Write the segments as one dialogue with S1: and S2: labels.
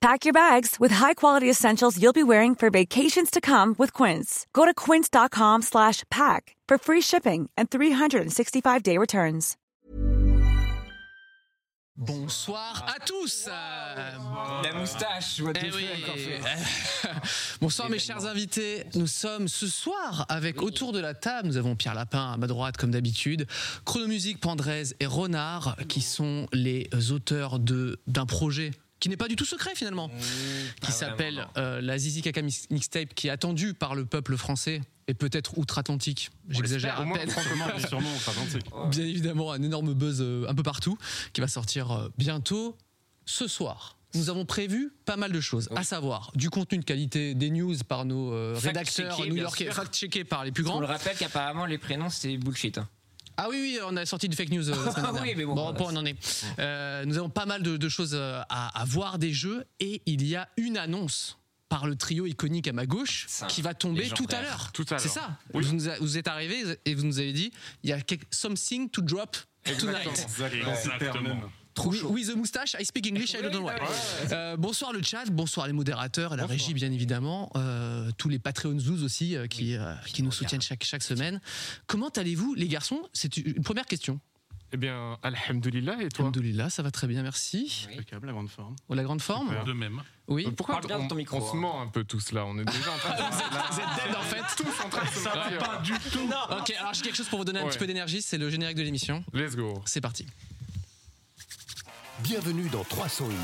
S1: Pack your bags with high-quality essentials you'll be wearing for vacations to come with Quince. Go to quince.com slash pack for free shipping and 365-day returns.
S2: Bonsoir à tous euh,
S3: La moustache, je vois tes
S2: eh oui.
S3: cheveux encore faits.
S2: Bonsoir mes chers invités, nous sommes ce soir avec autour de la table, nous avons Pierre Lapin à ma droite comme d'habitude, Chronomusique, Pandrez et Renard qui sont les auteurs de d'un projet qui n'est pas du tout secret finalement,
S3: Mmh,
S2: qui s'appelle euh, la Zizi Kaka Mix- Mixtape qui est attendue par le peuple français et peut-être outre-Atlantique, j'exagère à peine. Bien évidemment, un énorme buzz euh, un peu partout qui va sortir euh, bientôt ce soir. Nous avons prévu pas mal de choses, à savoir du contenu de qualité, des news par nos euh,
S3: Fact-checké,
S2: rédacteurs
S3: bien
S2: new-yorkais,
S3: sûr.
S2: fact-checkés par les plus
S3: On
S2: grands.
S3: le rappelle qu'apparemment les prénoms c'est bullshit. hein.
S2: Ah oui, oui, on a sorti du fake news. euh, la semaine
S3: Ah oui,
S2: dernière.
S3: mais bon, voilà.
S2: bon, on en est. Euh, nous avons pas mal de, de choses euh, à, à voir des jeux et il y a une annonce par le trio iconique à ma gauche
S3: Ça,
S2: qui va tomber tout à
S4: légendaire.
S2: l'heure.
S4: Tout à
S2: C'est
S4: l'heure.
S2: ça.
S4: Oui.
S2: Vous, nous a- vous êtes arrivés et vous nous avez dit il y a quelque- something to drop tonight.
S4: Exactement.
S2: Oui, With the moustache, I speak English, I don't know why. Euh, bonsoir le chat, bonsoir les modérateurs et la régie bien évidemment, euh, tous les Patreon Zouz aussi euh, qui, euh, qui nous soutiennent chaque, chaque semaine. Comment allez-vous les garçons C'est une première question.
S4: Eh bien, Alhamdulillah, et toi
S2: Alhamdoulilah, ça va très bien, merci.
S4: euh,
S5: Impeccable, la grande forme.
S2: Oh, la grande forme
S4: Super.
S5: De même.
S2: Oui.
S4: Pourquoi
S3: Parle bien
S4: on,
S3: dans ton micro,
S4: on se
S3: hein.
S4: ment un peu tous là On est déjà en train de
S2: Vous êtes dead en fait.
S4: tous en train de se mentir.
S5: du tout.
S2: Ok, alors j'ai quelque chose pour vous donner un
S4: Ouais.
S2: petit peu d'énergie, c'est le générique de l'émission.
S4: Let's go.
S2: C'est parti.
S6: Bienvenue dans 301 vues,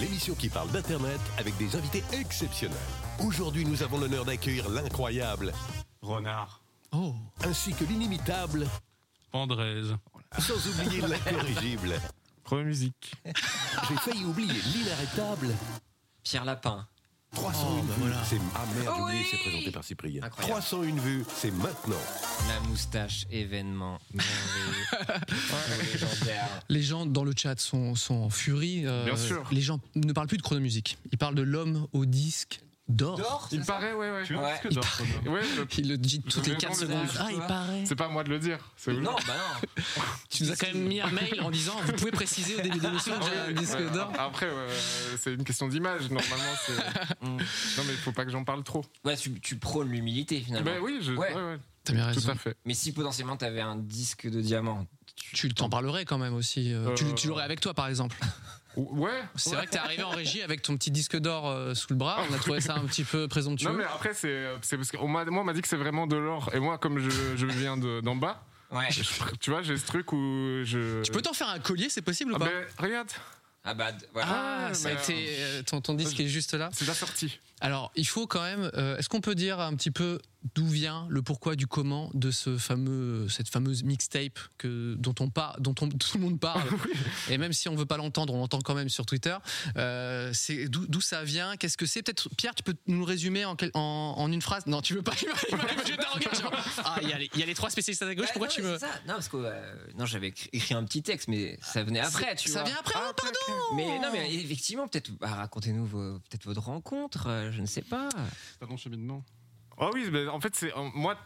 S6: l'émission qui parle d'Internet avec des invités exceptionnels. Aujourd'hui, nous avons l'honneur d'accueillir l'incroyable
S5: Renard.
S2: Oh.
S6: ainsi que l'inimitable,
S5: Pandraise.
S6: sans oublier l'incorrigible.
S4: Première musique.
S6: J'ai failli oublier l'inarrêtable.
S3: Pierre Lapin.
S6: 301
S2: Oh,
S6: vues, c'est... Ah merde, j'ai oublié, c'est présenté par Cyprien.
S3: Incroyable.
S6: 301 vues, c'est maintenant.
S3: La moustache, événement merveilleux. Plutôt légendaire.
S2: Les gens dans le chat sont, sont en furie. euh,
S4: Bien sûr.
S2: Les gens ne parlent plus de chronomusique. Ils parlent de l'homme au disque d'or.
S4: Il paraît, ouais, ouais.
S5: Tu vois
S3: Ouais.
S5: ce que dort, Renard
S4: Ouais, je-
S2: Ils le disent toutes
S4: Je
S2: les
S4: vais
S2: 4
S4: prendre
S2: secondes.
S4: le
S2: Ah, il paraît.
S4: C'est pas à moi de le dire. C'est aux
S3: Non,
S4: gens.
S3: bah non.
S2: Tu nous as quand même mis un mail en disant vous pouvez préciser au début de l'émission que j'ai un
S4: Ouais,
S2: disque
S4: ouais,
S2: d'or.
S4: Ah Après, ouais, ouais, c'est une question d'image. Normalement, c'est. Mm. non, mais il faut pas que j'en parle trop.
S3: Ouais, tu, tu prônes l'humilité finalement.
S4: Bah oui, je-
S3: Ouais.
S4: ouais, ouais,
S2: T'as bien
S4: tout
S2: raison.
S4: à fait.
S3: Mais si potentiellement t'avais un disque de diamant,
S2: Tu t'en parlerais quand même aussi. euh,
S4: Euh,
S2: Tu, tu l'aurais avec toi par exemple.
S4: Ou- Ouais.
S2: C'est vrai que t'es arrivé en régie avec ton petit disque d'or euh, sous le bras. On a trouvé ça un petit peu présomptueux.
S4: Non, mais après, c'est euh, c'est parce que on m'a- moi, on m'a dit que c'est vraiment de l'or. Et moi, comme je, je viens de- d'en bas,
S3: ouais.
S4: je- tu vois, j'ai ce truc où je.
S2: Tu peux t'en faire un collier, c'est possible ou
S4: Ah,
S2: pas
S4: ben, regarde,
S3: Ah bah d- voilà.
S2: Ah,
S4: Ah,
S2: ça a
S4: mais
S2: été, euh, ton, ton disque est juste là.
S4: c'est la sortie.
S2: Alors, il faut quand même. euh, Est-ce qu'on peut dire un petit peu d'où vient le pourquoi du comment de ce fameux, cette fameuse mixtape que dont on par- dont on- tout le monde parle.
S4: Ah
S2: Et même si on veut pas l'entendre, on l'entend quand même sur Twitter. Euh, c'est d'où d'où ça vient Qu'est-ce que c'est Peut-être Pierre, tu peux nous le résumer en, quel- en- en une phrase Non, tu veux pas. il m'a- il m'a- il m'a jeté un regard, genre, Ah, il y, a les- il y a les trois spécialistes à ta gauche.
S3: Bah,
S2: Pourquoi
S3: non,
S2: tu
S3: mais
S2: me
S3: c'est ça. Non, parce que euh, non, j'avais écri- écrit un petit texte, mais ça venait après, tu
S2: Ça
S3: vois. Ah,
S2: vient après. oh, pardon.
S3: Mais non, mais effectivement, peut-être, bah, racontez-nous vos- peut-être votre rencontre, euh, je ne sais pas.
S5: C'est un cheminement.
S4: Oh oui, ben, en fait, c'est en- moi.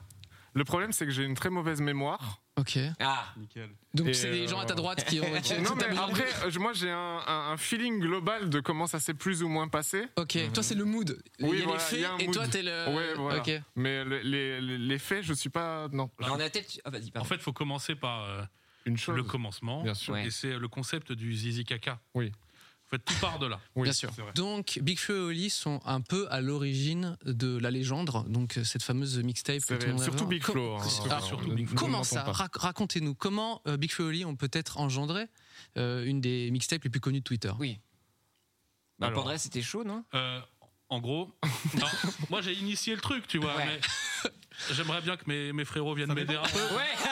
S4: Le problème, c'est que j'ai une très mauvaise mémoire.
S2: Ok.
S3: Ah,
S5: Nickel.
S2: Donc
S4: Et
S2: c'est des
S4: euh,
S2: gens à ta droite qui ont. qui-
S4: non,
S2: tout
S4: mais
S2: abusé.
S4: après, euh, je- moi, j'ai un, un- un feeling global de comment ça s'est plus ou moins passé.
S2: Ok,
S3: Mhm.
S2: toi c'est le mood.
S4: Oui,
S2: il y a
S4: voilà,
S2: les
S4: il y
S2: faits
S4: a un
S2: et
S4: mood.
S2: toi t'es le.
S4: Ouais, voilà.
S2: Ok.
S4: Mais le- les, les- les faits, je suis pas. Non,
S3: Bah, on a peut-être. Ah, vas-y,
S5: En
S3: pardon.
S5: fait, il faut commencer par euh,
S4: une chose.
S5: le commencement.
S4: Bien sûr.
S3: Ouais.
S5: Et c'est le concept du zizi caca.
S4: Oui.
S5: En fait, tout part de là.
S4: Oui,
S2: Bien sûr.
S5: c'est vrai.
S2: Donc, Big Flo et Oli sont un peu à l'origine de la légende, donc euh, cette fameuse mixtape. que
S4: C'est
S2: tout
S4: vrai.
S2: le monde
S4: Surtout
S2: adore.
S4: Big
S2: Com-
S4: Flo. hein.
S2: Surtout-
S4: Alors,
S5: surtout
S4: ne-
S5: Big
S4: ne
S5: Flo.
S2: Comment
S4: m'entends
S2: ça
S4: pas.
S2: Rac- Racontez-nous comment euh, Big Flo et Oli ont peut-être engendré euh, une des mixtapes les plus connues de Twitter.
S3: Oui. Bah,
S5: Alors.
S3: Pandré, c'était chaud, non
S5: Euh, en gros, alors, moi j'ai initié le truc, tu vois.
S3: Ouais.
S5: mais J'aimerais bien que mes, mes frérots viennent m'aider un peu.
S3: Ouais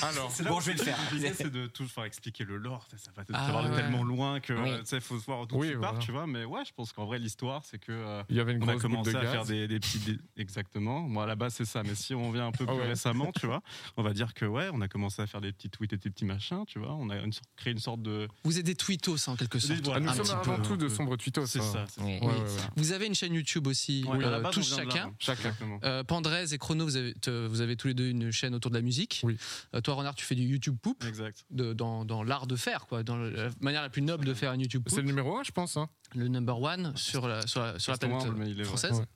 S4: Alors,
S3: là Bon, où je vais le faire.
S7: Le business, c'est de tout, enfin, expliquer le lore. Ça, ça va te
S2: Ah,
S7: savoir
S2: ouais.
S7: tellement loin que
S3: Oui.
S7: euh, tu sais, faut voir d'où
S4: Oui,
S7: tu pars,
S4: voilà.
S7: tu vois. Mais ouais, je pense qu'en vrai, l'histoire, c'est que euh,
S4: il y avait une
S7: on a
S4: grosse boucle de
S7: commencé à faire
S4: gaz.
S7: des, des petits. dé- Exactement. Moi, à la base, c'est ça. Mais si on vient un peu
S4: Ah
S7: plus
S4: ouais.
S7: récemment, tu vois, on va dire que ouais, on a commencé à faire des petits tweets et des petits machins, tu vois. On a une sorte- créé une sorte de.
S2: Vous êtes des tweetos en quelque sorte.
S7: Voilà,
S4: Ah, nous
S2: un
S4: sommes
S2: petit
S4: avant
S2: peu.
S4: tout de
S7: Ouais.
S4: sombres tweetos. hein.
S7: C'est ça. c'est ça.
S3: Oui.
S4: Ouais,
S2: Oui.
S4: ouais, ouais.
S2: Vous avez une chaîne YouTube aussi,
S7: Ouais, à la
S2: euh,
S7: base, on
S2: tous
S7: vient de là,
S2: chacun.
S7: hein. Exactement.
S2: Euh, Pandrez et Chrono, vous avez, te- vous avez tous les deux une chaîne autour de la musique.
S4: Oui.
S2: Euh, toi, Renard, tu fais du YouTube poop,
S7: Exact.
S2: de- dans, dans l'art de faire, quoi, dans la manière la plus noble de faire un YouTube
S4: C'est
S2: poop,
S4: le numéro 1, je pense. hein.
S2: le number one sur la, sur la, sur la
S7: C'est
S2: planète
S7: humble, mais il est vrai.
S2: française.
S4: Ouais.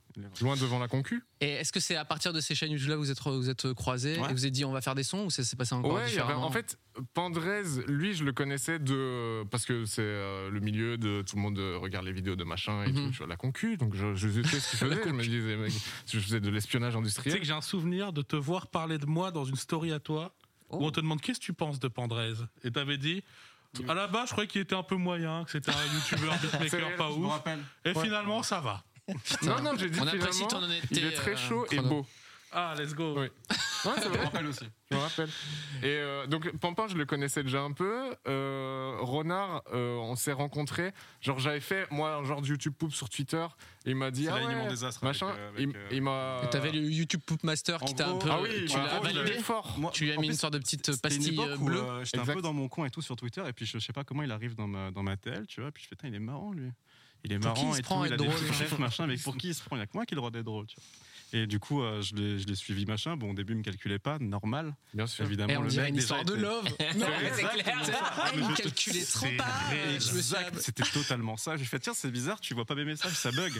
S4: Loin devant la concu.
S2: Et est-ce que c'est à partir de ces chaînes YouTube-là que vous êtes, vous êtes croisés
S7: Ouais.
S2: et vous êtes dit on va faire des sons ou ça s'est passé encore
S4: Ouais, il y avait-
S2: différemment
S4: en fait, Pandrez, lui, je le connaissais de. Parce que c'est euh, le milieu de. Tout le monde euh, regarde les vidéos de machin et
S2: Mhm.
S4: tout, tu vois, la concu. Donc je, je sais ce qu'il faisait. je me disais, mec, je faisais de l'espionnage
S5: Tu sais
S4: industriel.
S5: que j'ai un souvenir de te voir parler de moi dans une story à toi
S3: Oh.
S5: où on te demande qu'est-ce que tu penses de Pandrez et t'avais dit
S4: Mm.
S5: à la base je croyais qu'il était un peu moyen que c'était un youtubeur
S4: C'est
S5: beatmaker
S4: réel,
S5: pas
S4: je
S5: ouf
S7: rappelle.
S5: et finalement ça va
S4: Non, non, j'ai dit
S2: on apprécie
S4: finalement,
S2: ton honnêteté.
S4: Il est très
S2: euh,
S4: chaud et
S2: Chrono.
S4: beau.
S5: ah let's go
S4: Oui. Ouais, c'est vrai.
S7: rappelle aussi.
S4: Je me rappelle. Et euh, donc, Pampin, je le connaissais déjà un peu. Euh, Renard, euh, on s'est rencontrés. Genre, j'avais fait, moi, un genre de YouTube Poop sur Twitter. Et il m'a dit.
S7: C'est
S4: Ah
S7: l'alignement
S4: ouais,
S7: des astres
S4: Machin.
S7: avec, euh, avec,
S4: il
S7: euh,
S4: il m'a.
S2: Et T'avais le YouTube Poop Master
S7: En
S2: qui t'a un
S7: gros,
S2: peu.
S4: Ah oui,
S2: tu l'as
S4: bah, en gros, je
S2: validé
S4: l'avais fort.
S7: Moi,
S2: Tu lui as
S7: en
S2: mis une
S7: plus,
S2: sorte de petite
S7: C'était une
S2: pastille
S7: époque
S2: euh,
S7: où,
S2: bleue.
S7: euh, J'étais un
S4: Exact.
S7: peu dans mon coin et tout sur Twitter, et puis je sais pas comment il arrive dans ma, dans ma TL, tu vois. Puis je fais, Tain, il est marrant lui. Il est
S2: Pour qui il
S7: marrant
S2: se
S7: et
S2: prend
S7: tout,
S2: à
S7: il a
S2: être
S7: des
S2: drôle,
S7: petits chefs, machin, mais pour qui il se prend Il y a que moi qui ai le droit d'être drôle, tu vois. Et du coup, euh, je l'ai je l'ai suivi, machin. Bon, au début, il me calculait pas, normal.
S4: Bien sûr.
S7: Évidemment,
S2: Eh, on
S7: le
S2: dirait
S7: mec
S2: une
S7: déjà
S2: histoire de
S7: était-
S2: love. non, mais c'est
S7: Exactement
S2: clair.
S7: ça.
S2: Elle me calculait trop
S7: C'est
S2: pas.
S7: vrai,
S2: Je me suis
S7: exact, C'était totalement ça. J'ai fait, tiens, c'est bizarre, tu vois pas mes messages, ça bug.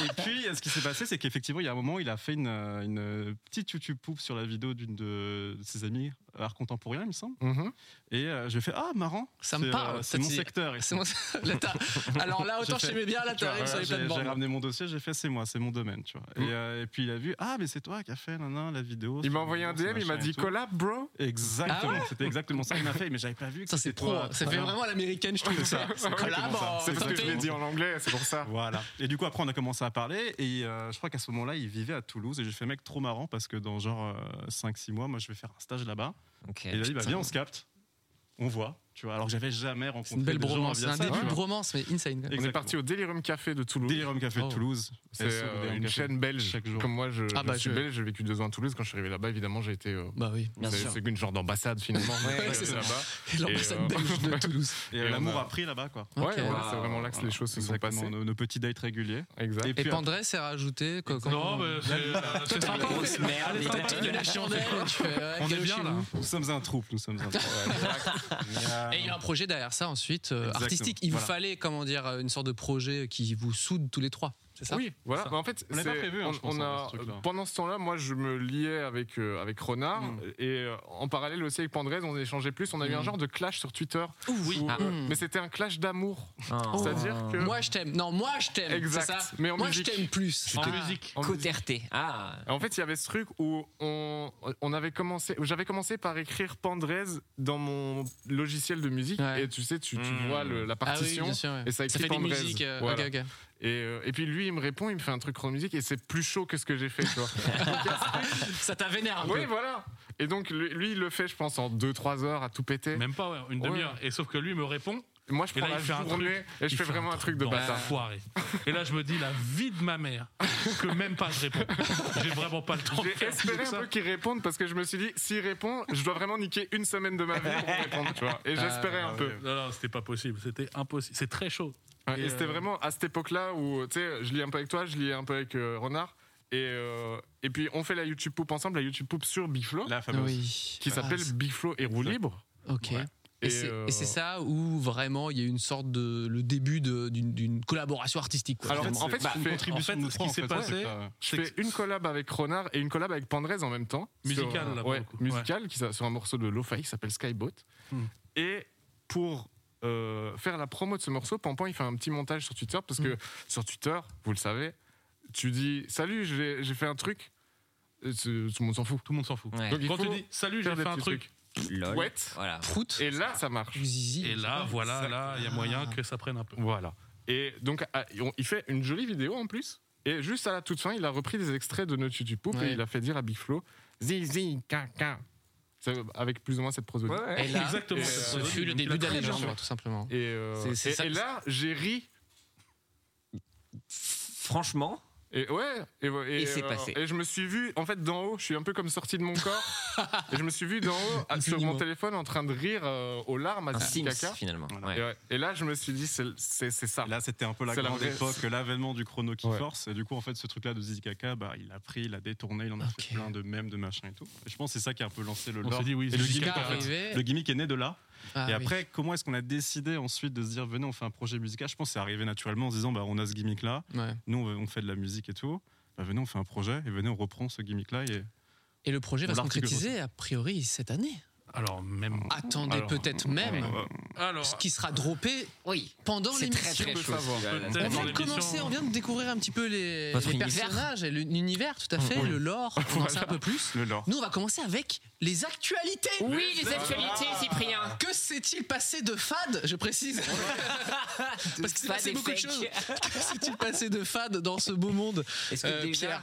S7: et puis, euh, ce qui s'est passé, c'est qu'effectivement, il y a un moment, il a fait une, euh, une petite YouTube poupe sur la vidéo d'une de ses amies, art contemporain, il me semble.
S4: Mhm.
S7: Et euh, je fais, ah, marrant.
S2: Ça me
S7: c'est,
S2: parle,
S7: C'est
S2: ça,
S7: mon
S2: tu-
S7: secteur. Et
S2: C'est moi. Là, t'as- Alors là, autant
S7: J'ai fait-
S2: j'aimais bien, là,
S7: tu vois,
S2: t'arrives sur les
S7: j'ai- J'ai
S2: plateformes.
S7: ramené mon dossier, j'ai fait c'est moi, c'est mon domaine, tu vois.
S4: Mm.
S7: Et, euh, et puis il a vu ah mais c'est toi qui as fait nanan, la vidéo.
S4: Il
S7: sur
S4: m'a
S7: le
S4: envoyé un
S7: nouveau,
S4: DM, il m'a
S7: machin et
S4: dit
S7: tout.
S4: collab, bro.
S7: Exactement,
S2: Ah
S7: c'était exactement ça qu'il m'a fait, mais j'avais pas vu que
S2: Ça, c'est
S7: c'était
S2: pro. hein.
S7: toi.
S2: Ça fait
S7: Voilà.
S2: vraiment l'américaine, je trouve.
S7: C'est ça, c'est
S2: Collab,
S7: exactement ça.
S2: euh,
S4: C'est parce que je
S2: côté-
S4: l'ai dit en anglais, c'est pour ça.
S7: Voilà. Et du coup, après, on a commencé à parler. Et euh, je crois qu'à ce moment-là, il vivait à Toulouse. Et j'ai fait, mec, trop marrant parce que dans genre 5-6 mois, moi, je vais faire un stage là-bas.
S3: Ok.
S7: Et il a dit, bah,
S3: Putain.
S7: viens, on se capte. On voit. Tu vois, alors que j'avais jamais rencontré.
S2: C'est une belle
S7: des gens
S2: bromance. C'est
S7: via
S2: un
S7: ça,
S2: début
S7: tu
S2: de
S7: vois.
S2: bromance, mais insane.
S4: On est
S7: Exactement.
S4: parti au Delirium Café de Toulouse.
S7: Delirium Café de
S2: Oh.
S7: Toulouse.
S4: C'est
S7: SO
S4: euh,
S7: Delirium
S4: une
S7: Café.
S4: chaîne belge.
S7: Chaque jour.
S4: Comme moi, je,
S2: Ah
S4: je
S2: bah,
S4: suis
S2: je-
S4: belge, j'ai vécu deux ans à Toulouse. Quand je suis arrivé là-bas, évidemment, j'ai été. euh,
S2: Bah oui.
S3: Bien
S4: c'est-
S3: sûr.
S4: c'est une genre d'ambassade finalement. Euh,
S3: Ouais,
S2: c'est ça.
S4: là-bas.
S2: L'ambassade
S4: euh,
S2: belge de Toulouse.
S7: Et, euh,
S4: Et
S7: l'amour
S4: on a-
S7: a pris là-bas, quoi.
S2: Ok.
S4: Ouais, voilà, c'est
S3: Wow.
S4: vraiment là que les choses se sont
S7: Exactement,
S4: passées.
S7: Nos, nos petits dates réguliers.
S4: Exact.
S2: Et
S7: puis,
S2: Pandré s'est rajouté. quoi,
S5: non
S2: comment-
S5: mais
S7: euh,
S5: c'est- c'est sympa
S3: grosse merde,
S5: Elle est
S3: mais
S5: sympa.
S3: t'as
S2: De la chandelle. tu fais, ouais,
S5: on est
S2: galochez-vous.
S5: bien là
S7: nous sommes un troupe, nous sommes un troupe.
S2: Et il y a un projet derrière ça ensuite, euh,
S7: Exactement.
S2: artistique. Il vous
S7: Voilà.
S2: fallait, comment dire, euh, une sorte de projet qui vous soude tous les trois. C'est ça
S4: Oui, voilà.
S7: ça.
S4: Bah, en fait,
S7: On l'avait
S4: c'est-
S7: pas prévu, hein,
S4: on-
S7: je pense,
S4: on
S7: hein,
S4: a-
S7: ce truc-là.
S4: pendant ce temps-là, moi, je me liais avec euh, avec Renard
S7: Mm.
S4: et euh, en parallèle aussi avec Pandrez, on échangeait plus.
S7: Hmm.
S4: On a eu un genre de clash sur Twitter.
S2: Oui. Oh.
S4: où,
S3: Ah.
S4: euh, Mais c'était un clash d'amour.
S3: Ah.
S4: euh, C'est-à-dire que
S2: Moi je t'aime. Non, moi je t'aime.
S4: Exact.
S2: c'est ça
S4: Mais en
S2: moi
S4: musique.
S2: je t'aime plus.
S5: en
S2: Ah.
S5: musique
S4: En-
S3: Coterté. Ah.
S4: En fait, il y avait ce truc où on, on avait commencé, où j'avais commencé par écrire Pandrez dans mon logiciel de musique
S2: Ouais.
S4: et tu sais, tu, tu
S7: Mm.
S4: vois le- la
S2: Ah oui,
S4: partition.
S2: bien sûr. ouais.
S4: et ça écrit
S2: fait des
S4: Pandrez.
S2: musiques. euh,
S4: Voilà.
S2: ok, ok.
S4: et, euh, et puis lui, il me répond, il me fait un truc en musique et c'est plus chaud que ce que j'ai fait. Tu vois.
S2: Ça t'a vénère un
S4: oui,
S2: peu.
S4: voilà. Et donc lui, lui, il le fait, je pense, en 2-3 heures à tout péter.
S5: même pas ouais, une
S4: Ouais.
S5: demi-heure et sauf que lui me répond
S4: Moi, je
S5: Et
S4: prends
S5: là,
S4: la
S5: il fait un
S4: journée et je
S5: il
S4: fais
S5: fait
S4: vraiment un truc de
S5: dans
S4: bâtard.
S5: l'enfoiré. et là je me dis la vie de ma mère que même pas je réponds j'ai vraiment pas le temps de
S4: J'ai
S5: faire
S4: espéré
S5: tout
S4: un
S5: ça
S4: peu qu'il réponde parce que je me suis dit, s'il répond, je dois vraiment niquer une semaine de ma vie pour répondre, tu vois. Et j'espérais un
S7: ouais,
S4: peu.
S7: Ah, ouais.
S5: Ah, non non c'était pas possible c'était impossible c'est très chaud
S4: Ouais,
S5: Et
S4: et c'était
S5: euh,
S4: vraiment à cette époque-là où, tu sais, je lis un peu avec toi, je lis un peu avec euh, Renard. Et, euh, et puis, on fait la YouTube Poop ensemble, la YouTube Poop sur Biflo,
S7: La fameuse.
S2: Oui.
S4: qui
S2: Ah,
S4: s'appelle
S2: c'est-
S4: Biflo et roue libre.
S2: Ok.
S4: Ouais.
S2: Et, c'est
S4: euh,
S2: et c'est ça où vraiment il y a une sorte de le début de- d'une d'une collaboration artistique. quoi,
S4: Alors,
S2: finalement.
S4: en fait,
S7: Bah,
S4: je
S7: une
S4: fais-
S7: contribution
S5: en fait,
S7: de nous
S5: ce qui
S7: trois, en
S5: s'est
S7: fait,
S5: passé,
S7: c'est, euh,
S4: Je fais une collab avec Renard et une collab avec Pandrez en même temps.
S5: Musicale,
S4: Sur,
S5: là,
S4: un-
S5: pour
S4: ouais,
S5: le coup.
S4: musicale, qui s'a- sur un morceau de Lo-Fi qui s'appelle Skyboat.
S7: Hmm.
S4: Et pour euh, faire la promo de ce morceau, Pampan, il fait un petit montage sur Twitter parce
S5: Mm.
S4: que sur Twitter, vous le savez, tu dis Salut, j'ai j'ai fait un truc. Euh, c'est- Tout le monde s'en fout.
S5: tout le monde s'en fout
S3: Ouais.
S4: Donc, il
S5: quand
S4: faut
S5: tu dis salut j'ai
S4: faire
S5: fait
S4: des
S5: un
S4: petits
S5: truc
S3: Lol.
S4: Ouais.
S3: Voilà.
S2: Prout.
S4: Et là, ça marche.
S2: Zizi. Ah.
S5: Et là, voilà, là, il y a moyen que ça prenne un peu.
S4: Voilà. Et donc, ah, on- il fait une jolie vidéo en plus. Et juste à la toute fin, il a repris des extraits de notre YouTube Poop
S2: Ouais.
S4: et il a fait dire à Big Flo Zizi, caca. C'est Avec plus ou moins cette prosodie.
S3: Ouais, ouais.
S2: Et là,
S5: Exactement.
S2: ce
S4: Et, euh,
S2: fut le
S5: donc,
S2: début de la
S5: très bien
S2: légende,
S5: joué.
S2: tout simplement.
S4: Et, euh,
S2: C'est- c'est
S4: et-
S2: ça-
S4: et là, j'ai ri.
S3: Franchement,
S4: Et ouais, et, euh,
S3: Et c'est passé.
S4: Et je me suis vu, en fait, d'en haut, je suis un peu comme sorti de mon corps. et je me suis vu d'en haut, à- sur
S2: Infiniment.
S4: mon téléphone, en train de rire euh, aux larmes, à
S3: un
S4: Titi
S3: Sims
S4: Caca.
S3: finalement. Ouais.
S4: Et, ouais, et là, je me suis dit, c'est c'est- c'est ça.
S7: Là, c'était un peu la
S4: C'est la
S7: grande
S4: vraie-
S7: époque, l'avènement du chrono qui
S4: Ouais.
S7: force. Et du coup, en fait, ce truc-là de Zizi Kaka, bah, il a pris, il a détourné, il en a
S2: Ok.
S7: fait plein de mèmes, de machins et tout. Et je pense que c'est ça qui a un peu lancé le
S5: On
S7: lore.
S5: s'est dit, oui,
S7: Et
S5: c'est
S7: le
S5: Zizka,
S7: gimmick,
S2: Jusqu'à
S7: en fait.
S2: arriver.
S7: Le gimmick est né de là.
S2: Ah
S7: et
S2: oui.
S7: après, comment est-ce qu'on a décidé ensuite de se dire, venez, on fait un projet musical Je pense que c'est arrivé naturellement en se disant, bah, on a ce gimmick-là,
S2: Ouais.
S7: nous, on veut- on fait de la musique et tout. Bah, venez, on fait un projet et venez, on reprend ce gimmick-là. Et...
S2: Et le projet va
S7: On
S2: se
S7: l'articule
S2: concrétiser, a priori, cette année.
S5: Alors, même.
S2: Attendez
S7: Alors,
S2: peut-être même
S7: Ouais, ouais.
S2: ce
S5: Alors,
S2: qui sera droppé
S3: Oui,
S2: pendant
S3: c'est très
S2: l'émission.
S3: très chaud.
S4: savoir.
S3: celui-là, là.
S5: Peut-être
S2: On
S5: dans
S2: vient de
S5: l'émission.
S2: commencer, on vient de découvrir un petit peu les,
S3: Votre
S2: les
S3: univers.
S2: personnages et l'univers, tout à fait, le lore, on en sait un peu plus.
S7: Le lore.
S2: Nous, on va commencer avec les actualités.
S8: Oui, les actualités, Cyprien.
S2: Que s'est-il passé de fade, je précise Parce qu'il s'est
S8: fade
S2: passé
S8: et
S2: beaucoup de
S8: fake.
S2: choses. Que s'est-il passé de fade dans ce beau monde
S3: Est-ce que
S2: Euh,
S3: déjà,
S2: Pierre.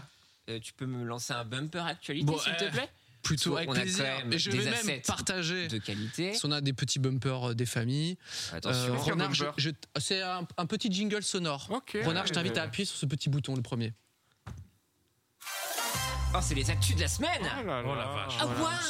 S3: euh, tu peux me lancer un bumper actualité,
S2: Bon,
S3: s'il
S2: euh,
S3: te plaît
S2: Plutôt
S3: Parce
S2: avec
S3: qu'on a
S2: plaisir.
S3: quand même
S2: Et je
S3: des
S2: vais même
S3: assets
S2: partager.
S3: De qualité.
S2: Parce qu'on a des petits bumpers euh, des familles.
S3: Attention.
S2: Euh, Renard, je-
S4: bumper
S2: je- c'est un, un petit jingle sonore.
S4: Ok.
S2: Renard, je t'invite à appuyer sur ce petit bouton, le premier.
S3: Oh, c'est les actus de la semaine
S4: Oh là
S5: Oh la
S4: là.
S5: vache.
S3: Ah,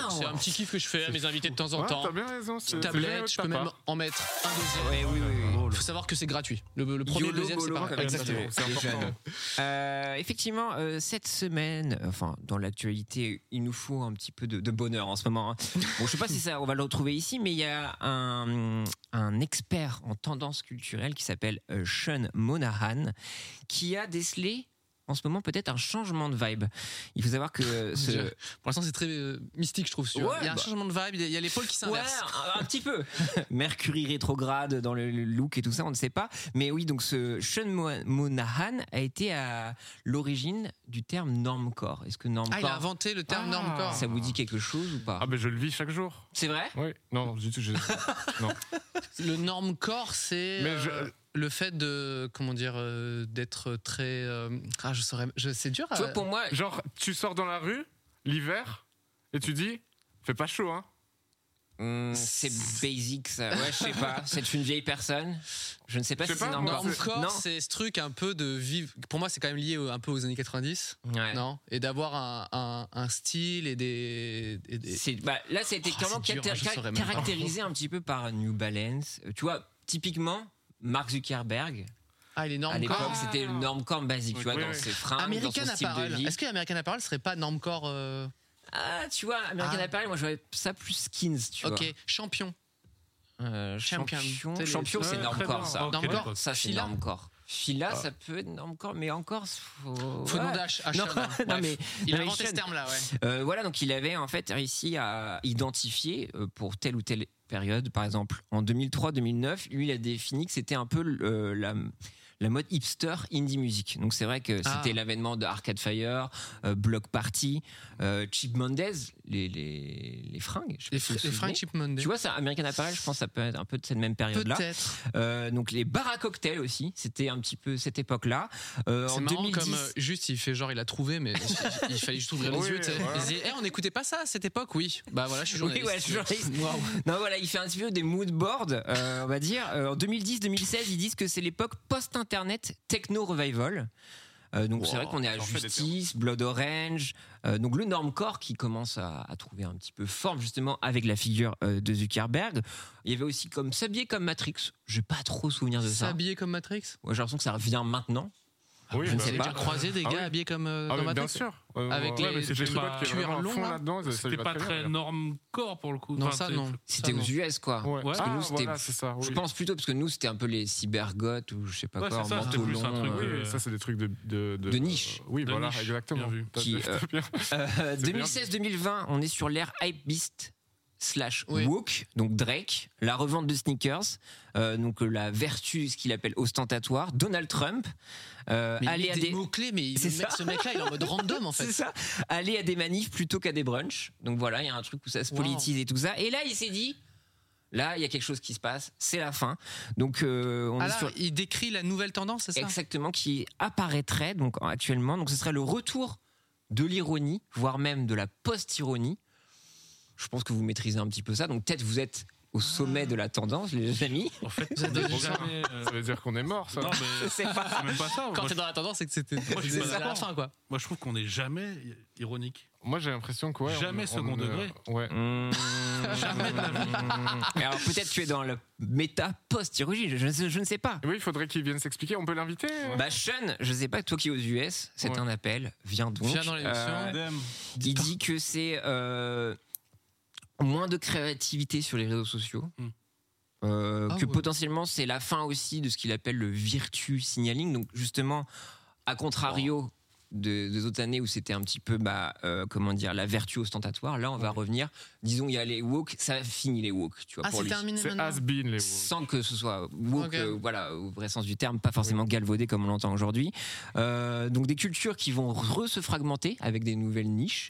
S2: C'est
S3: waouh
S2: un petit kiff que je fais à mes invités de temps en
S4: Ouais,
S2: temps.
S4: T'as bien raison. c'est-
S2: Une
S4: c'est génial de
S2: tablette, je
S4: ta
S2: peux même
S4: part.
S2: en mettre un deuxième.
S3: Ouais, oui, oui, oui.
S2: Il faut savoir que c'est gratuit. Le, le premier,
S3: YOLO,
S2: le deuxième, c'est
S3: bolo,
S2: pas
S3: comme
S2: grave.
S3: ça,
S4: Exactement,
S3: les-
S4: c'est
S3: les
S4: important.
S3: jeunes. Euh, effectivement, euh, cette semaine, enfin, dans l'actualité, il nous faut un petit peu de, de bonheur en ce moment. hein. Bon, je sais pas si ça, on va le retrouver ici, mais il y a un, un expert en tendance culturelle qui s'appelle euh, Sean Monahan, qui a décelé en ce moment peut-être un changement de vibe. Il faut savoir que euh, ce...
S2: Dieu. Pour l'instant, c'est très euh, mystique, je trouve. celui-là.
S3: Ouais,
S2: il y a un
S3: bah.
S2: changement de vibe, il y a- il y a les pôles qui
S3: Ouais,
S2: s'inversent.
S3: un, un petit peu. Mercury rétrograde dans le look et tout ça, on ne sait pas. Mais oui, donc ce Sean Mo- Monahan a été à l'origine du terme normcore. Est-ce que normcore,
S2: Ah, il a inventé le terme
S4: Ah.
S2: normcore.
S3: ça vous dit quelque chose ou pas
S4: Ah, ben je le vis chaque jour.
S3: C'est vrai
S4: Oui. Non, non, du tout. je- non.
S2: Le normcore, c'est
S4: Mais je-
S2: euh, le fait de comment dire euh, d'être très. euh, ah, je saurais. Je, c'est dur. euh,
S3: Tu
S2: à-
S3: vois, pour moi,
S4: Genre, tu sors dans la rue, l'hiver, et tu dis, fait pas chaud, hein.
S3: hum, c'est basic ça. Ouais, je sais pas. C'est une vieille personne. Je ne sais pas
S4: Je sais
S3: si c'est
S4: pas,
S3: normcore.
S2: Normcore,
S3: Non.
S2: c'est ce truc un peu de vivre. Pour moi, c'est quand même lié au- un peu aux années 90,
S3: Ouais.
S2: non Et d'avoir un, un- un style et des. et des-
S3: C'est- bah, là, ça a été
S2: Oh,
S3: clairement
S2: c'est dur,
S3: caractér-
S2: je saurais même pas.
S3: caractérisé un petit peu par New Balance. Euh, Tu vois, typiquement, Mark Zuckerberg,
S2: Ah, il est
S3: À l'époque,
S2: normcore.
S3: c'était le normcore basique, tu vois,
S4: Oui,
S3: dans
S4: oui.
S3: ses fringues, dans
S2: American
S3: son style de
S2: Apparel.
S3: vie.
S2: Est-ce que American Apparel serait pas normcore euh,
S3: Ah, tu vois, American
S2: Ah.
S3: Apparel, moi, je vois ça plus skins, tu
S2: Ok, champion.
S3: vois. Euh,
S2: Champion.
S3: champion,
S2: Télé-
S3: champion, c'est
S5: Ouais,
S3: normcore,
S5: très
S3: ça.
S5: bien. Ok,
S2: Normcore.
S5: d'accord.
S3: Ça, c'est
S2: Fila.
S3: normcore. Fila, ça peut être normcore, mais encore, faut...
S2: Ah. Faut nom
S3: ouais.
S2: d'H,
S3: Non,
S2: H, hein.
S3: non,
S2: Bref.
S3: mais-
S2: il a
S3: non, mais
S2: inventé ce
S3: Sean-
S2: terme-là, ouais.
S3: Euh, voilà, donc il avait en fait réussi à identifier euh, pour telle ou telle période, par exemple en 2003-2009, lui il a défini que c'était un peu l- euh, la, la mode hipster indie music. Donc c'est vrai que
S2: Ah.
S3: c'était l'avènement de Arcade Fire, euh, Block Party, euh, Chip Mendez, les, les, les fringues. je sais
S2: Les,
S3: pas si vous
S2: fr- les
S3: vous
S2: Frank
S3: souvenez.
S2: Chip Monday.
S3: Tu vois, ça, American Apparel, je pense que ça peut être un peu de cette même période-là.
S2: Peut-être.
S3: Euh, donc les bars à cocktails aussi, c'était un petit peu cette époque-là. Euh, en
S2: C'est marrant
S3: 2010,
S2: comme euh, juste il fait genre il a trouvé mais il, il fallait juste ouvrir les
S4: Oui,
S2: yeux. tu sais.
S4: voilà.
S2: Il disait, Eh, on n'écoutait pas ça à cette époque, oui. Bah voilà, je suis
S3: Oui,
S2: journaliste.
S3: ouais, je suis journaliste.
S2: Waouh.
S3: Non, voilà, il fait un petit peu des mood boards, euh, on va dire. Euh, en 2010-2016, ils disent que c'est l'époque post-internet techno revival. Euh, donc
S7: Wow,
S3: c'est vrai qu'on est à
S7: j'en fais des
S3: Justice, Blood Orange, euh, donc le normcore qui commence à, à trouver un petit peu forme justement avec la figure euh, de Zuckerberg. Il y avait aussi comme s'habiller comme Matrix. J'ai pas trop souvenir de ça.
S2: S'habiller comme Matrix.
S3: Ouais, J'ai l'impression que ça revient maintenant.
S4: Oui,
S3: je ne
S4: bah,
S3: sais
S2: J'ai
S3: pas.
S2: déjà croisé des
S4: Ah
S2: gars
S4: oui.
S2: habillés comme euh,
S4: Ah,
S2: dans
S4: mais bien
S2: Matrix.
S4: sûr. Euh,
S2: Avec les-
S4: mais c'est
S5: les
S4: des potes
S5: pas-
S4: qui
S2: cuir
S4: vraiment à
S2: long,
S4: fond
S2: là.
S4: là-dedans. ça- ça lui
S5: C'était
S4: va
S5: pas très
S4: bien.
S5: normcore pour le coup.
S2: hein. Non,
S5: Enfin,
S2: ça
S5: c'est-
S2: non.
S3: C'était
S2: Ça,
S3: aux
S2: non.
S3: US quoi.
S4: Ouais.
S5: Parce
S3: que
S4: Ah,
S3: nous, c'était-
S4: voilà, c'est ça.
S3: Je
S4: oui.
S3: pense plutôt parce que nous c'était un peu les cybergoths ou je sais pas
S5: Ouais,
S3: quoi,
S5: c'est ça,
S3: en
S5: c'était
S3: manteau
S5: plus un
S3: long,
S5: truc,
S3: euh,
S4: Oui,
S5: Euh,
S4: ça, c'est des trucs de. De, Euh,
S3: de niche.
S4: oui,
S5: De
S4: voilà,
S5: niche,
S4: exactement.
S5: bien vu.
S4: T'as-
S3: Qui,
S4: t'as bien-
S3: Euh,
S4: C'est
S3: 2016-2020, on est sur l'ère Hypebeast slash
S2: Oui.
S3: woke, donc Drake, la revente de sneakers, euh, donc euh, la vertu, ce qu'il appelle ostentatoire, Donald Trump, euh,
S2: Mais
S3: aller
S2: il
S3: à
S2: met des
S3: des...
S2: mots clés, mais il-
S3: C'est
S2: le mec-
S3: ça.
S2: ce mec-là, il est en mode random en
S3: C'est
S2: fait.
S3: ça, aller à des manifs plutôt qu'à des brunchs. Donc voilà, il y a un truc où ça se
S2: Wow.
S3: politise et tout ça. Et là, il s'est dit, là, il y a quelque chose qui se passe, c'est la fin. Donc euh, on
S2: Ah
S3: est
S2: là,
S3: sur
S2: il décrit la nouvelle tendance, c'est ça
S3: exactement qui apparaîtrait donc en- actuellement. Donc ce serait le retour de l'ironie, voire même de la post-ironie. Je pense que vous maîtrisez un petit peu ça. Donc peut-être vous êtes au sommet de la tendance, les amis.
S5: En fait,
S2: Vous êtes dans une
S5: jamais, euh,
S4: Ça veut dire qu'on est mort, ça.
S5: non, mais
S3: C'est pas.
S5: c'est même pas ça.
S2: Quand
S5: Moi, je,
S2: t'es dans la tendance, c'est que c'était
S5: Moi, je suis
S2: c'est
S5: pas
S2: à la
S5: d'accord.
S2: fin, quoi.
S5: moi, je trouve qu'on n'est jamais ironique.
S4: Moi, j'ai l'impression que ouais, on-
S5: Jamais
S4: on-
S5: second
S4: euh,
S5: degré.
S4: Ouais.
S3: Jamais de la vie. Mais Mmh. Alors peut-être tu es dans le méta post-chirurgie, je, je- je ne sais pas.
S4: Oui, il faudrait qu'il vienne s'expliquer. On peut l'inviter euh,
S3: Bah Sean, je sais pas, toi qui es aux US, c'est
S4: Ouais.
S3: un appel, viens donc. Euh,
S2: Viens dans l'émission.
S3: il dit que c'est euh, moins de créativité sur les réseaux sociaux.
S5: Hmm.
S3: Euh,
S2: Ah
S3: que
S2: ouais.
S3: potentiellement c'est la fin aussi de ce qu'il appelle le virtue signaling. Donc justement, à contrario de- des autres années où c'était un petit peu bah, euh, comment dire la vertu ostentatoire, là on va revenir. Disons il y a les woke, ça finit les woke, tu vois
S2: Ah,
S3: pour
S2: c'est
S3: lui.
S2: terminé
S4: C'est
S2: maintenant.
S4: has been, les mots.
S3: Sans que ce soit woke,
S2: Ok.
S3: euh, voilà, au vrai sens du terme, pas forcément galvaudé comme on l'entend aujourd'hui. Euh, donc des cultures qui vont re se fragmenter avec des nouvelles niches.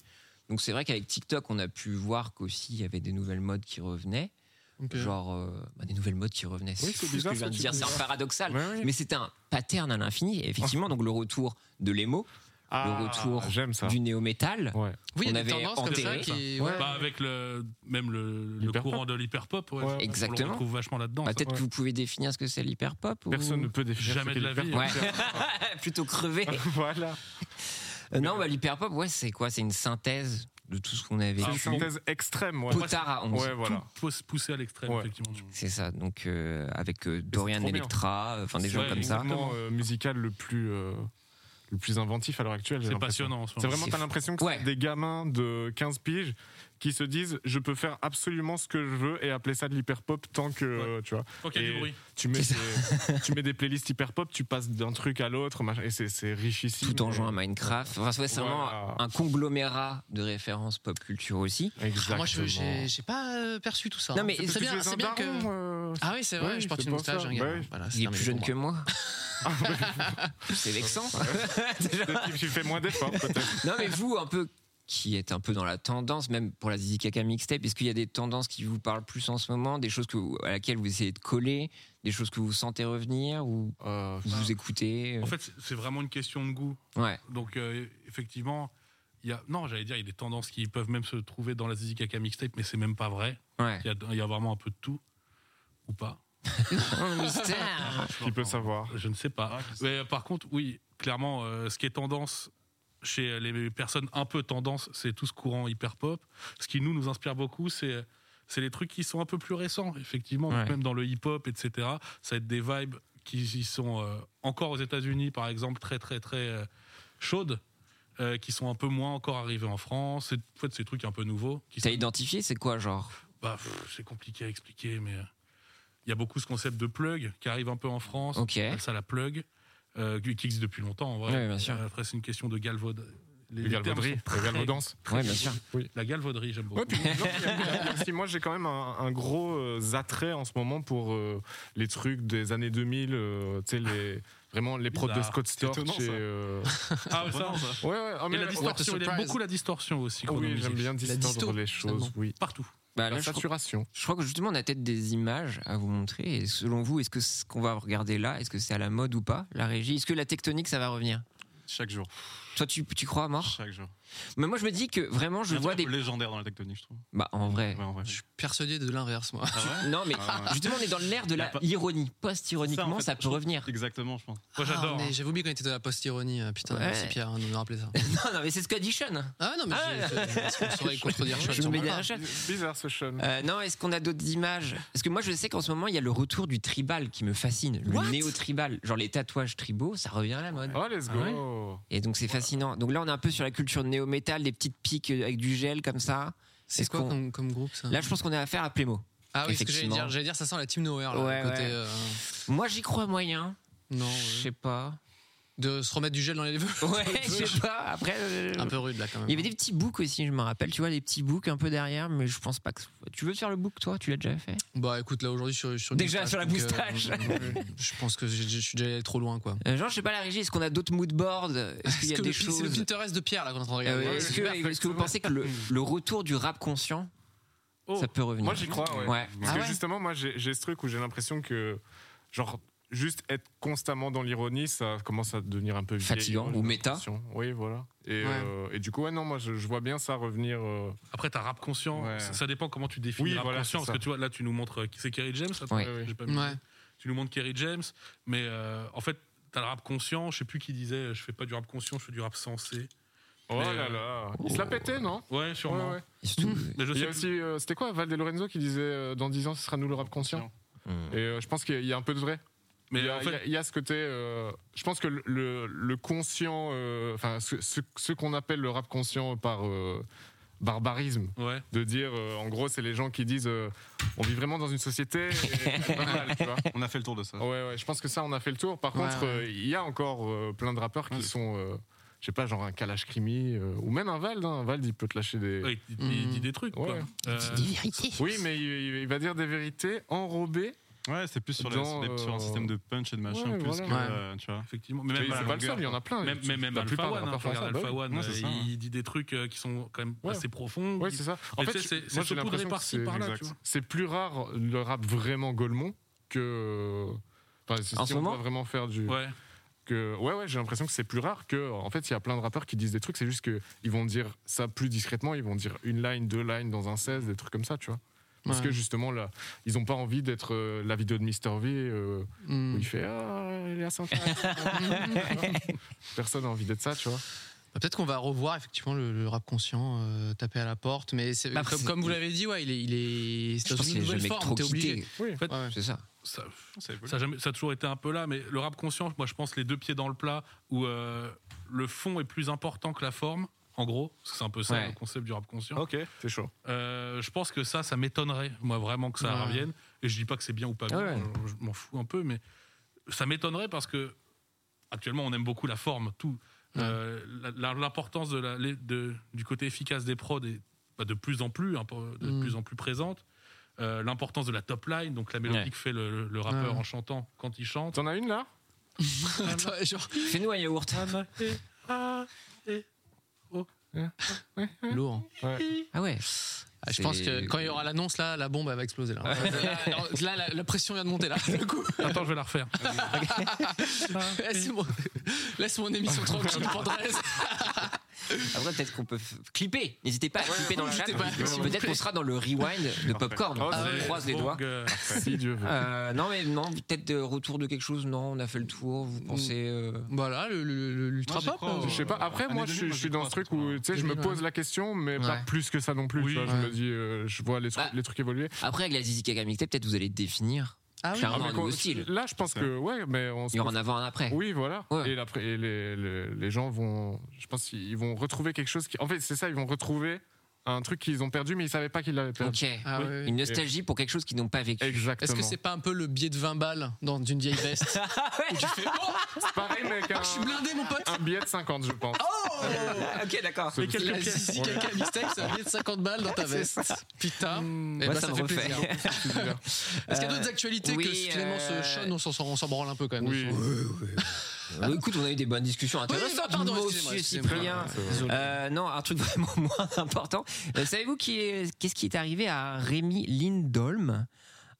S3: Donc c'est vrai qu'avec TikTok, on a pu voir qu'aussi il y avait des nouvelles modes qui revenaient,
S2: Ok.
S3: genre euh, bah, des nouvelles modes qui revenaient.
S4: Oui, c'est
S3: fou ce que
S4: bizarre,
S3: je viens
S4: ça,
S3: de
S4: tu
S3: dire,
S4: dis.
S3: c'est un paradoxal.
S4: Ouais, ouais.
S3: Mais c'est un pattern à l'infini, Et
S2: Ah.
S3: effectivement. Donc le retour de l'émo,
S4: Ah,
S3: retour
S4: J'aime ça.
S3: du néo-métal.
S4: Ouais.
S2: Oui, il y
S3: On
S2: a des
S3: avait
S2: tendances comme ça
S3: enterré,
S2: qui.
S4: quoi.
S2: ouais.
S5: Bah, avec le, même le, le
S4: L'hyperpop.
S5: courant de l'hyperpop, ouais,
S4: Ouais.
S5: on le
S3: Exactement.
S5: retrouve vachement là-dedans.
S3: Bah,
S5: ça.
S3: Peut-être
S4: ouais.
S3: que vous pouvez définir ce que c'est l'hyperpop ou-
S4: Personne ne peut définir.
S5: Jamais
S4: ce
S5: de
S4: qu'est
S5: la vie.
S4: l'hyper-
S3: Ouais. Plutôt crevé.
S4: hein. voilà.
S3: Euh, non, bah, l'hyperpop, ouais, c'est quoi C'est une synthèse de tout ce qu'on avait
S4: C'est une
S3: vécu.
S4: synthèse extrême. Ouais,
S3: Potard à 11.
S4: ouais voilà.
S5: Faut se pousser à l'extrême,
S4: Ouais.
S5: effectivement.
S3: C'est ça, donc euh, avec euh, Dorian
S4: trop bien.
S3: Electra, euh, enfin des gens
S5: Ouais,
S3: comme ça.
S4: Le mouvement euh, musical le plus, euh, le plus inventif à l'heure actuelle. j'ai
S5: C'est
S4: l'impression.
S5: passionnant en ce
S4: C'est
S5: moment.
S4: vraiment,
S3: C'est
S4: t'as
S3: fou.
S4: l'impression que
S3: Ouais.
S4: c'est des gamins de 15 piges qui se disent je peux faire absolument ce que je veux et appeler ça de l'hyper-pop tant que euh, tu vois.
S5: Faut qu'il y ait du
S4: Et
S5: bruit.
S4: Tu mets, des, tu mets des playlists hyper-pop, tu passes d'un truc à l'autre machin, et c'est- c'est richissime.
S3: Tout en jouant à Minecraft. Enfin, c'est vraiment
S4: Voilà. Ah,
S3: un conglomérat de références pop culture aussi.
S4: Exactement.
S2: Ah, Moi, je- j'ai j'ai pas euh, perçu tout ça.
S3: Non,
S2: hein.
S3: mais
S2: C'est
S4: Parce que
S2: bien-
S4: tu es
S2: c'est
S4: un
S2: bien que.
S4: daron, euh,
S2: Ah oui, c'est vrai,
S4: Ouais, Ah,
S2: je porte
S4: c'est
S2: une
S4: pour ça.
S2: moustache, un gars.
S4: Bah oui.
S2: Voilà, c'est
S3: Il est
S2: terminé
S3: plus jeune
S2: pour
S3: que
S2: moi.
S3: moi. c'est vexant. Déjà.
S4: peut-être Tu fais moins d'efforts, peut-être.
S3: non, mais vous, un peu, qui êtes un peu dans la tendance, même pour la Zizi Kaka mixtape, est-ce qu'il y a des tendances qui vous parlent plus en ce moment, des choses que vous- à laquelle vous essayez de coller, des choses que vous sentez revenir ou
S4: Euh,
S3: vous écoutez euh,
S5: En fait, c'est- c'est vraiment une question de goût.
S3: Ouais.
S5: Donc, euh, effectivement, il y a. Non, j'allais dire, il y a des tendances qui peuvent même se trouver dans la Zizi Kaka mixtape, mais c'est même pas vrai.
S3: Ouais.
S5: Il y, a, il y a vraiment un peu de tout. Ou pas.
S3: Oh, mystère.
S4: qui peut savoir
S5: Ah,
S4: Ah,
S5: Je ne sais pas. Mais euh, par contre, oui, clairement, euh, ce qui est tendance chez les personnes un peu tendance, c'est tout ce courant hyper pop. Ce qui nous nous inspire beaucoup, c'est c'est les trucs qui sont un peu plus récents, effectivement, donc
S3: Ouais.
S5: même dans le hip hop, etc. Ça va être des vibes qui y sont euh, encore aux États-Unis, par exemple, très très très euh, chaudes. euh, qui sont un peu moins encore arrivés en France. C'est- En fait, ces trucs un peu nouveaux. qui
S3: T'as
S5: sont-
S3: identifié, c'est quoi, genre
S5: bah, pff, c'est compliqué à expliquer, mais euh, il y a beaucoup ce concept de plug qui arrive un peu en France.
S3: Ok.
S5: On appelle ça la plug, euh, qui qui existe depuis longtemps. en vrai.
S3: Ouais, bien sûr.
S5: Euh, Après, c'est une question de galvaude. les-
S4: Les
S5: les termes
S4: galvauderies,
S5: sont très-
S4: les galvaudances.
S3: Ouais, bien sûr.
S5: La galvauderie, j'aime beaucoup.
S4: Ouais, puis, non, il y a- il y a aussi- moi j'ai quand même un, un gros euh, attrait en ce moment pour euh, les trucs des années 2000, euh, tu sais, les, vraiment les prods de
S5: Bizarre.
S4: Scott Storch.
S7: C'est étonnant,
S4: et,
S7: ça.
S5: euh, ah, ouais, ça, ça.
S4: Ouais, ouais, ah,
S5: Et
S4: mais-
S5: la distorsion, il aime
S2: surprise.
S5: beaucoup la distorsion aussi.
S4: Oh
S5: Chrono
S4: oui,
S5: Music.
S4: j'aime bien
S2: disto,
S4: distendre les
S2: finalement.
S4: choses, oui.
S5: Partout.
S3: Bah, là,
S4: La
S3: je, crois,
S4: saturation.
S3: je crois que justement, on a peut-être des images à vous montrer. Et selon vous, est-ce que ce qu'on va regarder là, est-ce que c'est à la mode ou pas, la régie Est-ce que la tectonique, ça va revenir
S7: Chaque jour.
S3: Toi, tu, tu crois à mort
S7: Chaque jour.
S3: Mais moi, je me dis que vraiment, je
S7: Il y a un
S3: vois
S7: truc
S3: des.
S7: un peu légendaire dans la tectonique, je trouve.
S3: Bah, en vrai.
S7: Ouais, en vrai.
S2: Je suis persuadé de l'inverse, moi.
S3: Non, mais
S7: Ah ouais.
S3: justement, on est dans l'ère de
S7: Il y a
S3: la
S7: pas-
S3: ironie. Post-ironiquement, ça,
S7: en fait, je
S3: peut
S7: trouve-
S3: revenir.
S7: Exactement, je pense.
S5: Moi,
S2: Ah,
S5: j'adore.
S2: on est-
S5: hein.
S2: J'avais oublié qu'on était dans la post-ironie. euh, Putain,
S3: Ouais.
S2: merci Pierre hein, de me rappeler ça.
S3: non, non, mais c'est ce qu'a dit Sean.
S2: Ah non, mais
S3: Ah.
S2: je- je- on saurait contredire
S3: Je
S2: Sean sur
S3: me mets
S2: mon part.
S3: derrière Sean.
S4: Bizarre ce Sean.
S3: Euh, non, est-ce qu'on a d'autres images Parce que moi, je sais qu'en ce moment, il y a le retour du tribal qui me fascine.
S2: What
S3: le néo-tribal. Genre les tatouages tribaux, ça revient à la mode.
S4: Oh, let's
S5: Ah ouais.
S4: go.
S3: Et donc, c'est fascinant. Donc là, on est un peu sur la culture néo-métal, des petites piques euh, avec du gel comme ça.
S2: C'est
S3: Est-ce
S2: quoi
S3: qu'on-
S2: comme, comme groupe ça
S3: Là, je pense qu'on a affaire à Plémo.
S2: Ah oui, ce que j'allais
S3: effectivement.
S2: dire, j'allais dire, ça sent la Team Nowhere. Là,
S3: Ouais,
S2: le côté,
S3: ouais.
S2: euh,
S3: Moi, j'y crois moyen.
S2: non, ouais.
S3: Je sais pas.
S2: de se remettre du gel dans les cheveux.
S3: Ouais, je sais pas. Après. euh,
S2: Un peu rude là quand même.
S3: Il y avait des petits boucs aussi, je me rappelle. Tu vois, des petits boucs un peu derrière, mais je pense pas que. Tu veux te faire le bouc, toi Tu l'as déjà fait
S2: Bah écoute, là aujourd'hui sur, sur une
S3: Déjà, sur la
S2: donc,
S3: moustache.
S2: euh, je pense que j'ai- je suis déjà allé trop loin quoi.
S3: Euh, Genre, je sais pas la régie, est-ce qu'on a d'autres moodboards Est-ce qu'il y a
S2: Est-ce que
S3: des
S2: le, pi- c'est le
S3: choses
S2: Pinterest de Pierre là qu'on est en train de
S3: Euh,
S2: regarder
S3: Est-ce que, est-ce que vous pensez que le, le retour du rap conscient,
S5: Oh.
S3: ça peut revenir
S4: Moi j'y crois, ouais.
S3: Ouais.
S4: Parce
S3: Ah
S4: que
S3: ouais
S4: justement, moi j'ai j'ai ce truc où j'ai l'impression que, genre, juste être constamment dans l'ironie, ça commence à devenir un peu vieillot,
S3: Fatigant
S4: j'ai
S3: ou méta.
S4: l'impression. Oui, voilà. Et,
S3: Ouais.
S4: euh, et du coup, ouais, non, moi, je, je vois bien ça revenir. euh,
S5: Après, t'as rap conscient.
S4: Ouais.
S5: Ça, ça dépend comment tu définis
S4: Oui,
S5: rap
S4: voilà,
S5: conscient.
S4: c'est
S5: Parce
S4: ça.
S5: que tu vois, là, tu nous montres euh, qui c'est Kerry James. Attends,
S3: Ouais.
S5: euh, j'ai pas mis.
S2: Ouais.
S5: Tu nous montres Kerry James. Mais euh, en fait, t'as le rap conscient. Je sais plus qui disait euh, je fais pas du rap conscient, je fais du rap sensé.
S4: Oh
S5: Mais,
S4: là
S5: euh,
S4: là Il se la pétait, non
S5: Ouais, sûrement.
S4: Ouais, ouais.
S3: Et surtout,
S5: Mais je
S4: Il y
S5: sais
S4: a aussi, euh, c'était quoi, Val de Lorenzo qui disait euh, dans 10 ans, ce sera nous le rap conscient
S3: Mm.
S4: Et euh, je pense qu'il y a un peu de vrai.
S5: Mais
S4: il y a,
S5: en
S4: il y
S5: fait,
S4: a- il y a ce côté. euh, je pense que le, le- le conscient, euh, enfin, ce, ce- ce qu'on appelle le rap conscient par euh, barbarisme,
S5: ouais.
S4: de dire, euh, en gros, c'est les gens qui disent euh, on vit vraiment dans une société. et c'est pas mal, tu vois.
S7: On a fait le tour de ça.
S4: Ouais, ouais, je pense que ça, on a fait le tour. Par
S2: Ouais,
S4: contre,
S2: ouais.
S4: euh, il y a encore euh, plein de rappeurs qui
S7: Ouais.
S4: sont, euh, je sais pas, genre un Kalash Krimi, euh, ou même un Vald. hein. Un Vald, il peut te lâcher des.
S5: Ouais, il, il
S2: Mm.
S5: dit des trucs.
S4: Ouais,
S5: quoi.
S4: ouais.
S5: Euh,
S8: C'est des vérités.
S4: Oui, mais il, il va dire des vérités enrobées.
S7: Ouais, c'est plus sur, les-
S4: Dans,
S7: sur des- sur
S4: euh,
S7: un système de punch et de machin
S4: ouais,
S7: plus
S4: voilà.
S7: que,
S2: Ouais.
S7: euh, tu vois.
S5: effectivement. Mais
S4: Mais
S5: même
S4: c'est
S5: à la
S4: pas le
S5: longueur.
S4: seul, il y en a plein.
S5: Même,
S4: Tu-
S5: même, même
S4: la
S5: Alpha
S4: plupart
S5: One,
S4: des
S5: hein,
S4: rappeurs
S5: tu
S4: font ça,
S5: regardes
S4: bah
S5: Alpha
S4: oui.
S5: One,
S7: Ouais, c'est
S5: euh,
S7: ça.
S5: il dit des trucs euh, qui sont quand même
S4: Ouais.
S5: assez profonds.
S4: Ouais,
S5: Il-
S4: c'est ça. En
S5: Et
S4: fait,
S5: Mmh. tu sais,
S4: je-
S5: c'est-
S4: moi,
S5: c'est
S4: j'ai
S5: saupoudré
S4: l'impression que
S5: par-ci,
S4: c'est-
S5: par-là, tu
S4: exact.
S5: vois.
S4: C'est plus rare le rap vraiment Golemont que. Enfin, si
S3: En
S4: si
S3: ce
S4: on
S3: moment
S4: doit vraiment faire du.
S5: Ouais.
S4: que- ouais, ouais, j'ai l'impression que c'est plus rare que. En fait, il y a plein de rappeurs qui disent des trucs, c'est juste qu'ils vont dire ça plus discrètement, ils vont dire une line, deux lines dans un 16, des trucs comme ça, tu vois. Parce
S2: Ouais.
S4: que justement, là, ils n'ont pas envie d'être euh, la vidéo de Mister V euh,
S3: Mmh.
S2: Hmm.
S4: où il fait Ah, il est à Personne n'a envie d'être ça, tu vois.
S2: Bah, Peut-être qu'on va revoir effectivement le, le rap conscient euh, taper à la porte, mais c'est-
S3: Bah, après,
S2: comme,
S3: c'est-
S2: comme vous l'avez dit, ouais, il est, il est c'est
S3: je
S2: dans
S3: pense
S2: une
S3: qu'il est
S2: nouvelle
S3: jamais
S2: forme,
S3: trop
S2: t'es obligé.
S3: quitté.
S2: Ouais, ouais.
S3: C'est ça.
S5: Ça, ça, a jamais- ça a toujours été un peu là, mais le rap conscient, moi je pense les deux pieds dans le plat, où euh, le fond est plus important que la forme, en gros, parce que c'est un peu ça
S3: Ouais.
S5: le concept du rap conscient.
S4: Ok, c'est chaud.
S5: Euh, je pense que ça, ça m'étonnerait, moi vraiment que ça
S2: Ouais.
S5: revienne. Et je dis pas que c'est bien ou pas
S3: Ah
S5: bien, euh,
S4: Ouais.
S5: je, je m'en fous un peu, mais ça m'étonnerait parce que actuellement on aime beaucoup la forme, tout. Euh, la- la- L'importance de la- les- de- du côté efficace des prods est bah, de plus en plus, hein, pour- de
S2: Mm.
S5: plus en plus présente. Euh, L'importance de la top line, donc la mélodie
S3: Ouais.
S5: que fait le, le-
S3: Ah
S5: le rappeur
S2: Ouais.
S5: en chantant quand il chante.
S4: T'en as une là
S2: Attends, genre,
S3: Fais-nous un yaourt.
S2: lourd. hein.
S3: Ah ouais.
S2: Ah, je
S3: C'est-
S2: pense que quand il y aura l'annonce là, la bombe elle va exploser là. là, là, la, la pression vient de monter là. Le coup,
S5: Attends, je vais la refaire.
S2: Ah, laisse, mon, laisse mon émission tranquille, Pandrez.
S3: Après, peut-être qu'on peut f- clipper. N'hésitez pas à clipper dans le chat.
S2: n'hésitez pas, s'il vous
S3: Peut-être qu'on sera dans le rewind de Popcorn.
S4: Oh,
S3: on
S4: c'est-
S3: croise les
S5: Donc,
S3: doigts.
S5: euh,
S4: Si Dieu veut.
S3: Euh, non, mais non, peut-être de retour de quelque chose. Non, on a fait le tour.
S4: Mm.
S3: Vous pensez. euh,
S2: Voilà, le, le- le- l'ultra
S7: Moi, j'y
S2: pop.
S7: crois,
S2: hein.
S4: Je sais pas. Après,
S7: Année
S4: moi, je,
S7: 2000,
S4: suis- je
S7: moi, euh,
S4: suis
S7: je
S4: dans
S7: crois,
S4: ce truc où tu sais, je me
S2: 2000,
S4: pose la question, mais pas
S2: Ouais.
S4: plus que ça non plus.
S5: Oui.
S4: tu vois,
S2: Ouais.
S4: Je me dis, euh, je vois les, trucs-
S3: Bah.
S4: les trucs évoluer.
S3: Après, avec la Zizi Kaga Mixtape, peut-être vous allez définir
S2: Ah oui.
S3: clairement
S4: Ah, mais
S3: un
S4: quand-
S3: nouveau style.
S4: Là, je pense que ouais, mais on se
S3: Il y aura
S4: pose-
S3: un avant, un après.
S4: Oui, voilà.
S3: Ouais.
S4: Et, la pré- et les, les- les gens vont, je pense, qu'ils vont retrouver quelque chose. Qui... En fait, c'est ça, ils vont retrouver un truc qu'ils ont perdu, mais ils savaient pas qu'ils l'avaient perdu.
S3: Ok.
S2: Ah ouais, ouais.
S3: Une nostalgie pour quelque chose qu'ils n'ont pas vécu.
S4: Exactement.
S2: Est-ce que c'est pas un peu le biais de 20 balles dans une vieille veste
S3: Ah
S2: Où tu fais, oh,
S4: pareil, mec
S2: Ah, je suis
S4: un,
S2: blindé, mon pote Oh
S4: un billet de 50, je pense.
S3: Ah, ok, d'accord.
S4: C'est-
S2: Quelqu'un
S4: Ouais.
S2: si quelqu'un mixtape, ça vient de 50 balles dans ta veste. Putain, Eh
S3: Moi,
S2: ben,
S3: ça
S2: ça,
S3: me
S2: fait
S3: refait. Euh,
S2: plaisir. Est-ce qu'il y a d'autres actualités que
S3: oui,
S2: finalement
S3: euh,
S2: ce Sean, on s'en- on s'en branle un peu quand même.
S4: Oui.
S2: de son-
S3: Euh, écoute, on a eu des bonnes discussions
S2: bah,
S3: intéressantes.
S2: pardon,
S3: Monsieur
S2: excusez-moi, excusez-moi. Ah,
S3: Cyprien.
S4: Ouais, c'est vrai.
S2: Désolé.
S3: Euh, non, un truc vraiment moins important. Euh, Savez-vous qui est- qu'est-ce qui est arrivé à Rémi Lindholm,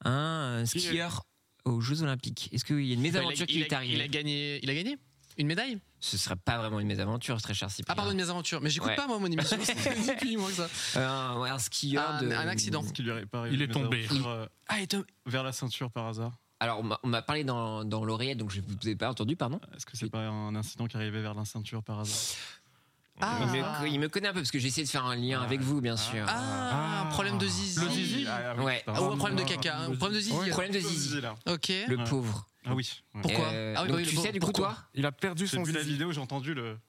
S3: un
S4: Qui est-
S3: skieur aux Jeux Olympiques Est-ce qu'il y a une
S2: Enfin, il a-
S3: mésaventure qui
S2: il a-
S3: lui est
S2: Il a
S3: arrivée
S2: gagné, il a gagné une médaille
S3: Ce serait pas vraiment une mésaventure, très cher Cyprien.
S2: Ah pardon, une mésaventure. Mais j'écoute
S3: Ouais.
S2: pas moi mon émission. Depuis moi ça.
S3: Euh, ouais, un skieur
S2: Un-
S3: de...
S2: un accident.
S7: Ce qui lui est pas
S5: Il
S7: arrivé,
S5: est
S7: mais
S5: tombé.
S7: ça va faire, euh,
S2: Ah et Tom-
S7: vers la ceinture par hasard.
S3: Alors, on m'a- on m'a parlé dans, dans l'oreillette, donc je vous ai pas entendu, pardon.
S7: Euh, Est-ce que c'est pas un incident qui arrivait vers la ceinture par hasard
S2: Ah.
S3: Il, me, il me connaît un peu, parce que j'ai essayé de faire un lien avec vous, bien sûr.
S2: Ah, un problème de zizi.
S7: Le zizi
S3: Ouais.
S2: Ah, ou un problème de caca, un problème de zizi.
S3: Le Problème de Zizi.
S7: zizi là.
S2: Ok.
S3: Le
S7: Ouais.
S3: pauvre.
S7: Ah oui. ouais.
S2: Pourquoi
S3: Euh,
S2: Ah oui,
S3: donc
S2: oui,
S3: tu sais
S2: le pauvre.
S3: du coup
S2: Pourquoi
S3: toi
S4: Il a perdu
S7: J'ai
S4: son
S7: vu la
S4: zizi.
S7: vidéo, j'ai entendu le.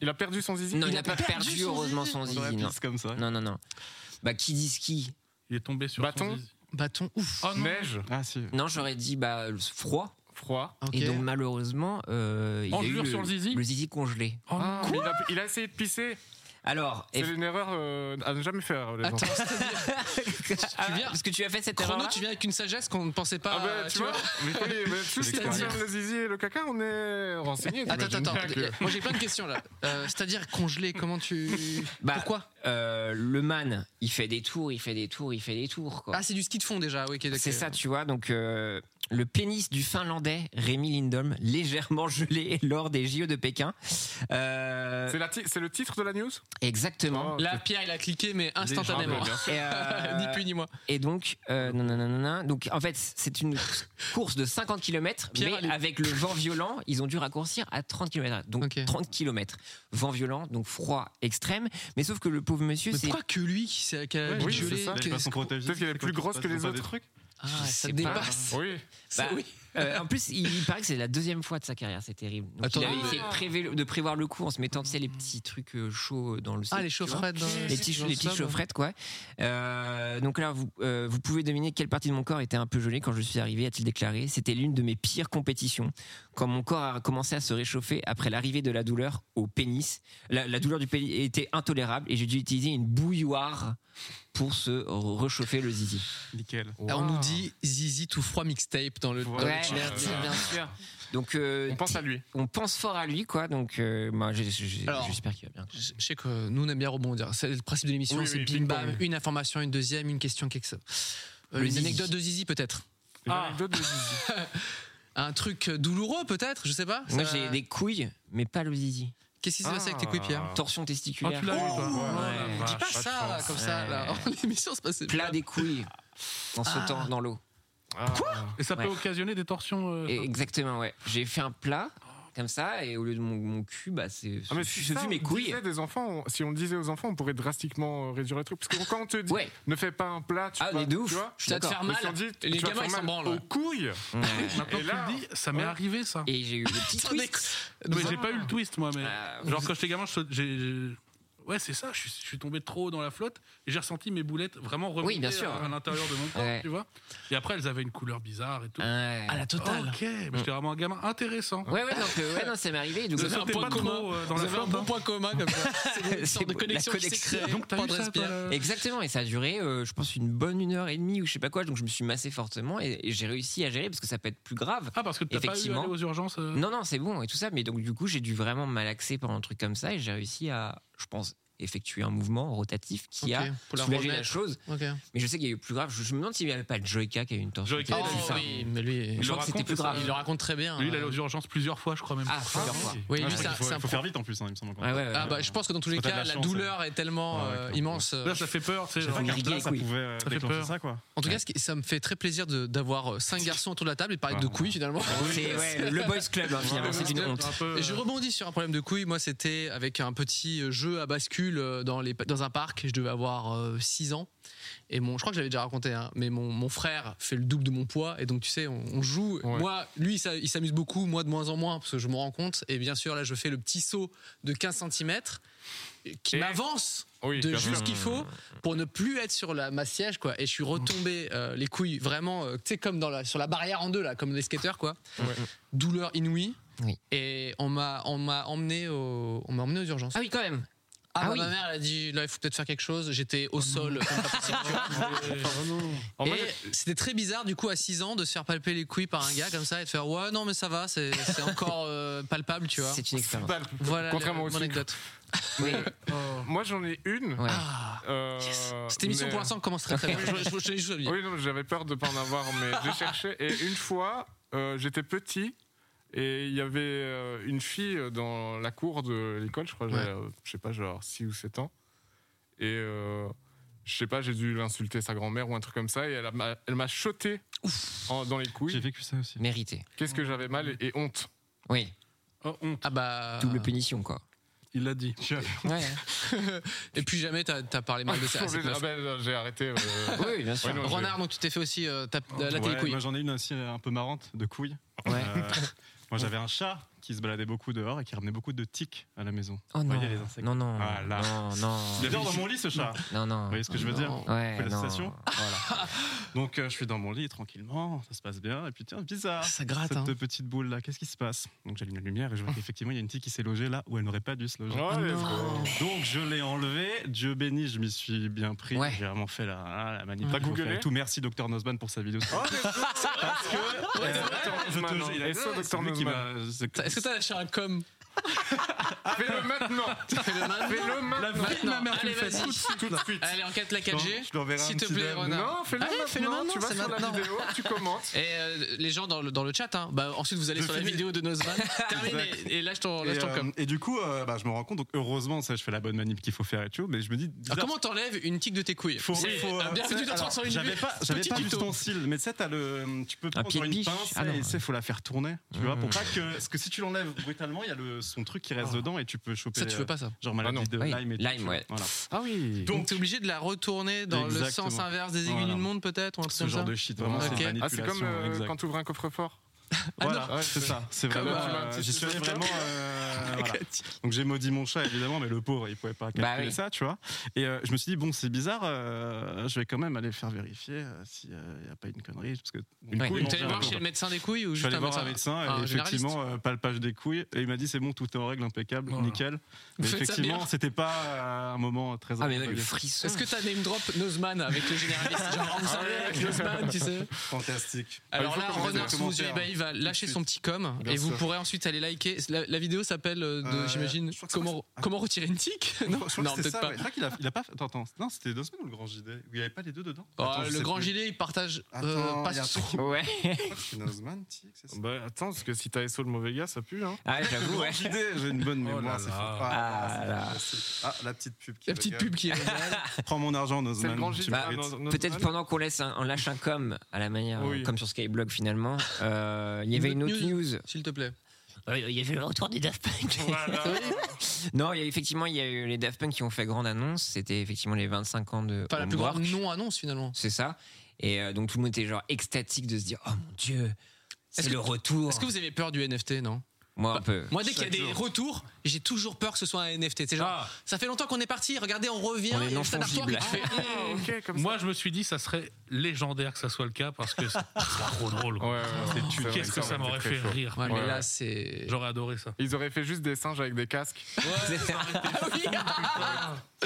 S4: Il a perdu son zizi.
S3: Ah. Non, il n'a pas
S2: perdu
S3: perdu,
S2: son
S3: heureusement,
S2: zizi.
S3: son
S7: Dans la
S3: zizi. Non.
S7: piste comme ça.
S3: non, non, non. Bah, qui dit ski
S5: Il est tombé sur
S4: Bâton.
S5: son zizi.
S2: Bâton. Ouf.
S5: Oh non.
S4: Neige,
S7: Ah si.
S3: Non, j'aurais dit bah, le froid.
S4: froid.
S2: Ok.
S3: Et donc, malheureusement, euh, il a eu
S5: Engelure
S3: le,
S5: sur le zizi
S3: le zizi congelé.
S4: Ah,
S2: Oh,
S4: mais il, a, il a essayé de pisser.
S3: Alors,
S4: C'est
S3: eff-
S4: une erreur euh, à ne jamais faire. Les gens.
S2: Attends, c'est-à-dire-
S3: Ah,
S2: viens-
S3: parce que tu as fait cette
S2: Chrono,
S3: erreur.
S2: tu viens avec une sagesse qu'on ne pensait pas.
S4: Ah bah,
S2: euh,
S4: tu, vois, mais, oui, mais tout ce qui
S2: C'est-à-dire-
S4: concerne le zizi et le caca, on est renseigné.
S2: Attends,
S4: t'imagines
S2: attends,
S4: bien
S2: attends.
S4: que-
S2: Moi j'ai plein de questions là. Euh, C'est-à-dire congelé, comment tu.
S3: Bah,
S2: Pourquoi
S3: euh, le man, il fait des tours, il fait des tours, il fait des tours. quoi.
S2: Ah, c'est du ski de fond déjà, oui, ok, d'accord.
S3: C'est ça, tu vois. Donc, euh, le pénis du Finlandais Rémi Lindholm, légèrement gelé lors des JO de Pékin. Euh,
S4: C'est la ti- c'est le titre de la news
S3: exactement.
S4: Oh,
S2: Là,
S4: ok.
S2: Pierre, il a cliqué, mais instantanément.
S4: bien
S3: Et, euh,
S2: ni plus ni moins.
S3: Et donc, euh, nananana. donc en fait, c'est une course de 50 km,
S2: Pierre
S3: mais
S2: Allais.
S3: avec le vent violent, ils ont dû raccourcir à 30 km. Donc
S2: Ok.
S3: 30 km. Vent violent, donc froid extrême. Mais sauf que le pauvre monsieur,
S2: Mais
S3: c'est.
S2: pourquoi que lui qui s'est qui a
S7: Ouais,
S2: la
S7: oui,
S2: bite gelée,
S7: c'est ça,
S2: qu'est-ce
S7: il va s'en
S2: qu'on-
S7: protéger.
S4: Peut-être qu'elle est
S7: C'est
S4: plus
S7: quoi,
S4: grosse
S7: tu
S4: que
S7: passes
S4: les
S7: pas des
S4: autres.
S7: trucs
S2: Ah,
S3: Je
S2: ça
S3: sais pas.
S2: dépasse.
S4: Oui.
S2: Ça,
S3: Bah,
S2: oui.
S3: euh, en plus, il paraît que c'est la deuxième fois de sa carrière, c'est terrible. Donc,
S2: Attendez,
S3: il avait
S2: mais-
S3: essayé de, prévé- de prévoir le coup en se mettant, tu sais, les petits trucs euh, chauds dans le
S2: Ah,
S3: sac,
S2: les
S3: tu vois.
S2: chaufferettes dans
S3: les petits-
S2: dans
S3: les
S2: le
S3: petites
S2: sable.
S3: chaufferettes quoi. Euh, donc là vous, euh, vous pouvez deviner quelle partie de mon corps était un peu gelée quand je suis arrivé, a-t-il déclaré. C'était l'une de mes pires compétitions. Quand mon corps a commencé à se réchauffer après l'arrivée de la douleur au pénis, la, la douleur du pénis était intolérable et j'ai dû utiliser une bouilloire pour se re- réchauffer le zizi.
S7: Nickel.
S2: Ah, On nous dit Zizi tout froid mixtape dans le.
S7: Ouais,
S2: dans le
S3: Ouais,
S2: chat.
S3: merci, bien sûr. Donc euh,
S4: On pense à lui.
S3: on pense fort à lui quoi. Donc euh, bah, j'ai- j'ai-
S2: Alors,
S3: j'espère qu'il va bien.
S2: Je je sais que nous on aime bien rebondir. C'est le principe de l'émission,
S4: Oui,
S2: c'est
S4: oui,
S2: bing bam,
S4: ping-pong.
S2: une information, une deuxième, une question, quelque chose. Euh,
S3: Le
S2: une
S3: zizi.
S2: anecdote de Zizi peut-être.
S4: Une
S3: Ah.
S4: anecdote de Zizi.
S2: Un truc douloureux peut-être, je sais pas.
S3: Moi
S2: Ça-
S3: j'ai des couilles mais pas le zizi. Ah.
S2: Qu'est-ce qui s'est passé avec tes couilles, Pierre Ah,
S3: Torsion
S5: Oh,
S3: testiculaire.
S5: tu l'as eu, toi
S3: Ouais.
S5: Ouais, la
S2: Dis
S5: vache.
S2: pas ça comme ça. là. L'émission se passait
S3: plat
S2: bien.
S3: des couilles en sautant
S2: Ah.
S3: dans l'eau.
S4: Quoi
S5: Ah. Et ça peut
S3: Ouais.
S5: occasionner des torsions. euh,
S3: Et Exactement, ouais. J'ai fait un plat comme ça et au lieu de mon, mon cul, bah c'est.
S4: ah, mais
S3: je
S4: si
S3: je
S4: ça,
S3: vis
S4: on
S3: mes couilles.
S4: disait des enfants, on- si on le disait aux enfants, on pourrait drastiquement euh, réduire le truc. Parce que quand on te dit
S3: Ouais.
S4: ne fais pas un plat, tu,
S3: Ah,
S4: vas-
S3: mais de
S4: tu
S3: ouf.
S4: vois,
S3: Je suis
S2: Tu vas te
S3: d'accord.
S2: faire
S4: mais
S2: mal.
S4: si on dit,
S2: Et les
S4: tu vas
S2: gamins
S4: faire
S2: ils s'en
S4: mal
S2: branlent.
S4: aux
S2: ouais.
S4: couilles,
S3: Ouais.
S5: Maintenant
S4: Et
S5: que
S4: là-
S5: tu le dis, ça m'est
S4: Ouais.
S5: arrivé ça.
S3: Mmh. Et j'ai eu le petit
S2: Ça
S3: twist.
S2: déconne.
S5: Mais j'ai pas eu le twist moi, mais.
S3: Ah,
S5: Genre quand j'étais gamin, je saut- j'ai. j'ai- Ouais, c'est ça, je suis, je suis tombé trop haut dans la flotte et j'ai ressenti mes boulettes vraiment remonter euh,
S3: Oui, bien sûr.
S5: à, à l'intérieur de mon corps,
S3: Ouais.
S5: tu vois. Et après, elles avaient une couleur bizarre et tout.
S3: Ouais.
S2: À la totale.
S5: Ok, mais j'étais vraiment un gamin intéressant.
S3: Ouais, ouais, donc, euh, ouais, non, ça m'est arrivé. Donc,
S5: Ne
S3: euh,
S5: sautez
S2: point
S5: pas trop
S2: commun.
S5: euh, dans
S2: Vous
S5: la
S2: avez un
S5: flotte.
S2: bon
S5: hein.
S2: point commun comme ça. C'est une
S3: C'est
S2: sorte de
S3: beau, la
S2: connexion qui s'est
S3: connexion.
S2: créée.
S5: Donc t'as eu
S2: Pendresse
S5: ça, toi,
S2: Pierre.
S5: là
S3: Exactement, et ça a duré, euh, je pense, une bonne une heure et demie ou je sais pas quoi. Donc, je me suis massé fortement et, et j'ai réussi à gérer parce que ça peut être plus grave.
S5: Ah, parce que t'as pas eu à
S3: Effectivement.
S5: aller aux urgences euh,
S3: Non, non, c'est bon et tout ça. Mais donc, du coup, j'ai dû vraiment malaxer pendant un truc comme ça et j'ai réussi à, je pense, effectuer un mouvement rotatif qui
S2: Ok,
S3: a
S2: pour la
S3: soulagé la
S2: remettre.
S3: chose.
S2: Ok.
S3: Mais je sais qu'il y a eu plus grave. Je, je me demande s'il n'y avait pas Joyka qui a eu une torsion.
S5: Joyka,
S3: Ah,
S5: il a eu
S3: c'est
S5: ça.
S2: oui, mais lui,
S3: Je
S5: le
S3: crois que c'était
S5: raconte,
S3: plus
S5: ça.
S3: grave.
S2: il le raconte très bien.
S5: Lui, il allait aux urgences plusieurs fois, je crois même.
S3: Ah, plusieurs fois.
S2: Oui,
S7: Ah,
S2: lui, c'est
S7: je crois
S2: un-
S7: qu'il faut-
S2: c'est un
S7: faut faire vite en plus, hein, il me semble. encore.
S3: Ouais, ouais, ouais.
S2: Ah bah je pense que dans tous les
S7: Quand t'as
S2: cas,
S7: de la
S2: la
S7: chance,
S2: douleur est tellement
S7: Ouais, ouais,
S2: euh,
S7: clairement.
S2: immense.
S5: Là, ça fait peur, tu sais.
S7: Je sais pas
S5: genre-
S7: qu'un
S3: Irriguer
S7: plat,
S3: les
S7: ça
S3: couilles.
S7: pouvait euh,
S5: Ça fait
S7: déclencher
S5: peur.
S7: ça, quoi.
S2: En tout cas, ce qui- ça me fait très plaisir de- d'avoir euh, cinq garçons autour de la table et de parler de
S7: Ouais.
S2: couilles finalement.
S3: C'est ouais, le boys club, hein, finalement,
S5: Ouais,
S3: c'est une
S5: un
S3: honte.
S5: peu,
S2: Et je
S5: euh,
S2: rebondis sur un problème de couilles. Moi, c'était avec un petit jeu à bascule euh, dans, les, dans un parc. Je devais avoir 6 ans. Et mon, je crois que j'avais déjà raconté, hein, mais mon, mon frère fait le double de mon poids. Et donc, tu sais, on, on joue.
S4: Ouais.
S2: Moi, lui, il s'a- il s'amuse beaucoup. Moi, de moins en moins, parce que je me rends compte. Et bien sûr, là, je fais le petit saut de 15 cm qui
S4: Et-
S2: m'avance
S4: oui,
S2: de
S4: bien
S2: juste
S4: sûr.
S2: ce qu'il faut pour ne plus être sur la, ma siège quoi et je suis retombé euh, les couilles vraiment euh, tu sais comme dans la, sur la barrière en deux là comme les skateurs quoi douleur inouïe
S3: Oui.
S2: et on m'a on m'a emmené au, on m'a emmené aux urgences
S3: Ah oui, quand même.
S2: Ah,
S3: ah
S2: bah,
S3: oui.
S2: ma mère elle a dit là il faut peut-être faire quelque chose j'étais au sol comme pas possible, tu vois.
S3: euh,
S4: En
S2: Et
S4: vrai,
S2: c'était très bizarre du coup à 6 ans de se faire palper les couilles par un gars comme ça et de faire ouais non mais ça va c'est c'est encore euh, palpable tu vois
S3: C'est une expérience.
S4: dalle.
S2: voilà
S4: Contrairement
S2: le-
S4: au
S2: mon
S4: sucre.
S2: anecdote
S3: Oui.
S4: Moi, j'en ai une.
S3: Ouais.
S2: ah,
S4: euh,
S2: Oh. cette émission
S4: mais-
S2: pour l'instant commence très très bien je, je, je, je- je- je-
S4: Oui, non, j'avais peur de pas en avoir, mais j'ai cherché. Et une fois, euh, j'étais petit et il y avait euh, une fille dans la cour de l'école, je crois, j'avais,
S2: Ouais.
S4: euh, je sais pas, genre 6 ou 7 ans. Et euh, je sais pas, j'ai dû l'insulter sa grand-mère ou un truc comme ça et elle m'a, elle m'a shoté en- dans les
S7: J'ai
S4: couilles.
S7: vécu ça aussi.
S3: Mérité.
S4: Qu'est-ce que j'avais mal et, et honte.
S3: Oui.
S5: oh, honte.
S2: ah bah
S3: Double punition, quoi.
S5: Il l'a dit.
S3: Ouais.
S2: Et puis jamais t'as as parlé mal de ça. à cette
S4: Ah
S2: meuf.
S4: ben, j'ai arrêté. euh,
S3: Oui, bien sûr.
S4: Ouais, non,
S2: Renard, donc tu t'es fait aussi euh, tap- la télé
S7: Ouais, moi j'en ai une aussi euh, un peu marrante de couilles.
S3: Ouais.
S7: Euh, moi j'avais un chat qui se baladait beaucoup dehors et qui ramenait beaucoup de tics à la maison.
S3: Oh non.
S7: voyez les insectes.
S3: Non, non.
S7: Ah, là.
S3: Non, non.
S7: Il dort dans mon lit ce chat.
S3: Non, non.
S7: Vous voyez ce que je veux
S2: non.
S7: dire
S3: Ouais,
S7: Vous connaissez la
S3: non.
S7: sensation
S3: Voilà.
S7: Donc euh, je suis dans mon lit tranquillement, ça se passe bien. Et puis tiens, bizarre.
S2: Ah, Ça gratte.
S3: hein.
S2: hein. Oh.
S7: Cette petite boule là, qu'est-ce qui se passe Donc j'allume la lumière et je vois qu'effectivement il y a une tique qui s'est logée là où elle n'aurait pas dû se loger.
S4: ouais, let's go.
S7: Donc je l'ai enlevée, Dieu béni, je m'y suis bien pris.
S3: Ouais.
S7: J'ai vraiment fait la, la manip.
S4: T'as
S7: qu'il faut
S4: googlé
S7: faire et tout. Merci Docteur Nosban pour sa vidéo.
S4: Oh, let's go.
S7: Parce que.
S4: Dr. Nosman, hein.
S7: il a-
S4: SO Dr.
S2: ah,
S7: c'est lui qui m'a- c'est-
S2: Est-ce que t'as lâché un com
S4: Fais-le maintenant.
S2: Fais-le maintenant.
S4: Fais-le
S5: La vie
S4: maintenant.
S5: de ma mère, tu
S2: Allez,
S5: le fais
S2: vas-y.
S5: tout de suite.
S4: Tout de suite.
S2: Allez, enquête la
S7: Je
S2: 4G.
S7: t'enverrai un
S2: S'il te
S7: petit
S2: plaît,
S7: DM.
S2: Renard.
S4: Non, fais-le
S2: Allez,
S4: maintenant.
S2: fais-le maintenant,
S4: Tu vas
S2: c'est
S4: sur
S2: maintenant.
S4: la vidéo, tu commentes.
S2: Et euh, les gens dans le, dans le chat, hein, bah, ensuite vous allez
S7: Je
S2: sur la
S7: finis.
S2: vidéo de Nozman. Terminé.
S7: Exact.
S2: Et lâche ton,
S7: Et,
S2: lâche ton
S7: euh,
S2: com.
S7: et du coup, euh, bah, je me rends compte, donc heureusement, ça, je fais la bonne manip qu'il faut faire et tout, mais je me dis.
S2: Alors,
S7: bizarre,
S2: comment t'enlèves une tique de tes couilles
S7: faut,
S2: Ah, C'est-
S7: faut,
S2: euh,
S7: euh,
S2: Bienvenue
S7: tu sais,
S2: dans
S7: alors,
S2: 301
S7: J'avais
S2: minutes,
S7: pas, j'avais
S2: petit
S7: pas
S2: tuto.
S7: l'ustensile, mais tu sais, t'as le, tu peux prendre
S3: pied de
S7: une
S3: biche.
S7: pince
S3: Ah non. Mmh.
S7: et tu sais, faut la faire tourner, Ah, tu
S2: Hmm.
S7: vois, pour pas que, parce que si tu l'enlèves brutalement, il y a le, son truc qui reste dedans et tu peux
S2: Ah.
S7: choper.
S2: Ça, tu
S7: euh,
S2: veux pas ça
S7: Genre maladie
S4: Ah
S7: de
S4: non.
S3: Oui,
S7: Lyme. Et tout,
S3: Lyme,
S7: tu vois.
S3: ouais.
S7: Voilà.
S4: Ah oui.
S2: Donc t'es obligé de la retourner dans le
S7: Exactement.
S2: sens inverse des aiguilles
S7: Voilà.
S2: du monde peut-être ou un truc
S7: Ce
S2: comme
S7: genre
S2: ça
S7: de shit, vraiment,
S2: Ok.
S7: c'est une
S4: Ah, c'est
S7: manipulation.
S4: comme euh,
S7: exact.
S4: quand tu ouvres un coffre-fort.
S3: Ah
S7: Voilà,
S4: non.
S7: c'est ça. C'est
S4: Comme,
S7: vraiment.
S4: euh,
S7: euh, J'y suis allé
S4: Suzuka.
S7: vraiment. euh, voilà. Donc j'ai maudit mon chat évidemment, mais le pauvre il pouvait pas calculer
S3: Bah oui.
S7: ça, tu vois. Et euh, je me suis dit bon c'est bizarre, euh, je vais quand même aller faire vérifier euh, s'il n'y a pas une connerie parce que. du
S3: Ouais.
S7: coup,
S3: Oui,
S7: ils m'ont
S2: T'es allé
S7: fait
S2: voir
S7: un-
S2: chez le médecin des couilles ou
S7: Je suis
S2: juste
S7: allé
S2: un
S7: voir
S2: médecin
S7: un médecin
S2: un
S7: et
S2: généraliste.
S7: effectivement euh, palpage des couilles et il m'a dit c'est bon tout est en règle impeccable
S2: Voilà.
S7: nickel. Mais
S2: faites ça
S7: effectivement
S2: bien.
S7: c'était pas euh, un moment très.
S3: Ah, mais ouais,
S7: agréable.
S3: le frisson.
S2: Est-ce que t'as name drop Nozman avec le généraliste Genre, vous savez, avec Nozman, tu sais
S7: Ah fantastique.
S2: Alors
S7: Ah, il faut
S2: là,
S7: commencer
S2: Renard
S7: à
S2: sous vos
S7: commenter,
S2: yeux,
S7: hein.
S2: bah, il va lâcher
S7: suite.
S2: son petit com
S7: Bien
S2: et vous
S7: sûr.
S2: pourrez ensuite aller liker. La, la vidéo s'appelle, euh, de-
S7: Euh,
S2: j'imagine,
S7: je crois que c'est
S2: comment,
S7: pas-
S2: comment retirer une tique Non,
S7: Je crois
S2: non
S7: que c'était
S2: peut-être
S7: ça,
S2: pas.
S7: ouais. Je crois qu'il a, il a pas. Attends, attends. Non, c'était deux semaines ou le grand JD où il n'y avait pas les deux dedans
S2: Oh,
S7: Attends, je
S2: le
S7: sais
S2: grand
S7: plus.
S2: gilet, il partage euh,
S7: Attends,
S2: pas
S7: il y a un
S2: trop.
S7: truc qui-
S3: Ouais.
S7: Je crois que c'est Nozman, Tic, c'est ça
S4: Bah attends, parce que si t'as SO le mauvais gars, ça pue. Hein.
S3: Ah, j'avoue, ouais.
S7: J'ai j'ai une bonne
S5: Oh
S7: mémoire,
S5: là
S7: c'est
S5: là.
S7: fou.
S3: Ah
S7: c'est
S3: là.
S7: fantastique. Ah, la petite pub qui
S2: La petite
S7: régale.
S2: pub qui est.
S7: Prends mon argent,
S4: C'est le
S7: Nozman.
S4: grand
S7: tu
S4: Gilles.
S3: Bah,
S4: Ah,
S7: mérites.
S4: non, non,
S3: Peut-être
S4: non,
S3: pendant qu'on laisse un, on lâche un com à la manière,
S4: Oui.
S3: comme sur Skyblog finalement, euh, il y avait
S2: Une
S3: une
S2: autre
S3: autre news.
S2: S'il te plaît.
S3: Euh, Il y avait le retour des Daft Punk. non, il y a, effectivement, il y a eu les Daft Punk qui ont fait grande annonce. C'était effectivement les 25 ans de.
S2: Enfin, la plus grande
S3: Homework.
S2: non-annonce finalement.
S3: C'est ça. Et euh, donc tout le monde était genre extatique de se dire Oh mon Dieu,
S2: Est-ce
S3: c'est
S2: que-
S3: le retour.
S2: Est-ce que vous avez peur du NFT, non Bah,
S3: Moi un peu.
S2: Moi, dès qu'il y a
S7: Chaque
S2: des
S7: jour.
S2: retours, j'ai toujours peur que ce soit un NFT. C'est genre,
S5: Ah.
S2: ça fait longtemps qu'on est parti, regardez, on revient.
S3: On est
S2: et
S3: non
S2: t'as un artwork
S3: fongible.
S2: qui fait- oh,
S4: non. Ok, comme
S5: Moi, je me suis dit, ça serait légendaire que ça soit le cas parce que c'est trop drôle.
S4: ça.
S5: quoi.
S4: Ouais, ouais, ouais. C'est vrai,
S5: Qu'est-ce que ça
S4: ouais,
S5: m'aurait
S4: c'est
S5: fait
S4: très chaud.
S5: rire.
S2: Ouais, mais
S4: Ouais.
S2: là, c'est.
S5: J'aurais adoré ça.
S4: Ils auraient fait juste des singes avec des casques.
S2: Ah oui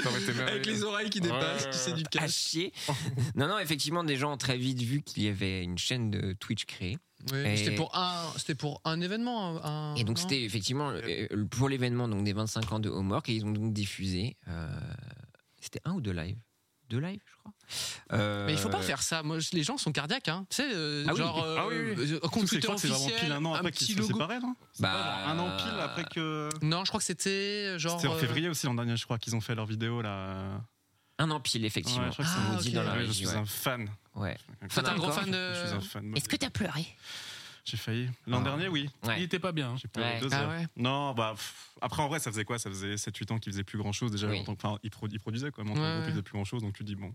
S4: Ça aurait été
S2: Avec les
S4: merveilleux.
S2: oreilles qui
S4: Ouais,
S2: dépassent,
S4: ouais,
S2: tu sais,
S4: ouais.
S2: du
S3: à
S2: cash.
S3: chier. non, non, effectivement, des gens ont très vite vu qu'il y avait une chaîne de Twitch créée.
S2: Oui, mais
S3: Et-
S2: C'était pour un, c'était pour un événement. un-
S3: Et donc,
S2: non
S3: c'était effectivement euh, euh, pour l'événement donc, des 25 ans de Homework. Et ils ont donc diffusé. euh, c'était un ou deux lives Deux lives, je crois. Euh,
S2: Mais il faut pas faire ça. Moi, je- les gens sont cardiaques, hein. Tu sais, euh,
S3: Ah oui.
S2: genre euh,
S4: Ah oui, oui.
S2: euh,
S7: Surtout
S2: compte
S7: que c'est- je
S2: Twitter
S7: crois que c'est vraiment
S2: officiel,
S7: pile un an
S2: un
S7: après qu'ils
S2: petit
S7: se sont
S2: logo.
S7: séparés, non C'est
S3: Bah,
S7: pas Un an pile après que.
S2: Non, je crois que c'était euh, genre.
S7: C'était en
S2: euh,
S7: février aussi l'an dernier, je crois qu'ils ont fait leur vidéo là.
S3: Un an pile, effectivement.
S7: Ouais, je crois que c'est
S2: Ah,
S3: On dit
S2: ok.
S3: dans la
S7: Ouais, je
S3: régie,
S7: suis
S3: ouais.
S7: un fan.
S3: Ouais.
S2: Toi, t'es un
S3: D'accord.
S2: gros fan
S7: Je suis
S2: de.
S7: un fan.
S8: Est-ce que t'as pleuré
S7: J'ai failli. L'an
S3: Ah.
S7: dernier, oui.
S5: Il
S3: Ouais.
S5: était pas bien. hein.
S7: J'ai pleuré
S3: Ouais.
S7: deux
S2: Ah
S7: heures.
S2: ouais.
S7: Non, bah. pff, Après, en vrai, ça faisait quoi Ça faisait 7-8 ans qu'ils faisaient plus grand chose. Déjà,
S3: Oui.
S7: en tant que- enfin, ils, pro- ils produisaient quoi. Mais en tant
S2: Ouais,
S7: que groupe,
S2: ouais.
S7: ils faisaient plus grand chose. Donc tu dis bon.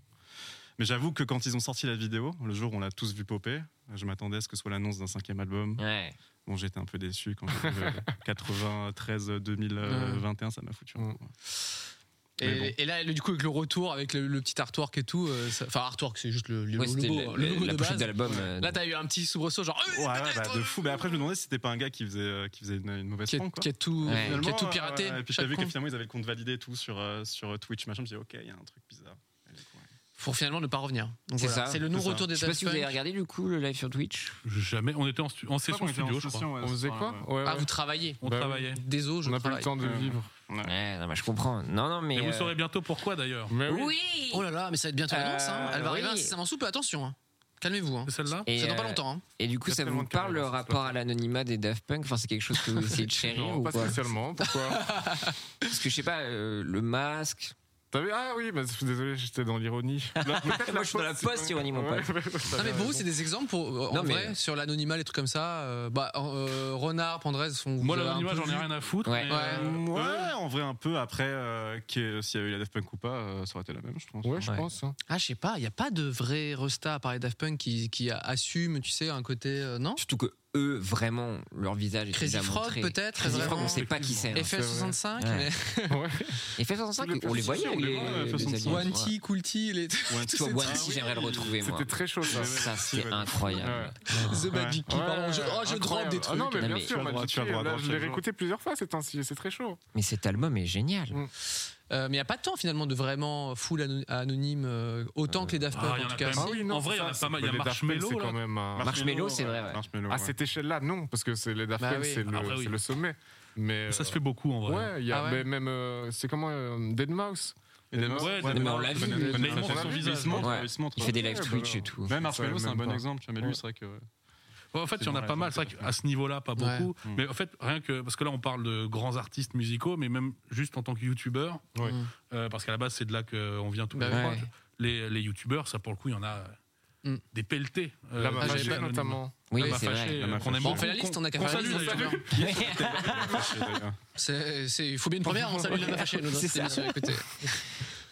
S7: Mais j'avoue que quand ils ont sorti la vidéo, le jour où on l'a tous vu popper, je m'attendais à ce que ce soit l'annonce d'un cinquième album.
S3: Ouais.
S7: Bon, j'étais un peu déçu quand j'ai vu, euh, 93 euh, 2021, ça m'a foutu. un coup, ouais.
S2: Et,
S7: Mais bon.
S2: et là, le- du coup, avec le retour, avec le, le petit artwork et tout, euh, ça- enfin artwork, c'est juste le, le
S3: Ouais,
S2: logo,
S3: c'était
S2: hein,
S3: la,
S2: le
S3: la-
S2: logo
S3: la
S2: de
S3: pochette
S2: base.
S3: de l'album. euh,
S2: Là, t'as eu un petit soubresaut, genre euh,
S7: Ouais, ouais,
S2: peut-être,
S7: bah, de fou. Mais après, je me demandais si c'était pas un gars qui faisait, euh, qui faisait une, une mauvaise
S2: qui a,
S7: pompe, quoi.
S2: qui a tout,
S3: Ouais.
S2: qui a
S7: Finalement,
S2: tout
S7: euh,
S2: piraté.
S7: et puis
S2: chaque
S7: j'ai vu que
S2: compte,
S7: finalement ils avaient le compte validé et tout sur, euh, sur Twitch, machin. Je me disais, ok, il y a un truc bizarre. Et du coup, ouais.
S2: pour finalement ne pas revenir. Donc
S3: C'est
S2: voilà,
S3: ça,
S2: C'est le non
S7: c'est ça.
S2: retour des
S3: Je sais pas
S2: Daft
S3: si vous avez
S2: Punk.
S3: regardé du coup le live sur Twitch.
S5: Jamais. On était en, stu- en session
S7: Ouais, on était
S5: studio,
S7: en
S5: je crois.
S7: session, ouais,
S4: On
S7: ce
S4: faisait
S7: soir,
S4: quoi
S7: ouais.
S4: Ouais,
S2: Ah,
S4: ouais.
S2: vous travaillez.
S5: On
S4: Bah oui.
S5: travaillait.
S2: Désolé, je
S4: On n'a pas eu
S2: travaille.
S4: le temps de
S7: Ouais.
S4: vivre.
S3: Ouais, non, bah, je comprends. Non, non, mais.
S5: Et vous
S3: euh,
S5: saurez bientôt pourquoi d'ailleurs.
S4: Mais oui.
S8: Oui
S2: Oh là là, mais ça va être bientôt
S3: Euh,
S2: l'annonce. hein. Elle va arriver
S3: oui.
S2: incessamment sous peu. Attention, hein. calmez-vous. hein.
S5: C'est Celle-là
S3: Et,
S2: C'est dans pas
S3: euh,
S2: longtemps. hein.
S3: Et du coup,
S4: Il y a
S3: ça
S4: tellement
S3: vous
S4: de caméras
S3: parle le
S4: sur ce
S3: rapport à l'anonymat des Daft Punk Enfin, c'est quelque chose que vous essayez de chérir
S4: Non,
S3: ou
S4: pas
S3: quoi
S4: spécialement. Pourquoi
S3: Parce que je sais pas, euh, le masque.
S4: T'as vu Ah oui, bah, désolé, j'étais dans l'ironie.
S3: Moi, je suis dans la poste, ironie, mon pote.
S2: Non, mais pour vous, c'est des exemples pour, euh, en
S3: Non, mais-
S2: vrai, sur l'anonymat, les trucs comme ça. euh, bah, euh, Renard, Pandrez, sont. vous
S5: Moi,
S2: avez un
S5: l'anonymat,
S2: peu
S5: j'en ai
S2: vu.
S5: rien à foutre.
S3: Ouais.
S5: mais,
S2: Ouais.
S5: euh,
S7: Ouais,
S5: eux,
S7: en vrai, un peu après, euh, qui est- s'il y avait eu la Daft Punk ou pas, euh, ça aurait été la même, je pense.
S4: Ouais, je
S3: Ouais.
S4: pense. hein.
S2: Ah, je sais pas, il n'y a pas de vrai Resta à part les Daft Punk qui, qui a- assume, tu sais, un côté. euh, non
S3: Surtout que eux, vraiment, leur visage est
S2: Crazy
S3: déjà
S2: Frog,
S3: montré.
S2: peut-être,
S3: Crazy Frog,
S2: vraiment.
S3: on sait pas qui c'est. hein.
S2: FL65
S3: Ouais.
S2: mais-
S4: Ouais.
S3: Et fait 65,
S7: Le
S3: on les voyait,
S7: on les
S3: les,
S7: voit,
S3: les
S7: F65.
S3: aliens,
S2: One
S3: ouais.
S2: T, Cool T, les...
S7: One
S2: tous
S3: Toi,
S2: ces
S3: One
S4: Ah
S2: trucs.
S3: T, j'aimerais le retrouver, moi.
S4: C'était très chaud, ça.
S7: Ouais.
S3: Ça, c'est
S7: Ouais.
S3: incroyable.
S2: The Magic Key,
S4: Ouais,
S2: pardon. Je, oh, je drop
S4: incroyable.
S2: des trucs.
S4: Ah non, mais
S3: Non,
S4: bien
S3: mais-
S7: Tu as
S4: sûr,
S7: le
S4: Magic
S7: droit, tu as le
S4: Key,
S7: droit,
S4: là,
S7: droit,
S4: je
S7: tu as
S4: l'ai
S7: le droit.
S4: réécouté plusieurs fois ces temps-ci, et c'est très chaud.
S3: Mais cet album est génial.
S4: Mm.
S2: Euh, mais il n'y a pas tant finalement de vraiment full ano- anonyme, euh, autant que les Daft Punk
S5: Ah, il y
S2: en
S5: en
S2: tout
S5: a
S2: cas.
S5: quand
S4: Ah oui, non,
S5: en vrai, il y en a
S4: ça,
S5: pas mal. Il y a
S4: les Daft Punk,
S5: Marshmello,
S4: c'est
S5: là.
S4: quand même. un- Ah,
S3: Marshmello, c'est vrai. ouais.
S7: Marshmello,
S2: Ah,
S4: À
S7: ouais.
S4: cette échelle-là, non, parce que c'est les Daft
S2: Bah
S4: Punk,
S2: oui.
S4: c'est le,
S5: Après, oui.
S4: c'est le sommet. Mais
S5: Ça se
S4: euh,
S5: fait beaucoup en vrai.
S4: Ouais, il y a
S2: Ah ouais.
S4: mais même euh, c'est comment euh, Dead Mouse.
S7: Et Dead Mouse,
S5: Ouais,
S7: ouais,
S5: Dead
S7: mais
S3: Mouse,
S7: on l'a
S3: on l'a
S7: vu,
S4: vu,
S7: mais
S4: on
S7: il
S4: l'a
S7: montre son
S4: vu.
S7: visage, il se montre,
S3: Ouais.
S7: il se montre.
S3: Il fait des live
S4: Ouais, bah,
S3: Twitch et tout.
S7: Même Marshmello,
S4: Ça,
S7: c'est un
S4: même
S7: bon
S4: pas.
S7: exemple. tu vois, Mais
S4: Ouais.
S7: lui, c'est vrai que. euh,
S5: Ouais, en fait,
S7: C'est
S5: il y en a
S7: dans
S5: pas
S7: la
S5: mal. C'est vrai qu'à ce niveau-là, pas
S2: Ouais.
S5: beaucoup.
S7: Mm.
S5: Mais en fait, rien que. Parce que là, on parle de grands artistes musicaux, mais même juste en tant que youtubeur.
S4: Ouais.
S2: Mm.
S5: euh, parce qu'à la base, c'est de là qu'on vient tous
S2: Bah
S5: les
S2: ouais.
S5: trois. Les, les youtubeurs, ça, pour le coup, il y en a euh,
S2: Mm.
S5: des pelletés. euh,
S4: La
S5: des
S4: Mama
S2: j'avais
S5: anonymes.
S4: Fâchée,
S2: pas
S4: notamment.
S3: Oui,
S5: La Mama
S3: c'est vrai.
S5: Fâchée,
S7: La Mama
S5: euh, qu'on aime
S7: Fâchée.
S2: On fait la
S5: beaucoup,
S2: liste,
S5: qu'on-
S2: on n'a qu'à
S5: qu'on
S2: faire la
S5: salue,
S2: liste,
S5: d'ailleurs.
S2: C'est, c'est- il faut bien une première, on salue la fâchée, nous, dans
S3: C'est
S2: cette
S3: ça.
S2: émission, écoutez.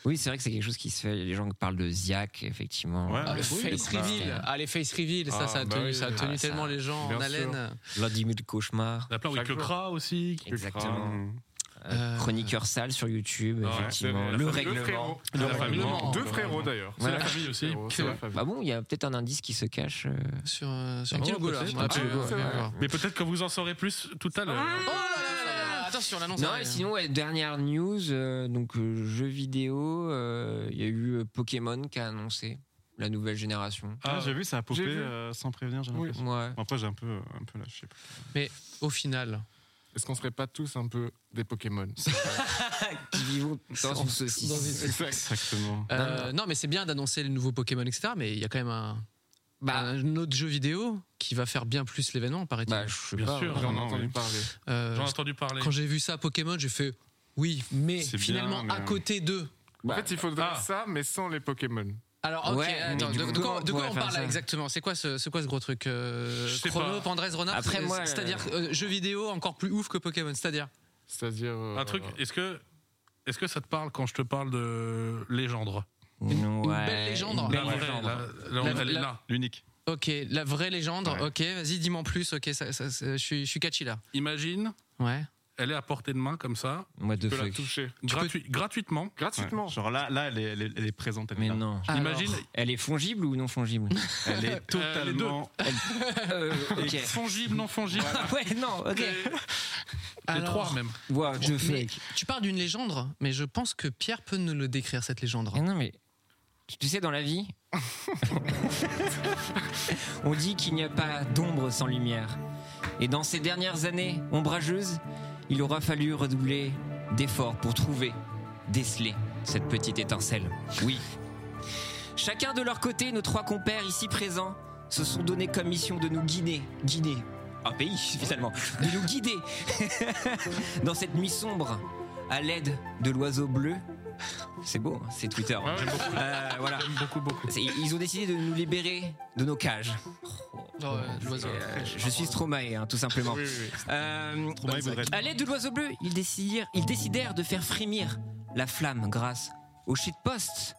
S3: Oui, c'est vrai que c'est quelque chose qui se fait. Les gens parlent de Ziac, effectivement.
S7: Ouais.
S2: Ah, le
S7: Oui,
S2: face
S3: bah,
S2: reveal, ah, les face reveal, ça,
S4: Ah,
S2: ça a
S4: bah
S2: tenu,
S4: oui.
S2: ça a tenu
S3: Ah, ça,
S2: tellement les gens en
S4: bien
S2: haleine.
S3: L'indimé de cauchemar.
S5: Il y en a plein, oui,
S4: Chaque
S5: que
S4: jour.
S5: Kra aussi.
S3: Exactement.
S2: Euh,
S3: Chroniqueur sale sur YouTube,
S5: Ah,
S3: effectivement.
S5: c'est-
S3: Le
S5: le
S3: règlement.
S5: Le
S4: frérot.
S5: règlement.
S4: Deux frérots d'ailleurs.
S5: C'est
S3: Voilà.
S5: la famille aussi.
S4: Frérot, c'est la famille.
S3: Bah bon, il y a peut-être un indice qui se cache. euh,
S2: Sur, euh, sur un
S5: Oh,
S2: petit logo là.
S5: peut-être.
S2: On a plus
S4: Ah,
S2: le logo,
S4: c'est
S2: ouais,
S4: vrai.
S2: ouais.
S5: Mais peut-être que vous en saurez plus tout à l'heure.
S2: Oh là là là là, Attention, l'annonce. hein.
S3: Non,
S2: arrive.
S3: et sinon, ouais, dernière news, euh, donc euh, jeux vidéo, euh, il y a eu euh, Pokémon qui a annoncé la nouvelle génération.
S7: Ah, j'ai vu, ça a popé
S4: J'ai vu.
S7: euh, sans prévenir, j'ai
S4: Oui.
S7: l'impression.
S3: Ouais.
S7: Bon, Après, j'ai un peu, euh, un peu lâché.
S2: Au final,
S4: Est-ce qu'on serait pas tous un peu des Pokémon
S3: Qui vivent dans une saucisse.
S2: dans une-
S7: Exactement.
S2: Euh, non, mais c'est bien d'annoncer le nouveau Pokémon, etc. Mais il y a quand même un,
S3: Bah,
S2: un autre jeu vidéo qui va faire bien plus l'événement, paraît-il.
S3: bah, je sais
S5: Bien
S3: pas.
S5: sûr.
S3: ouais.
S4: J'en ai
S7: non,
S4: entendu
S7: oui.
S4: parler.
S2: Euh,
S5: J'en ai entendu parler.
S2: quand j'ai vu ça Pokémon, j'ai fait oui, mais
S7: C'est bien,
S2: finalement
S7: mais-
S2: à côté d'eux.
S4: En
S3: Bah,
S4: fait, il faudrait
S5: ah.
S4: ça, mais sans les Pokémon.
S2: Alors, ok,
S3: Ouais,
S2: attends,
S3: mais
S2: de,
S3: du coup,
S2: de quoi,
S3: comment
S2: de quoi
S3: on pourrait
S2: on
S3: faire
S2: parle là
S3: ça
S2: exactement C'est quoi, ce- c'est quoi ce gros truc euh,
S5: Je sais
S2: Chrono,
S5: pas.
S2: Pandresse, Renard
S3: Après,
S2: c'est-
S3: moi,
S2: C'est-à-dire euh, jeu vidéo encore plus ouf que Pokémon, c'est-à-dire
S4: C'est-à-dire. euh,
S5: Un truc, est-ce que, est-ce que ça te parle quand je te parle de légendre
S2: une
S3: ouais,
S2: belle légende.
S3: une
S2: La
S5: La
S3: belle
S2: vraie,
S5: vraie,
S3: légende.
S5: la- la-
S2: La-
S5: elle est
S2: la-
S5: là.
S7: L'unique.
S2: Ok, la vraie légende,
S7: Ouais.
S2: ok, vas-y, dis-moi en plus, ok, ça, ça- ça- je suis je suis catchy là.
S5: Imagine,
S2: Ouais.
S5: elle est à portée de main comme ça,
S3: What the
S4: Tu peux la
S3: fuck.
S4: toucher.
S5: gratuit- gratuitement.
S4: Gratuitement.
S7: Ouais. Genre là, là elle, est, elle, est, elle est présente. Elle, est
S3: Mais
S7: là.
S3: non.
S2: Ah, Alors,
S5: Imagine,
S3: Elle est fongible ou non fongible
S7: elle est
S5: Euh, les deux.
S7: totalement.
S3: Euh, Ok.
S5: fongible, non fongible.
S3: ouais, non, ok.
S5: Les
S2: alors-
S5: trois même.
S3: What the
S2: Mais
S3: fuck.
S2: tu parles d'une légende, mais je pense que Pierre peut nous le décrire, cette légende.
S3: Eh non, mais tu- tu sais, dans la vie, on dit qu'il n'y a pas d'ombre sans lumière. Et dans ces dernières années ombrageuses, il aura fallu redoubler d'efforts pour trouver, déceler cette petite étincelle. Oui. Chacun de leur côté, nos trois compères ici présents se sont donnés comme mission de nous guider, guider, un pays finalement, de nous guider dans cette nuit sombre à l'aide de l'oiseau bleu. C'est beau, hein, c'est Twitter. hein. Euh, voilà.
S5: Beaucoup, beaucoup.
S3: C'est- Ils ont décidé de nous libérer de nos cages.
S2: Oh, ouais, l'oiseau.
S3: Euh, je suis Stromae, hein, tout simplement.
S4: Oui, oui, oui.
S3: Euh,
S7: Stromae voudrait être-
S3: à l'aide de l'oiseau bleu, ils décidèrent, ils décidèrent de faire frémir la flamme grâce au shitpost,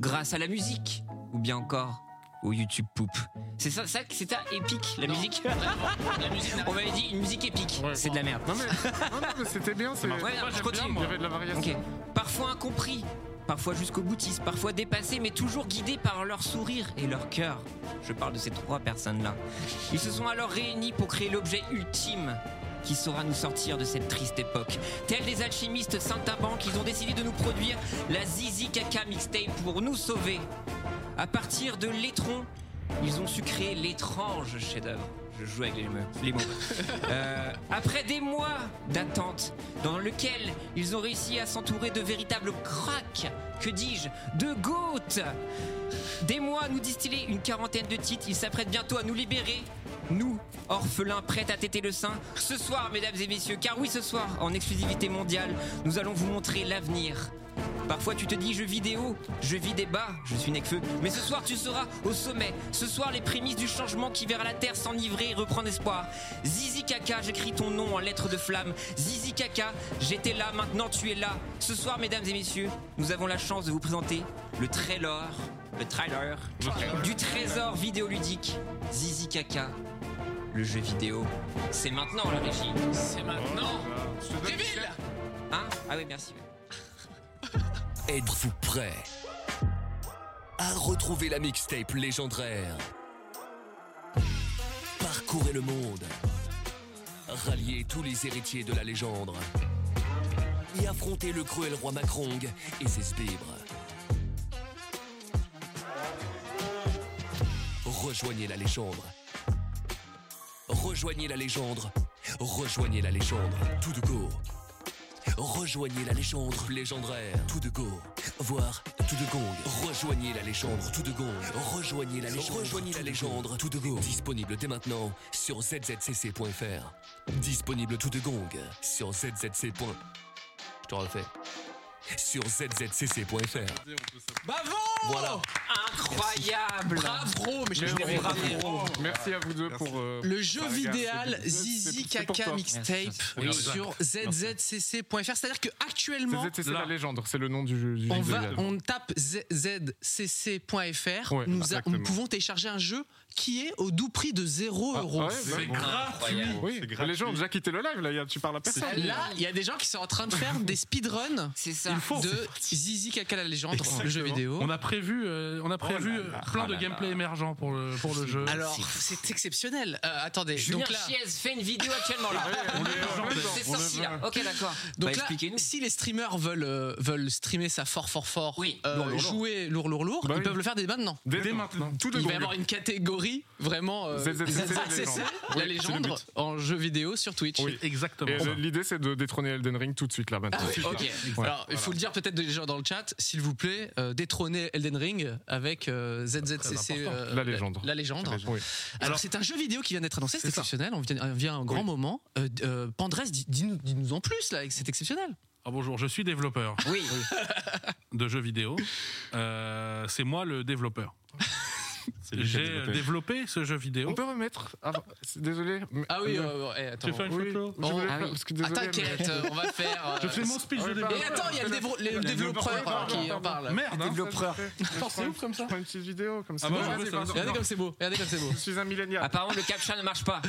S3: grâce à la musique, ou bien encore au YouTube poop. C'est ça, ça c'est ça épique, la musique. On m'avait dit une musique épique, c'est de la merde.
S4: Non, mais, non, non, mais c'était bien. c'est-
S3: Ouais,
S4: Il
S3: je continue.
S4: y avait de la variation.
S3: Ok. Parfois incompris, parfois jusqu'au boutiste, parfois dépassés, mais toujours guidés par leur sourire et leur cœur. Je parle de ces trois personnes-là. Ils se sont alors réunis pour créer l'objet ultime qui saura nous sortir de cette triste époque. Tels des alchimistes Banque, ils ont décidé de nous produire la Zizi Kaka Mixtape pour nous sauver. À partir de l'étron, ils ont su créer l'étrange chef-d'œuvre. Je joue avec les mots. les mots. Euh, après des mois d'attente, dans lequel ils ont réussi à s'entourer de véritables cracks, que dis-je, de goûtes Des mois à nous distiller une quarantaine de titres, ils s'apprêtent bientôt à nous libérer. Nous, orphelins prêts à téter le sein, ce soir, mesdames et messieurs, car oui, ce soir, en exclusivité mondiale, nous allons vous montrer l'avenir. Parfois tu te dis jeux vidéo, je vis des bas, je suis Necfeu, mais ce soir tu seras au sommet. Ce soir les prémices du changement qui verra la Terre s'enivrer et reprendre espoir. Zizi Kaka, j'écris ton nom en lettres de flamme. Zizi Kaka, j'étais là, maintenant tu es là. Ce soir mesdames et messieurs, nous avons la chance de vous présenter le trailer, le trailer du trésor vidéoludique Zizi Kaka, le jeu vidéo. C'est maintenant la régie. C'est maintenant. Hein Ah oui merci.
S9: Êtes-vous prêt à retrouver la mixtape légendaire Parcourez le monde, ralliez tous les héritiers de la légende et affronter le cruel roi Macrong et ses sbires. Rejoignez la légende. Rejoignez la légende. Rejoignez la légende. Tout de go. Rejoignez la légende légendaire. Tout de go. Voir tout de gong. Rejoignez la légende. Tout de gong. Rejoignez la légende. Rejoignez la légende. Tout de go. Disponible dès maintenant sur zzcc.fr. Disponible tout de gong sur zzcc. Je te refais. Sur zzcc.fr.
S7: Oh
S2: Bravo
S9: Voilà.
S3: Ah, Incroyable
S2: Bravo, mais je l'ai
S3: Merci.
S2: raté.
S4: Merci à vous deux
S7: Merci.
S4: pour. euh,
S2: Le jeu
S4: Ah, regarde,
S2: vidéal
S4: c'est-
S2: Zizi
S4: c'est- c'est pour
S2: Kaka
S4: toi.
S2: Mixtape
S5: Oui.
S2: sur zzcc.fr. C'est-à-dire que actuellement,
S4: ZZCC,
S5: Là.
S4: la légende, c'est le nom du jeu. Ah du
S2: on,
S4: jeu
S2: va,
S4: vidéo.
S2: on tape zzcc.fr.
S4: Ouais,
S2: nous, a-
S4: exactement.
S2: nous pouvons télécharger un jeu qui est au doux prix de 0
S4: Ah,
S2: euros.
S4: ouais, bah,
S5: C'est
S4: bon.
S5: gratuit.
S4: Oui,
S7: C'est
S4: les gens ont
S7: gratuit.
S4: déjà quitté le live, là, y a- tu parles à personne.
S2: Là, il y a des gens qui sont en train de faire des speedruns
S3: C'est ça.
S2: de Zizi Kaka la légende, le
S7: Exactement.
S2: jeu vidéo.
S5: On a prévu, euh, on a prévu
S7: là là,
S5: plein
S3: oh
S5: de
S3: là
S5: gameplay
S3: là.
S5: émergent pour le, pour le jeu.
S2: Alors, c'est exceptionnel. Euh, attendez,
S3: Julien
S2: donc là,
S3: Chiez fait une vidéo actuellement là. C'est
S4: On le
S3: sorti
S4: voit.
S3: là. Ok, d'accord. Bah,
S2: donc là,
S3: expliquez-nous.
S2: si les streamers veulent, euh, veulent streamer ça fort, fort, fort,
S3: Oui,
S2: euh,
S3: lourd, lourd, lourd.
S2: jouer lourd, lourd, lourd,
S4: Bah
S2: ils
S4: oui.
S2: peuvent le faire dès maintenant.
S4: Dès, maintenant, tout de
S2: Il va y
S4: go.
S2: avoir une catégorie vraiment euh,
S4: ZZCC, la
S2: ZZCC,
S4: légende.
S2: la
S4: Oui,
S2: légende
S4: c'est le but.
S2: en jeu vidéo sur Twitch.
S4: Oui.
S5: Exactement.
S4: Et le- l'idée, c'est de détrôner Elden Ring tout de suite, là, maintenant.
S2: Ah Ok. Alors, il faut le dire peut-être des gens dans le chat, s'il vous plaît, euh, détrôner Elden Ring avec euh, ZZCC.
S5: important.
S2: euh,
S4: La légende.
S2: La légende.
S4: Oui.
S2: Alors, c'est un jeu vidéo qui vient d'être annoncé, c'est
S5: C'est ça.
S2: exceptionnel. On vient, on vient à un grand moment. Euh, d- euh, Pandres, dis- dis-nous dis-nous en plus là, c'est exceptionnel.
S5: Ah, bonjour, je suis développeur
S3: Oui.
S5: de jeux vidéo. Euh, c'est moi le développeur.
S7: C'est lui qui a
S5: J'ai
S7: développé.
S5: développé ce jeu vidéo.
S4: On peut remettre. ah, c'est- désolé. mais-
S2: Ah oui,
S4: mais-
S2: euh, ouais, attends.
S5: Tu fais une
S4: Oui, je
S5: photo
S4: voulais
S2: Oh,
S4: le
S3: ah
S4: faire,
S3: oui.
S4: parce que
S2: Ah,
S4: désolé.
S2: t'inquiète, euh, on va faire. euh,
S5: Je fais mon speech de
S2: Et
S5: développeur.
S2: attends, il y a le, dévo- le développeur euh, qui en parle.
S5: Merde, hein.
S4: développeur.
S2: C'est ouf comme ça.
S4: Je prends une petite vidéo comme ça.
S5: Ah bah,
S4: Vas-y,
S5: on veut ça,
S4: pardon.
S2: Regardez comme c'est beau. Regardez comme c'est beau.
S4: Je suis un millénial.
S3: Apparemment, le captcha ne marche pas.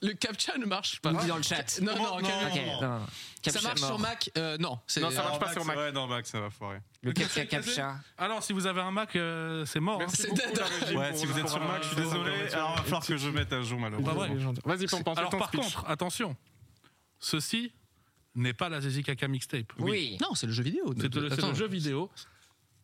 S2: Le captcha ne marche pas.
S3: On dit dans le chat.
S2: Non, non,
S7: Oh,
S2: Captcha-
S7: non.
S3: Ok, non.
S2: ça
S3: Captcha
S2: marche
S3: mort.
S2: sur Mac. euh, non, c'est-
S4: Non, ça marche
S7: Alors,
S4: pas
S7: Mac,
S4: sur Mac.
S7: Ouais, non, Mac, ça va foirer.
S3: Le
S5: Captcha
S3: captcha captcha.
S5: Alors, si vous avez un Mac, euh, c'est mort. hein.
S4: Merci
S2: c'est
S4: beaucoup,
S2: dead.
S4: la régie,
S7: Ouais,
S4: pour
S7: si vous
S4: la-
S7: êtes sur
S4: pour
S7: Mac,
S4: la-
S7: je suis
S4: pour la-
S7: désolé. Alors, il va falloir que je mette à jour,
S5: Pas
S7: malheureusement.
S5: vrai.
S4: Vas-y, Pompon, fais
S5: Alors,
S4: ton
S5: par
S4: speech.
S5: contre, attention, ceci n'est pas la Zizi Kaka mixtape.
S3: Oui.
S2: Non, c'est le jeu vidéo.
S5: C'est le, c'est
S2: Attends.
S5: le jeu vidéo.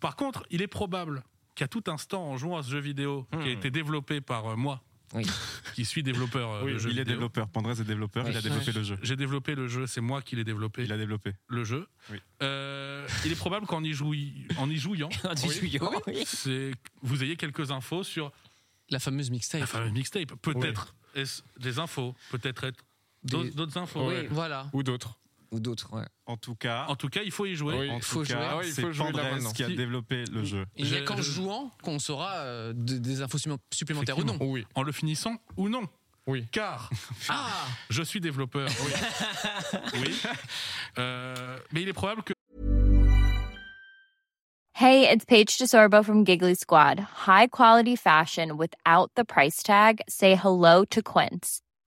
S5: Par contre, il est probable qu'à tout instant, en jouant à ce jeu vidéo
S2: Hmm.
S5: qui a été développé par euh, moi,
S3: Oui.
S5: qui suis développeur euh, de jeux
S7: Il est
S5: vidéo,
S7: développeur. Pandrez est développeur. Il a
S3: Ouais.
S7: développé le jeu.
S5: j'ai développé le jeu, c'est moi qui l'ai développé,
S7: Il a développé.
S5: le jeu.
S7: Oui.
S5: Euh, il est probable qu'en y, jouy- en y jouant,
S3: Un du jouillon. Oui.
S5: c'est- vous ayez quelques infos sur
S2: La fameuse mixtape.
S5: la fameuse mixtape. Peut-être est-ce des infos, peut-être être d'autres
S2: Des-
S5: d'autres infos.
S3: Oui.
S2: Voilà.
S4: Ou d'autres.
S3: Ou d'autres, ouais.
S7: En tout cas,
S5: En tout cas, il faut y jouer.
S4: Oui.
S7: en
S2: faut
S7: tout
S2: jouer.
S7: cas,
S4: Ah oui, il faut
S7: c'est
S4: jouer là
S7: Pandrez
S4: maintenant.
S7: qui a
S5: Si-
S7: développé le jeu.
S2: Il n'y a
S5: Je-
S2: qu'en
S5: je-
S2: jouant qu'on saura euh, de- des infos supplément- supplémentaires ou non.
S4: Oui.
S5: En le finissant ou non.
S4: Oui.
S5: Car
S2: Ah
S5: je suis développeur. Oui. Oui. Euh, mais il est probable que
S10: Hey, it's Paige DeSorbo from Giggly Squad. High quality fashion without the price tag. Say hello to Quince.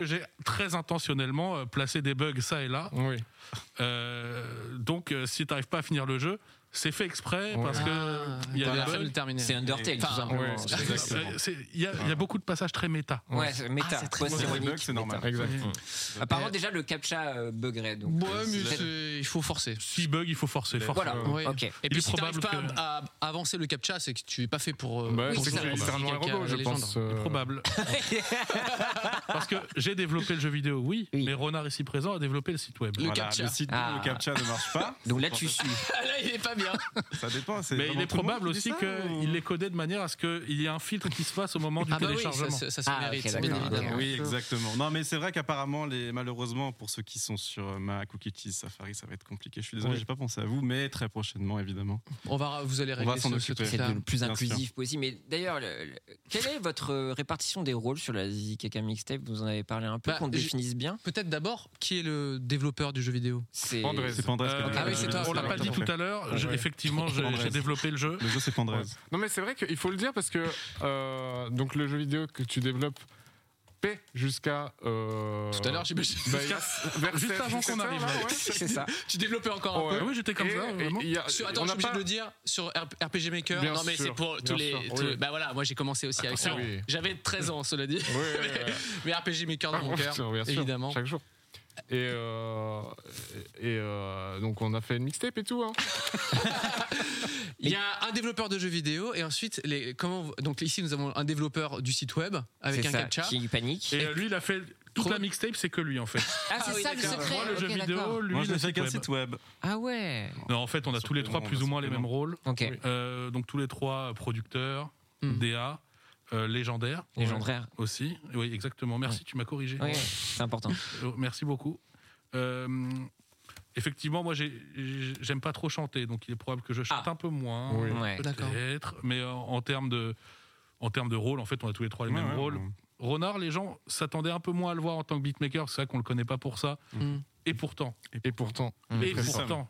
S5: j'ai très intentionnellement euh, placé des bugs ça et là.
S4: Oui.
S5: Euh, donc, euh, si tu n'arrives pas à finir le jeu, c'est fait exprès
S4: Ouais.
S5: parce que
S2: Ah,
S5: il y a
S2: voilà,
S5: des
S2: fallait
S5: bugs.
S2: le terminer.
S3: C'est Undertale, tout
S2: Enfin,
S3: simplement.
S4: ouais,
S5: C'est- c'est- c'est- Il y, a- il y a beaucoup de passages très méta. Mm.
S3: Ouais, c'est méta.
S2: Ah, c'est très
S3: Ouais,
S2: bon.
S3: c'est
S7: Les
S3: ironique,
S7: bugs, c'est
S3: méta.
S7: normal. Mmh.
S4: Exact.
S3: Apparemment, déjà, le captcha euh, buggerait. Donc,
S2: Ouais,
S3: euh,
S2: mais
S3: c'est-
S2: c'est- il faut forcer.
S5: Si bug, il faut forcer. forcer.
S3: Voilà.
S2: Oui.
S3: Ok.
S2: Et puis si
S5: probable
S2: t'arrives pas
S5: que-
S2: à, à avancer le captcha, c'est que tu es pas fait pour. euh,
S4: Bah,
S2: pour
S4: c'est
S2: jouer
S4: que
S2: à
S4: c'est un
S2: Zizi
S4: noir
S2: Kaka,
S4: robot,
S2: la
S4: je
S2: légende.
S4: pense. euh,
S5: Probable. Parce que j'ai développé le jeu vidéo, oui,
S3: Oui.
S5: mais Renard ici présent a développé le site web.
S2: Le
S7: Voilà,
S2: captcha.
S7: Le site
S3: Ah.
S7: le captcha ne marche pas.
S3: Donc là, tu suis.
S2: Là, il est pas bien.
S7: Ça dépend. c'est
S5: Mais
S7: vraiment
S5: il est
S7: tout le monde
S5: probable
S7: qui dit
S5: aussi
S7: ça, ou-
S5: qu'il les codé de manière à ce qu'il y ait un filtre qui se fasse au moment du
S2: Ah bah oui, ça,
S5: téléchargement.
S2: ça- ça se
S3: Ah, ok,
S2: mérite,
S3: d'accord,
S2: bien
S3: d'accord.
S2: évidemment.
S7: Oui, exactement. Non, mais c'est vrai qu'apparemment, les... malheureusement, pour ceux qui sont sur euh, Mac ou qui utilisent Safari, ça va être compliqué. Je suis désolé, j'ai pas pensé à vous, mais très prochaitement, évidemment.
S2: On va, vous allez
S7: On va
S2: régler
S7: s'en
S2: ce, ce
S7: occuper.
S3: C'est
S2: truc-là.
S3: le plus
S7: Bien
S3: inclusif possible. Mais d'ailleurs, le- le- Quelle est votre euh, répartition des rôles sur la Zizi Kaka Mixtape Vous en avez parlé un peu,
S2: Bah,
S3: qu'on
S2: j'ai-
S3: définisse bien.
S2: Peut-être d'abord, qui est le développeur du jeu vidéo
S3: C'est
S5: Pandrez.
S7: C'est Pandrez qui a
S5: Euh,
S7: développé
S2: ah oui, c'est
S5: le
S2: toi,
S5: jeu. On l'a
S2: c'est
S5: pas
S2: toi,
S5: dit
S2: tout à
S5: tout
S2: fait.
S5: à l'heure. je-
S7: Ouais.
S5: Effectivement, j'ai-
S7: Pandrez.
S5: j'ai développé le jeu.
S7: Le jeu, c'est Pandrez.
S4: Non mais c'est vrai qu'il faut le dire parce que euh, donc le jeu vidéo que tu développes P jusqu'à euh,
S2: Tout à l'heure, j'imagine.
S4: bah,
S5: Jusqu'à-
S4: vers
S5: juste
S4: 16,
S5: avant qu'on
S4: 17,
S5: arrive,
S4: là,
S5: là.
S4: ouais.
S3: C'est ça.
S2: tu développais encore un
S4: Ouais.
S5: Ah oui, j'étais comme
S4: Et-
S5: ça.
S4: et
S5: vraiment.
S4: il y a-
S2: peu. Sur- attends,
S4: on
S2: je suis obligé
S4: n'a pas-
S2: de le dire sur R- RPG Maker.
S4: Bien
S2: non, mais
S4: sûr,
S2: c'est pour tous
S4: bien
S2: les.
S4: sûr,
S2: tous-
S4: oui.
S2: Bah voilà, moi j'ai commencé aussi avec
S4: Attention,
S2: ça.
S4: oui.
S2: J'avais 13 ans, cela dit.
S4: Ouais, ouais, ouais.
S2: Mais RPG Maker dans
S4: Ah,
S2: mon
S4: bon,
S2: cœur,
S4: sûr, bien sûr,
S2: évidemment.
S4: Chaque jour. Et, euh, et euh, donc on a fait une mixtape et tout. Hein.
S2: Il y a un développeur de jeux vidéo et ensuite, les, comment, donc ici nous avons un développeur du site web avec
S3: C'est
S2: un
S3: ça,
S2: captcha.
S3: Qui panique.
S5: Et euh, lui, il a fait toute
S2: Trop-
S5: la mixtape, c'est que lui en fait.
S8: Ah, c'est
S2: oui,
S8: ça le
S2: d'accord.
S8: secret.
S5: Moi, le
S8: Ok,
S5: jeu vidéo,
S8: d'accord.
S5: lui,
S7: Moi, je
S5: le
S7: l'ai fait
S5: site
S7: avec un
S5: web.
S7: site web.
S3: Ah ouais.
S5: Non, en fait, on a tous les trois
S7: Simplement,
S5: plus ou moins les mêmes
S7: simplement.
S5: rôles.
S3: Ok.
S5: Euh, donc tous les trois producteurs,
S2: Hmm.
S5: DA, euh, légendaire
S3: Légendaire.
S5: aussi. Oui, exactement. Merci, tu m'as corrigé.
S3: Ouais, c'est important.
S5: Euh, Merci beaucoup. Euh, effectivement, moi, j'ai- j'ai- j'aime pas trop chanter, donc il est probable que je chante
S3: Ah.
S5: un peu moins.
S4: Oui.
S3: Ouais.
S2: D'accord.
S5: Peut-être. Mais en, en termes de en termes de rôle, en fait, on a tous les trois les
S7: Ouais,
S5: mêmes
S7: ouais,
S5: rôles.
S7: ouais.
S5: Ronard, les gens s'attendaient un peu moins à le voir en tant que beatmaker. C'est vrai qu'on le connaît pas pour ça.
S2: Hmm.
S5: Et pourtant,
S4: Et pourtant,
S5: et
S7: Nous sommes.
S5: pourtant,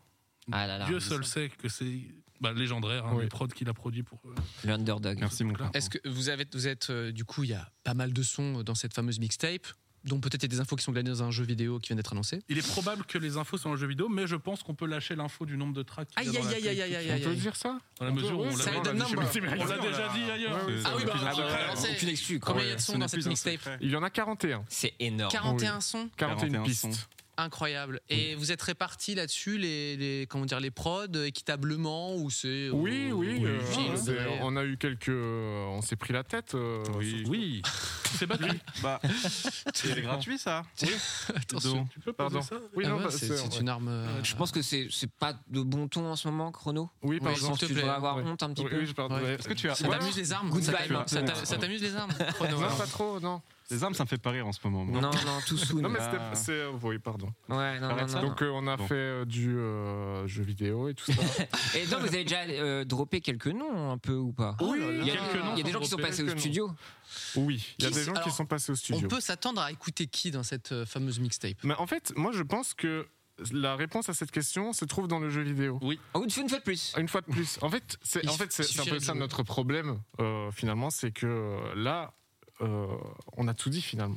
S3: Ah là là.
S5: Dieu seul sait que c'est bah, légendaire, hein,
S4: Oui.
S5: les prods qu'il a produit pour. euh,
S3: Le underdog.
S7: Merci, mon
S5: Claire.
S7: frère.
S2: Est-ce que Eh, vous, avez, vous êtes, euh, du coup, il y a pas mal de sons euh, dans cette fameuse mixtape, dont peut-être il y a des infos qui sont glanées dans un jeu vidéo qui vient d'être annoncé.
S5: Il est probable que les infos sont dans le jeu vidéo, mais je pense qu'on peut lâcher l'info du nombre de tracks. qu'il y a dans la playlist.
S4: on peut dire ça
S5: Dans la mesure où on
S2: Ça
S5: l'a-
S2: aide
S5: on l'a
S2: un nombre.
S5: dit- on l'a déjà dit ailleurs.
S7: C'est-
S2: Ah oui, bah,
S7: c'est-
S2: bah,
S7: c'est-
S2: bah,
S7: c'est-
S2: bah,
S7: c'est-
S3: Aucune excuse. quoi.
S2: Combien il y a de
S7: ce
S2: sons
S7: n'est
S2: dans cette
S7: plus un
S2: mixtape
S7: secret.
S4: Il y en a 41.
S3: C'est
S5: Ah
S3: énorme.
S2: 41 sons
S4: 41 pistes.
S7: sons.
S2: Incroyable. Et vous êtes répartis là-dessus, les, les- comment dire, les prods, euh, équitablement ou c'est
S4: Oui,
S2: ou-
S4: oui.
S2: ou-
S4: euh,
S2: fil,
S4: c'est-
S2: ouais.
S4: on a eu quelques. euh, on s'est pris la tête. euh,
S7: Oui.
S5: Oui, c'est battu.
S7: Bah, c'est gratuit, ça.
S2: Attention.
S7: Donc,
S5: Tu peux poser
S4: Pardon.
S5: ça
S4: Oui,
S2: Ah
S4: non,
S2: ouais,
S4: bah,
S2: c'est
S4: c'est-
S2: c'est
S4: ouais.
S2: une arme. euh,
S3: Ah, Je pense que c'est c'est pas de bon ton en ce moment, Chrono.
S4: Oui,
S3: Je
S4: pardon.
S3: pense que tu
S2: plaît.
S3: devrais avoir
S4: Ouais.
S3: honte un petit
S4: Oui,
S3: peu.
S4: oui, je pardon.
S2: Ouais.
S7: Est-ce que tu as.
S2: Ça t'amuse les armes
S3: Good
S2: Ça
S3: vibe,
S2: t'amuse- ça
S3: un peu.
S2: t'a- ça t'amuse les armes Chrono,
S4: Non,
S2: alors.
S4: pas trop, non.
S7: Les armes, ça me fait pas rire en ce moment. moi.
S3: Non, non, tout soon.
S4: Non, mais
S7: Ah.
S4: c'était- c'est. euh, Oui, pardon.
S3: Ouais, non, non,
S4: Arrête
S3: non,
S4: ça.
S3: non.
S4: Donc, euh, on a
S7: Bon.
S4: fait euh, du euh, jeu vidéo et tout ça.
S3: Et donc, vous avez déjà euh, droppé quelques noms un peu ou pas
S5: Oh là
S3: Il
S5: là.
S3: y a,
S5: Quelques noms
S3: il y a des gens qui sont
S4: droppés,
S3: passés au
S4: quelques noms.
S3: studio.
S4: Oui, il y a
S2: Qui
S4: des
S2: s-
S4: gens qui
S2: alors,
S4: sont passés au
S2: On
S4: studio.
S2: peut s'attendre à écouter qui dans cette euh, fameuse mixtape
S4: Mais en fait, moi, je pense que la réponse à cette question se trouve dans le jeu vidéo.
S2: Ah
S3: Oh, une fois une fois de plus.
S4: Une fois de plus. En fait, c'est
S2: Il
S4: en fait, c'est- c'est un
S2: suffirait
S4: peu
S2: de
S4: ça
S2: jouer.
S4: notre problème, euh, finalement, c'est que là, euh, on a tout dit, finalement.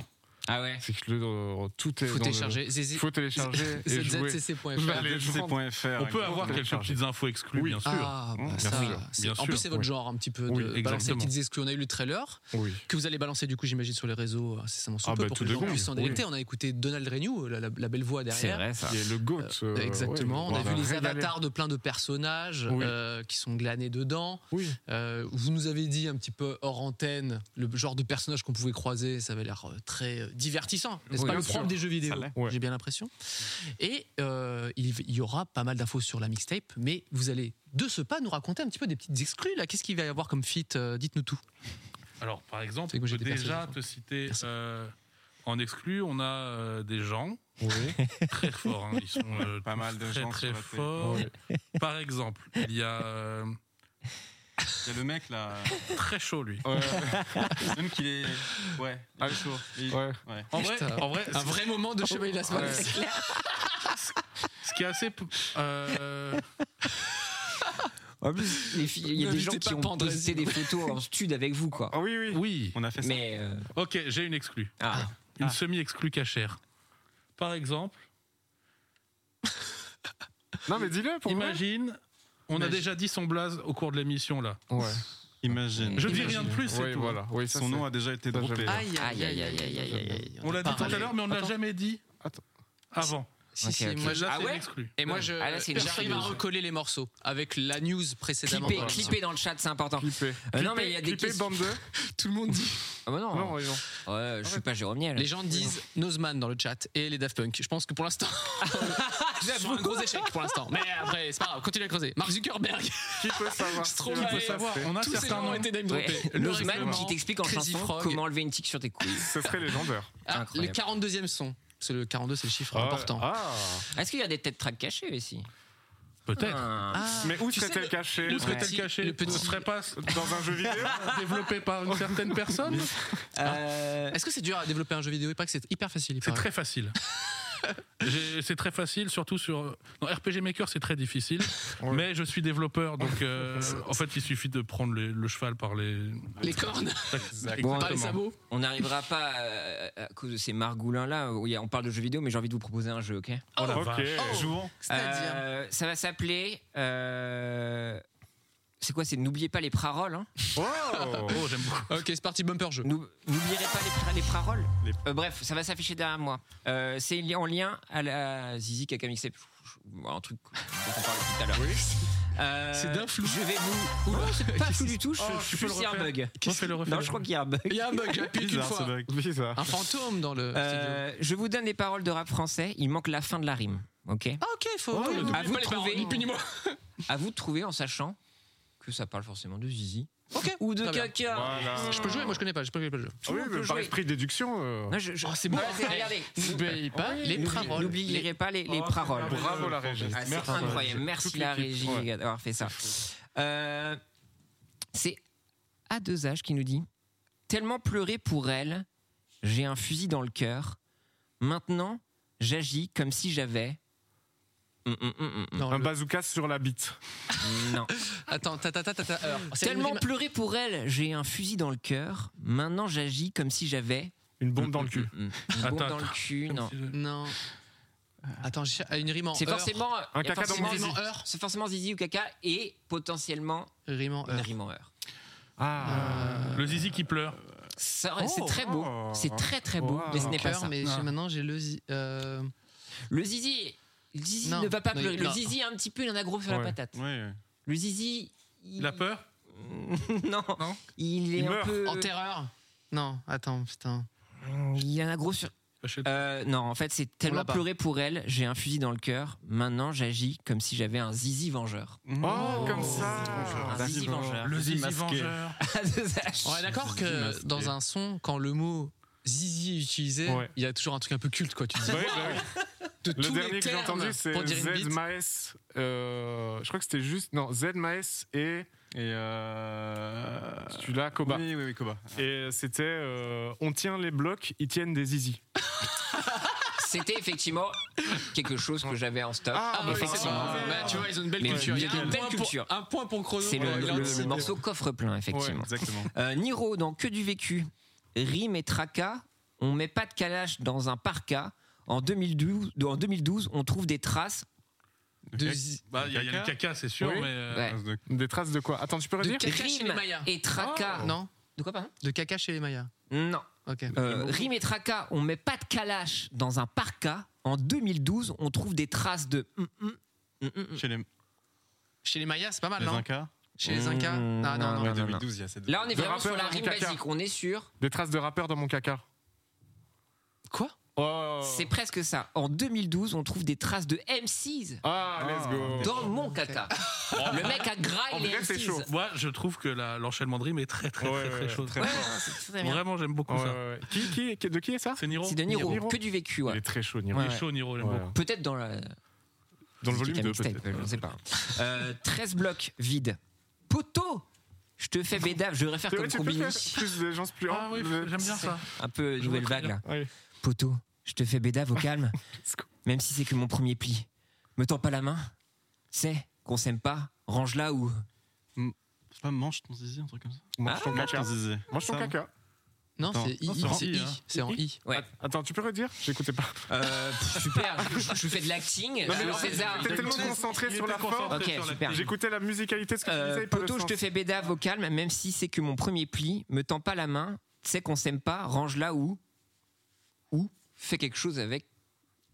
S3: Ah ouais.
S4: C'est que le, euh, tout est.
S2: Faut
S4: dans le-
S2: télécharger. Zézé-
S4: Il faut télécharger et jouer.
S2: ZZCC.fr.
S4: Bah, les gens-
S7: LDC.fr,
S5: On peut
S7: exactement.
S5: avoir quelques
S4: Chargé.
S5: petites infos exclues,
S4: Oui.
S5: bien sûr.
S2: Ah, bah,
S7: Bien
S2: ça,
S4: sûr,
S2: c'est-
S5: bien
S2: En plus,
S5: sûr.
S2: c'est votre genre un petit peu de
S4: Oui,
S2: balancer les
S5: exactement.
S2: petites exclus. On a eu le trailer
S4: Oui.
S2: que vous allez balancer du coup, j'imagine, sur les réseaux euh, incessamment sous
S4: Ah,
S2: peu
S4: bah,
S2: pour que
S4: tout
S2: les
S4: de
S2: gens
S4: go.
S2: puissent s'en
S4: Oui.
S2: délecter. On a écouté Donald Renew, euh, la, la- la belle voix derrière.
S3: ça.
S4: Qui est le GOAT. euh,
S2: Exactement.
S4: ouais,
S2: on a vu
S4: bah,
S2: les
S4: régalé.
S2: avatars de plein de personnages
S4: Oui.
S2: euh, qui sont glanés dedans.
S4: Oui.
S2: Euh, vous nous avez dit un petit peu hors antenne le genre de personnages qu'on pouvait croiser. Ça avait l'air euh, très euh, divertissant. N'est-ce
S4: Oui,
S2: pas
S4: bien
S2: le propre
S4: sûr.
S2: des jeux vidéo
S7: Ça l'est.
S4: Ouais.
S2: J'ai bien l'impression. Et euh, il il y aura pas mal d'infos sur la mixtape, mais vous allez de ce pas nous raconter un petit peu des petites exclus. Là, qu'est-ce qu'il va y avoir comme feat euh, Dites-nous tout.
S5: Alors, par exemple,
S2: C'est que
S5: on
S2: j'ai
S5: peut
S2: des personnes
S5: déjà
S2: qui
S5: te citer
S2: Merci.
S5: euh, en exclu, on a euh, des gens
S4: Oui.
S5: très forts. hein. Ils sont euh,
S7: Pas
S5: tous
S7: mal de
S5: très,
S7: gens
S5: très
S7: sur la télé.
S5: forts. Par exemple, il y a euh,
S7: Il y a le mec là,
S5: très chaud lui.
S4: Ouais.
S7: même qu'il est. Ouais, il est chaud. Il-
S4: Ouais.
S7: ouais.
S5: En vrai,
S2: Putain.
S5: en vrai,
S2: euh, Un vrai moment de Chevalier de la semaine.
S4: Ouais.
S5: ce qui est assez p- euh,
S3: En plus, les filles- il y a des
S2: N'invitez
S3: gens qui
S2: pas
S3: ont
S2: Pandrez.
S3: posté des photos en stud avec vous, quoi.
S4: Ah oui, oui.
S5: oui.
S7: On a fait ça.
S3: Mais euh,
S5: Ok, j'ai une exclue.
S3: ah,
S5: Une semi-exclue cachère. Par exemple,
S4: Non, mais dis-le pour moi.
S5: imagine, on a
S4: Imagine.
S5: déjà dit son blaze au cours de l'émission là.
S4: Ouais.
S7: Imagine.
S5: Je dis rien de plus, c'est
S4: Oui,
S5: tout.
S4: voilà. Oui, ça,
S7: Son nom
S4: c'est-
S7: a déjà été
S4: Ça,
S7: droppé.
S4: j'aime
S2: Aïe,
S3: aïe, aïe, aïe, aïe, aïe, aïe, aïe.
S5: On l'a dit tout à l'heure, mais on ne l'a jamais dit
S4: Attends.
S5: avant.
S2: Si,
S3: Ok,
S2: si,
S3: ok.
S2: moi, je-
S5: Là,
S3: Ah
S5: c'est une
S3: ouais
S5: exclue.
S2: Et moi, je,
S3: Ah, là, c'est une
S2: j'arrive à
S3: chardeuse.
S2: recoller les morceaux avec la news précédemment.
S3: Clippez,
S2: Voilà.
S3: clippez dans le chat, c'est important.
S4: Clippé.
S3: Euh, non, mais il y a des
S4: Clippé,
S3: questions.
S4: bande de-
S2: Tout le monde dit.
S3: Ah bah non,
S4: Non, oui, non.
S3: Ouais, je suis pas Jérôme Niel.
S2: Les gens
S3: hein.
S2: disent Nozman dans le chat et les Daft Punk. Je pense que pour l'instant, c'est un gros échec pour l'instant. Mais après, c'est pas grave, continuez à creuser. Mark Zuckerberg,
S4: Qui peut savoir
S2: c'est trop
S4: Qui
S2: bien.
S4: peut savoir
S5: On a
S2: tous ces
S5: certains
S2: gens ont
S5: noms.
S2: été name
S3: Ouais.
S2: droppés. Le
S3: Nozman
S2: règlement,
S3: qui t'explique en
S2: Crazy
S3: chanson
S2: Frog.
S3: comment enlever une tique sur tes couilles.
S4: Ce serait légendaire.
S2: Ah, le
S3: Incroyable.
S2: 42e son. Parce que le 42, c'est le chiffre important.
S4: Ah,
S3: Est-ce qu'il y a des têtes tracks cachées ici
S5: Peut-être.
S3: Ah.
S5: Ah.
S4: Mais où serait-elle cachée
S5: Où serait-elle cachée
S4: Le petit-
S5: Ne serait pas
S4: Dans un jeu vidéo
S5: développé par une certaine personne
S3: Euh,
S2: Est-ce que c'est dur à développer un jeu vidéo Il paraît que c'est hyper facile. il
S5: C'est
S2: paraît.
S5: très facile. J'ai- C'est très facile, surtout sur. Non, RPG Maker, c'est très difficile. Mais je suis développeur, donc euh, en fait, il suffit de prendre le, le cheval par les.
S2: Les cornes.
S5: Exactement.
S2: Par les sabots.
S3: On n'arrivera pas euh, à, cause de ces margoulins là. On parle de jeux vidéo, mais j'ai envie de vous proposer un jeu, ok
S5: Oh la vache.
S7: Jouons.
S2: C'est-à-dire
S3: Euh, ça va s'appeler. euh, C'est quoi C'est n'oubliez pas les praroles. Hein
S5: Oh, j'aime beaucoup.
S2: Ok, c'est parti, bumper jeu.
S3: N'ou- N'oublierez pas les, pra- les praroles. Euh, bref, ça va s'afficher derrière moi. Euh, c'est li- en lien à la Zizi Kakamixé. Un truc dont on parlait tout à l'heure. Euh,
S2: C'est d'un flou. Oh,
S3: Je vais vous. Non, c'est pas flou du tout. Je,
S5: Oh,
S3: je
S5: tu
S3: suis
S5: peux le
S3: sûr qu'il y a un
S5: refaire.
S3: bug.
S5: Refais le refais.
S3: Non, je crois qu'il y a un bug.
S2: Il y a un bug, j'appuie qu'une
S7: Bizarre ce
S2: fois.
S7: bug.
S2: Un fantôme dans le.
S3: Euh, je vous donne des paroles de rap français. Il manque la fin de la rime. Ok.
S2: Ah, ok, faut.
S3: le double.
S2: à vous
S3: Pas les
S2: trouver.
S3: paroles, ni plus ni À vous de trouver en sachant que ça parle forcément de Zizi
S2: Ok.
S3: ou de
S2: Très bien.
S3: caca.
S4: Voilà.
S2: Je peux jouer, moi je connais pas, je peux pas le jeu.
S4: Ah oui,
S3: on peut
S4: mais par
S3: jouer.
S4: esprit de déduction. euh,
S3: Non, je, je-
S2: Oh, c'est bon.
S3: Ah, c'est- regardez.
S2: N'oubliez pas les paroles.
S3: N'oublierez pas les, les
S5: Oh,
S3: paroles.
S5: c'est
S4: Bravo la régie.
S3: Ah, c'est
S5: Merci.
S3: incroyable. Merci
S5: Toute
S3: la
S5: l'équipe.
S3: régie
S4: Ouais.
S3: d'avoir fait ça. Euh, c'est A2H qui nous dit Tellement pleuré pour elle, j'ai un fusil dans le cœur. Maintenant, j'agis comme si j'avais. Hum, hum, hum, hum,
S2: Non,
S4: Un
S2: le-
S4: bazooka sur la bite.
S3: hum. Non.
S2: Attends, ta ta ta ta ta. alors, c'est
S3: Tellement
S2: une-
S3: pleuré pour elle, j'ai un fusil dans le cœur. Maintenant, j'agis comme si j'avais.
S4: Une bombe dans le cul.
S3: Hum, hum, hum. Une
S5: Attends,
S3: bombe dans le
S5: attends.
S3: cul, non.
S2: Non. Attends, j'ai une rime en
S3: C'est
S2: heure.
S3: forcément.
S4: Un
S3: il y a
S4: caca dans
S2: Une
S3: forcément-
S4: mon
S2: rime en
S4: zizi.
S2: heure.
S3: C'est forcément zizi ou caca et potentiellement
S2: Rime en
S3: une
S2: heure. Euh,
S3: rime en heure.
S7: Ah.
S5: Le zizi qui pleure.
S3: Ça aurait- c'est
S4: Oh.
S3: très beau,
S4: Oh.
S3: c'est très très beau,
S4: Wow.
S3: mais ce n'est pas
S2: Cœur,
S3: ça.
S2: mais j'ai- maintenant j'ai le. zi- euh,
S3: Le zizi, le zizi
S2: Non.
S3: ne va pas
S2: Non,
S3: pleurer.
S2: il-
S3: Le
S2: non.
S3: zizi un petit peu, il en a gros sur la
S4: Ouais.
S3: patate.
S7: Ouais.
S3: Le zizi, il...
S5: Il a peur
S3: non.
S5: Non.
S3: il est
S4: Il
S3: un
S4: meurt.
S3: peu.
S2: En terreur Non, attends, putain.
S3: Il en a gros sur.
S4: Bah,
S5: Achète.
S3: Euh, non, en fait, c'est
S2: l'a
S3: tellement
S2: pas.
S3: pleuré pour elle. J'ai un fusil dans le cœur. Maintenant, j'agis comme si j'avais un zizi vengeur.
S4: Oh, comme ça.
S3: Un zizi Ah, vengeur.
S5: Le zizi
S7: masqué.
S5: vengeur.
S3: À deux H.
S2: On est d'accord que
S7: masqué.
S2: dans un son, quand le mot zizi est utilisé,
S4: Ouais.
S2: il y a toujours un truc un peu culte, quoi. Tu dis
S4: Bah oui, bah oui.
S2: de
S4: Le
S2: tous les
S4: dernier que j'ai
S2: termes
S4: entendu,
S2: pour
S4: c'est
S2: dire une
S4: Z
S2: bite.
S4: Maes. euh, je crois que c'était juste. Non, Z Maes et
S7: Et euh...
S4: celui-là, Koba.
S7: Oui, oui, oui, Koba.
S4: Et c'était euh, On tient les blocs, ils tiennent des zizi.
S3: C'était effectivement quelque chose que j'avais en stock.
S4: Ah, bah,
S3: effectivement.
S4: forcément.
S2: Bah, tu vois, ils ont une belle
S3: Mais
S2: culture.
S3: il y a
S2: un
S3: une belle
S2: point pour-
S3: culture.
S2: un point pour Chrono.
S3: C'est le,
S2: Ouais,
S3: le-
S2: il a
S3: le
S2: anticipé.
S3: morceau coffre plein, effectivement.
S7: Exactement.
S3: Euh, Niro dans Que du vécu, Rime et Tracas, on met pas de calage dans un parka. En 2012, en 2012 on trouve des traces.
S2: De zi-
S5: Bah, Il y a il y a du caca, c'est sûr,
S4: Oui.
S5: mais. euh,
S3: Ouais.
S4: Des traces de quoi Attends, tu peux
S2: de
S4: redire
S2: caca chez les
S3: Rime
S2: Mayas. Oh.
S3: et Tracas.
S2: Non,
S3: De quoi, pardon
S2: de caca chez les Mayas.
S3: Non.
S2: Ok.
S3: Euh, Rime et Tracas, on met pas de calage dans un parka. En 2012, on trouve des traces de. Mm, mm, mm, mm, mm.
S7: Chez les, les
S2: Chez les Mayas, c'est pas mal, non
S7: Incas.
S2: Chez les Incas
S3: Mmh,
S2: Non, non,
S3: non,
S2: non.
S7: Ouais,
S3: non,
S7: 2012, il y a cette.
S3: Là, on est
S4: De
S3: vraiment
S4: rappeur
S3: sur la
S4: dans
S3: rime
S4: mon caca.
S3: basique. On est sûr.
S4: Des traces de rappeurs dans mon caca.
S2: Quoi
S4: Oh.
S3: C'est presque ça. En 2012, on trouve des traces de MCs
S4: Ah, let's go.
S3: dans mon caca. Le mec a
S4: En
S3: graillé les
S4: vrai, c'est
S3: MCs.
S4: chaud.
S5: Moi, je trouve que la- l'enchaînement de rime est très, très,
S4: Ouais,
S5: très, très
S4: ouais,
S5: chaud.
S4: très
S3: Ouais, non, c'est très bien.
S5: Vraiment, j'aime beaucoup
S4: Ouais, ouais,
S5: ça.
S4: ouais. Qui, qui- qui- de qui est ça
S5: C'est Niro.
S3: C'est de Niro.
S4: Niro.
S3: que du vécu. ouais.
S4: Il est très chaud, Niro.
S3: Ouais.
S5: Il est chaud, Niro, j'aime
S4: Ouais.
S5: beaucoup.
S3: Peut-être dans la.
S4: Dans le volume
S3: Kika
S4: 2,
S3: mixtape,
S4: peut-être.
S3: Je ne sais pas. Euh, 13 blocs vides. Poteau Je te fais bédave, je devrais faire
S4: C'est vrai,
S3: comme
S4: tu peux faire
S3: Combini.
S4: plus de gens plus
S5: Ah oui,
S4: le-
S5: j'aime bien ça.
S3: Un peu nouvelle vague là.
S4: Ouais.
S3: Poteau, je te fais bédave au calme,
S4: Let's go.
S3: même si c'est que mon premier pli. Me tends pas la main, c'est qu'on s'aime pas, range là ou.
S7: C'est pas mange ton zizi, un truc comme ça.
S4: Mange ton
S7: Mange
S4: Ah, caca.
S7: ton zizi.
S4: Mange ton
S7: Ça,
S4: caca.
S2: Non,
S7: Attends.
S2: c'est I,
S7: Non, c'est
S2: I,
S7: en
S2: c'est
S7: I,
S2: I.
S7: hein.
S2: C'est en I.
S3: Ouais.
S4: Attends, tu peux redire J'écoutais pas.
S3: Euh, pff, super, je, je fais de l'acting.
S4: Non, mais
S3: euh,
S4: en fait,
S3: César.
S4: t'es tellement concentré
S5: Il
S4: sur
S5: était
S4: la
S5: concentré
S4: forme.
S3: Ok,
S5: sur la-
S3: super.
S4: J'écoutais la musicalité de ce que tu
S3: Euh,
S4: disais. pas le
S3: poteau, je
S4: sens.
S3: te fais bédave au calme, même si c'est que mon premier pli. Me tends pas la main, c'est qu'on s'aime pas, range là ou. Ou fais quelque chose avec.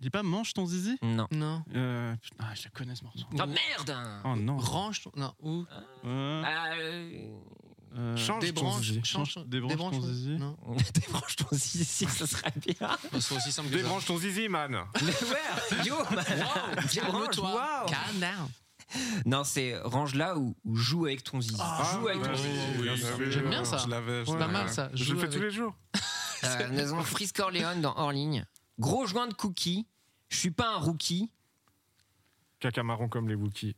S7: Dis pas mange ton zizi
S3: Non.
S2: Non.
S7: euh, Putain, ah, je la connais ce morceau.
S3: Ah merde
S7: Oh non.
S2: Range ton. Non, ou.
S7: Euh,
S3: Ah, euh,
S7: euh,
S4: Change ton
S2: Débranche.
S7: zizi.
S2: change-
S7: Change- débranche ton zizi.
S2: Non.
S3: Débranche ton zizi, ça serait bien.
S2: Bah, C'est aussi simple que
S4: Débranche ton zizi, man.
S3: Mais ouais, yo, bah, débranche,
S2: Calme-toi.
S3: waouh.
S2: Calm down.
S3: Non, c'est range là ou, ou joue avec ton zizi.
S4: Ah,
S3: joue avec ton zizi.
S2: J'aime bien ça.
S7: Je l'avais. je
S2: C'est pas
S7: l'avais.
S2: mal ça.
S4: Je
S2: Joue
S4: le fais
S2: avec-
S4: tous les jours.
S3: Euh, nous avons Freeze Corleone dans Hors Ligne. Gros joint de cookie. Je suis pas un rookie.
S4: Caca marron comme les Wookiees. Mmh.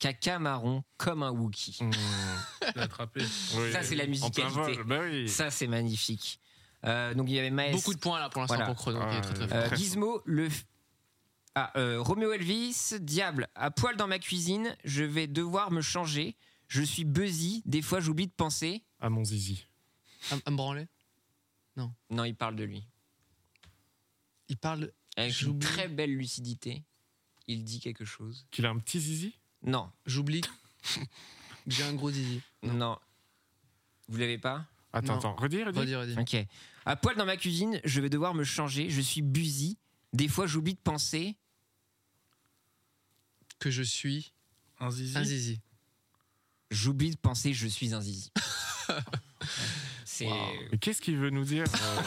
S3: Caca marron comme un Wookie.
S5: attrapé.
S3: Ça, c'est la musicalité.
S4: Bah
S3: Ça, c'est magnifique. Euh, donc, il y avait Maes.
S2: Beaucoup de points, là, pour l'instant, pour Crono, qui est très, très fort.
S3: Euh, Gizmo, le. f- Ah, euh, Roméo Elvis, diable, à poil dans ma cuisine, je vais devoir me changer. Je suis buzzy, des fois j'oublie de penser.
S4: À mon zizi.
S2: À me branler Non.
S3: Non, il parle de lui.
S2: Il parle.
S3: Avec une très belle lucidité. Il dit quelque chose.
S4: Qu'il a un petit zizi
S3: Non.
S2: J'oublie. J'ai un gros zizi.
S3: Non. Vous l'avez pas
S4: Attends, Non. attends, redis, redis. Redis, redis.
S3: Ok. À poil dans ma cuisine, je vais devoir me changer. Je suis busy. Des fois, j'oublie de penser.
S2: Que je suis.
S5: Un zizi.
S2: Un zizi.
S3: J'oublie de penser, je suis un zizi. C'est.
S4: Ah. Mais qu'est-ce qu'il veut nous dire euh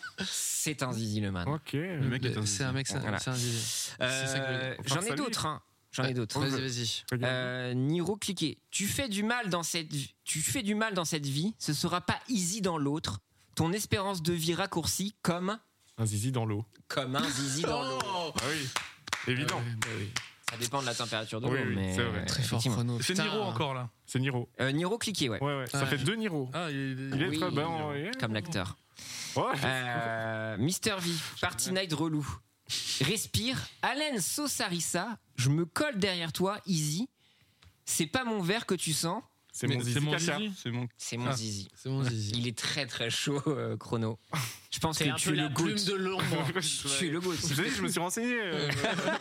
S3: C'est un zizi le man.
S4: Ok. Le
S2: mec est un C'est un zizi. mec, c'est un- c'est un zizi.
S3: Euh,
S2: C'est ça que je veux dire.
S3: J'en ai
S2: Force à
S3: d'autres.
S2: lui.
S3: hein. J'en ai
S2: Ouais,
S3: d'autres.
S2: vas-y, vas-y.
S3: Euh, Niro cliquez. Tu fais du mal dans cette. vi- Tu fais du mal dans cette vie. Ce sera pas easy dans l'autre. Ton espérance de vie raccourcie comme
S4: Un zizi dans l'eau.
S3: comme un zizi dans l'eau. Euh, bah
S4: Ah oui, évident.
S3: Ça dépend de la température de l'eau.
S4: Oui, oui,
S3: mais
S4: c'est vrai. Très fort,
S3: effectivement.
S4: Chrono. C'est Putain. Niro encore, là. C'est Niro.
S3: Euh, Niro cliquez, ouais.
S4: Ouais, ouais. Ça fait deux Niro.
S5: Ah, il,
S4: Il est très bien, ouais.
S3: Comme l'acteur.
S4: Ouais.
S3: Euh, Mister V, Party Night relou. Respire, Alain Sosarissa, je me colle derrière toi, easy. C'est pas mon verre que tu sens.
S4: C'est mon Mais zizi, c'est mon Katia. zizi
S7: C'est mon,
S2: Ah,
S3: zizi.
S2: C'est mon zizi.
S3: Il est très très chaud, euh, Chrono. Je pense
S2: T'es
S3: que
S2: un
S3: tu
S2: peu
S3: es le
S2: la plume
S3: goût.
S2: de l'ombre.
S3: tu es le goût.
S4: Vous savez, je me suis renseigné. euh,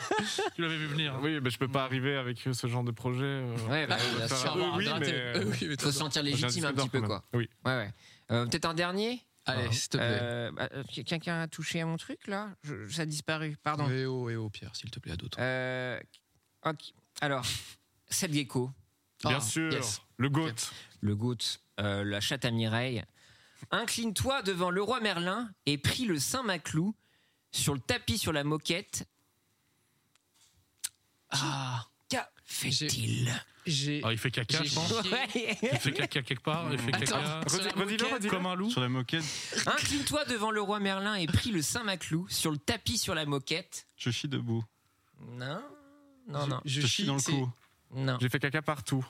S5: tu l'avais vu venir. hein.
S4: Oui, mais je peux pas arriver avec euh, ce genre de projet. euh,
S3: Ouais, bah,
S4: faire
S3: bien sûr.
S4: un- oui, mais, euh,
S3: faut se sentir légitime un petit peu, quoi.
S4: Oui.
S3: Ouais, ouais. Euh, Peut-être un dernier
S2: Allez, s'il te plaît.
S3: Euh, bah, euh, Quelqu'un a touché à mon truc, là Je- Ça a disparu, pardon.
S2: Eh oh, eh oh, Pierre, s'il te plaît, à d'autres.
S3: Euh, ok. Alors, Seth Gecko. Oh,
S4: Bien sûr, le goat.
S3: Le goat, euh, la chatte à Mireille. Incline-toi devant le roi Merlin et prie le Saint Maclou sur le tapis sur la moquette.
S2: Ah
S3: Qu'a fait-il
S2: J'ai.
S5: Ah, il fait caca,
S3: J'ai
S5: je pense.
S3: chié.
S5: Il fait caca quelque part. Il fait
S3: Attends,
S5: caca.
S3: sur la
S5: Redis-le,
S3: moquette.
S5: redis-le. Comme un loup.
S7: Sur la moquette,
S3: Incline-toi devant le roi Merlin et prie le Saint Maclou sur le tapis sur la moquette.
S7: je chie debout.
S3: Non, non, non.
S7: Je, chie dans le cou.
S3: Non.
S4: J'ai fait caca partout.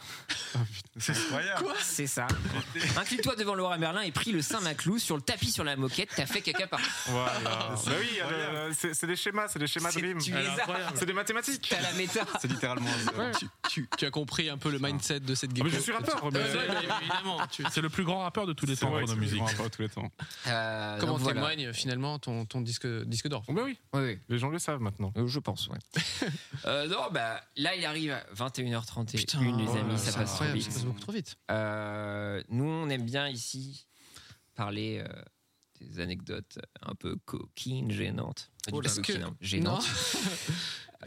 S7: C'est incroyable.
S3: C'est ça. Incline-toi devant le roi Merlin et prie le Saint Maclou sur le tapis sur la moquette. T'as fait caca par.
S4: Voilà. bah oui, euh, c'est c'est des schémas, c'est des schémas de
S3: C'est-
S4: rime.
S3: tu les as.
S4: C'est des mathématiques.
S3: T'as la méta.
S7: C'est littéralement.
S2: euh, Tu, tu- tu as compris un peu le mindset de cette game.
S4: Ah, mais je suis rappeur, mais-
S5: Évidemment, tu- c'est le plus grand rappeur de tous les temps
S7: vrai que
S5: Chrono
S7: c'est le plus
S5: Music.
S7: grand rappeur de tous les temps.
S3: Euh,
S2: Comment
S3: donc voilà.
S2: témoigne finalement ton, ton disque, disque d'or
S4: Oh, bah oui,
S3: Oui, oui.
S4: les gens le savent maintenant.
S3: Euh, Je pense, ouais. Euh, non, bah, là, il arrive à 21h31, les
S2: ouais,
S3: amis, ça
S2: oh c'est
S3: passe trop
S2: incroyable,
S3: vite.
S2: ça passe beaucoup trop vite.
S3: Euh, nous, on aime bien ici parler euh, des anecdotes un peu coquines, gênantes. Pas du
S2: Oh là,
S3: tout
S2: est-ce
S3: coquines,
S2: que-
S3: hein, gênantes.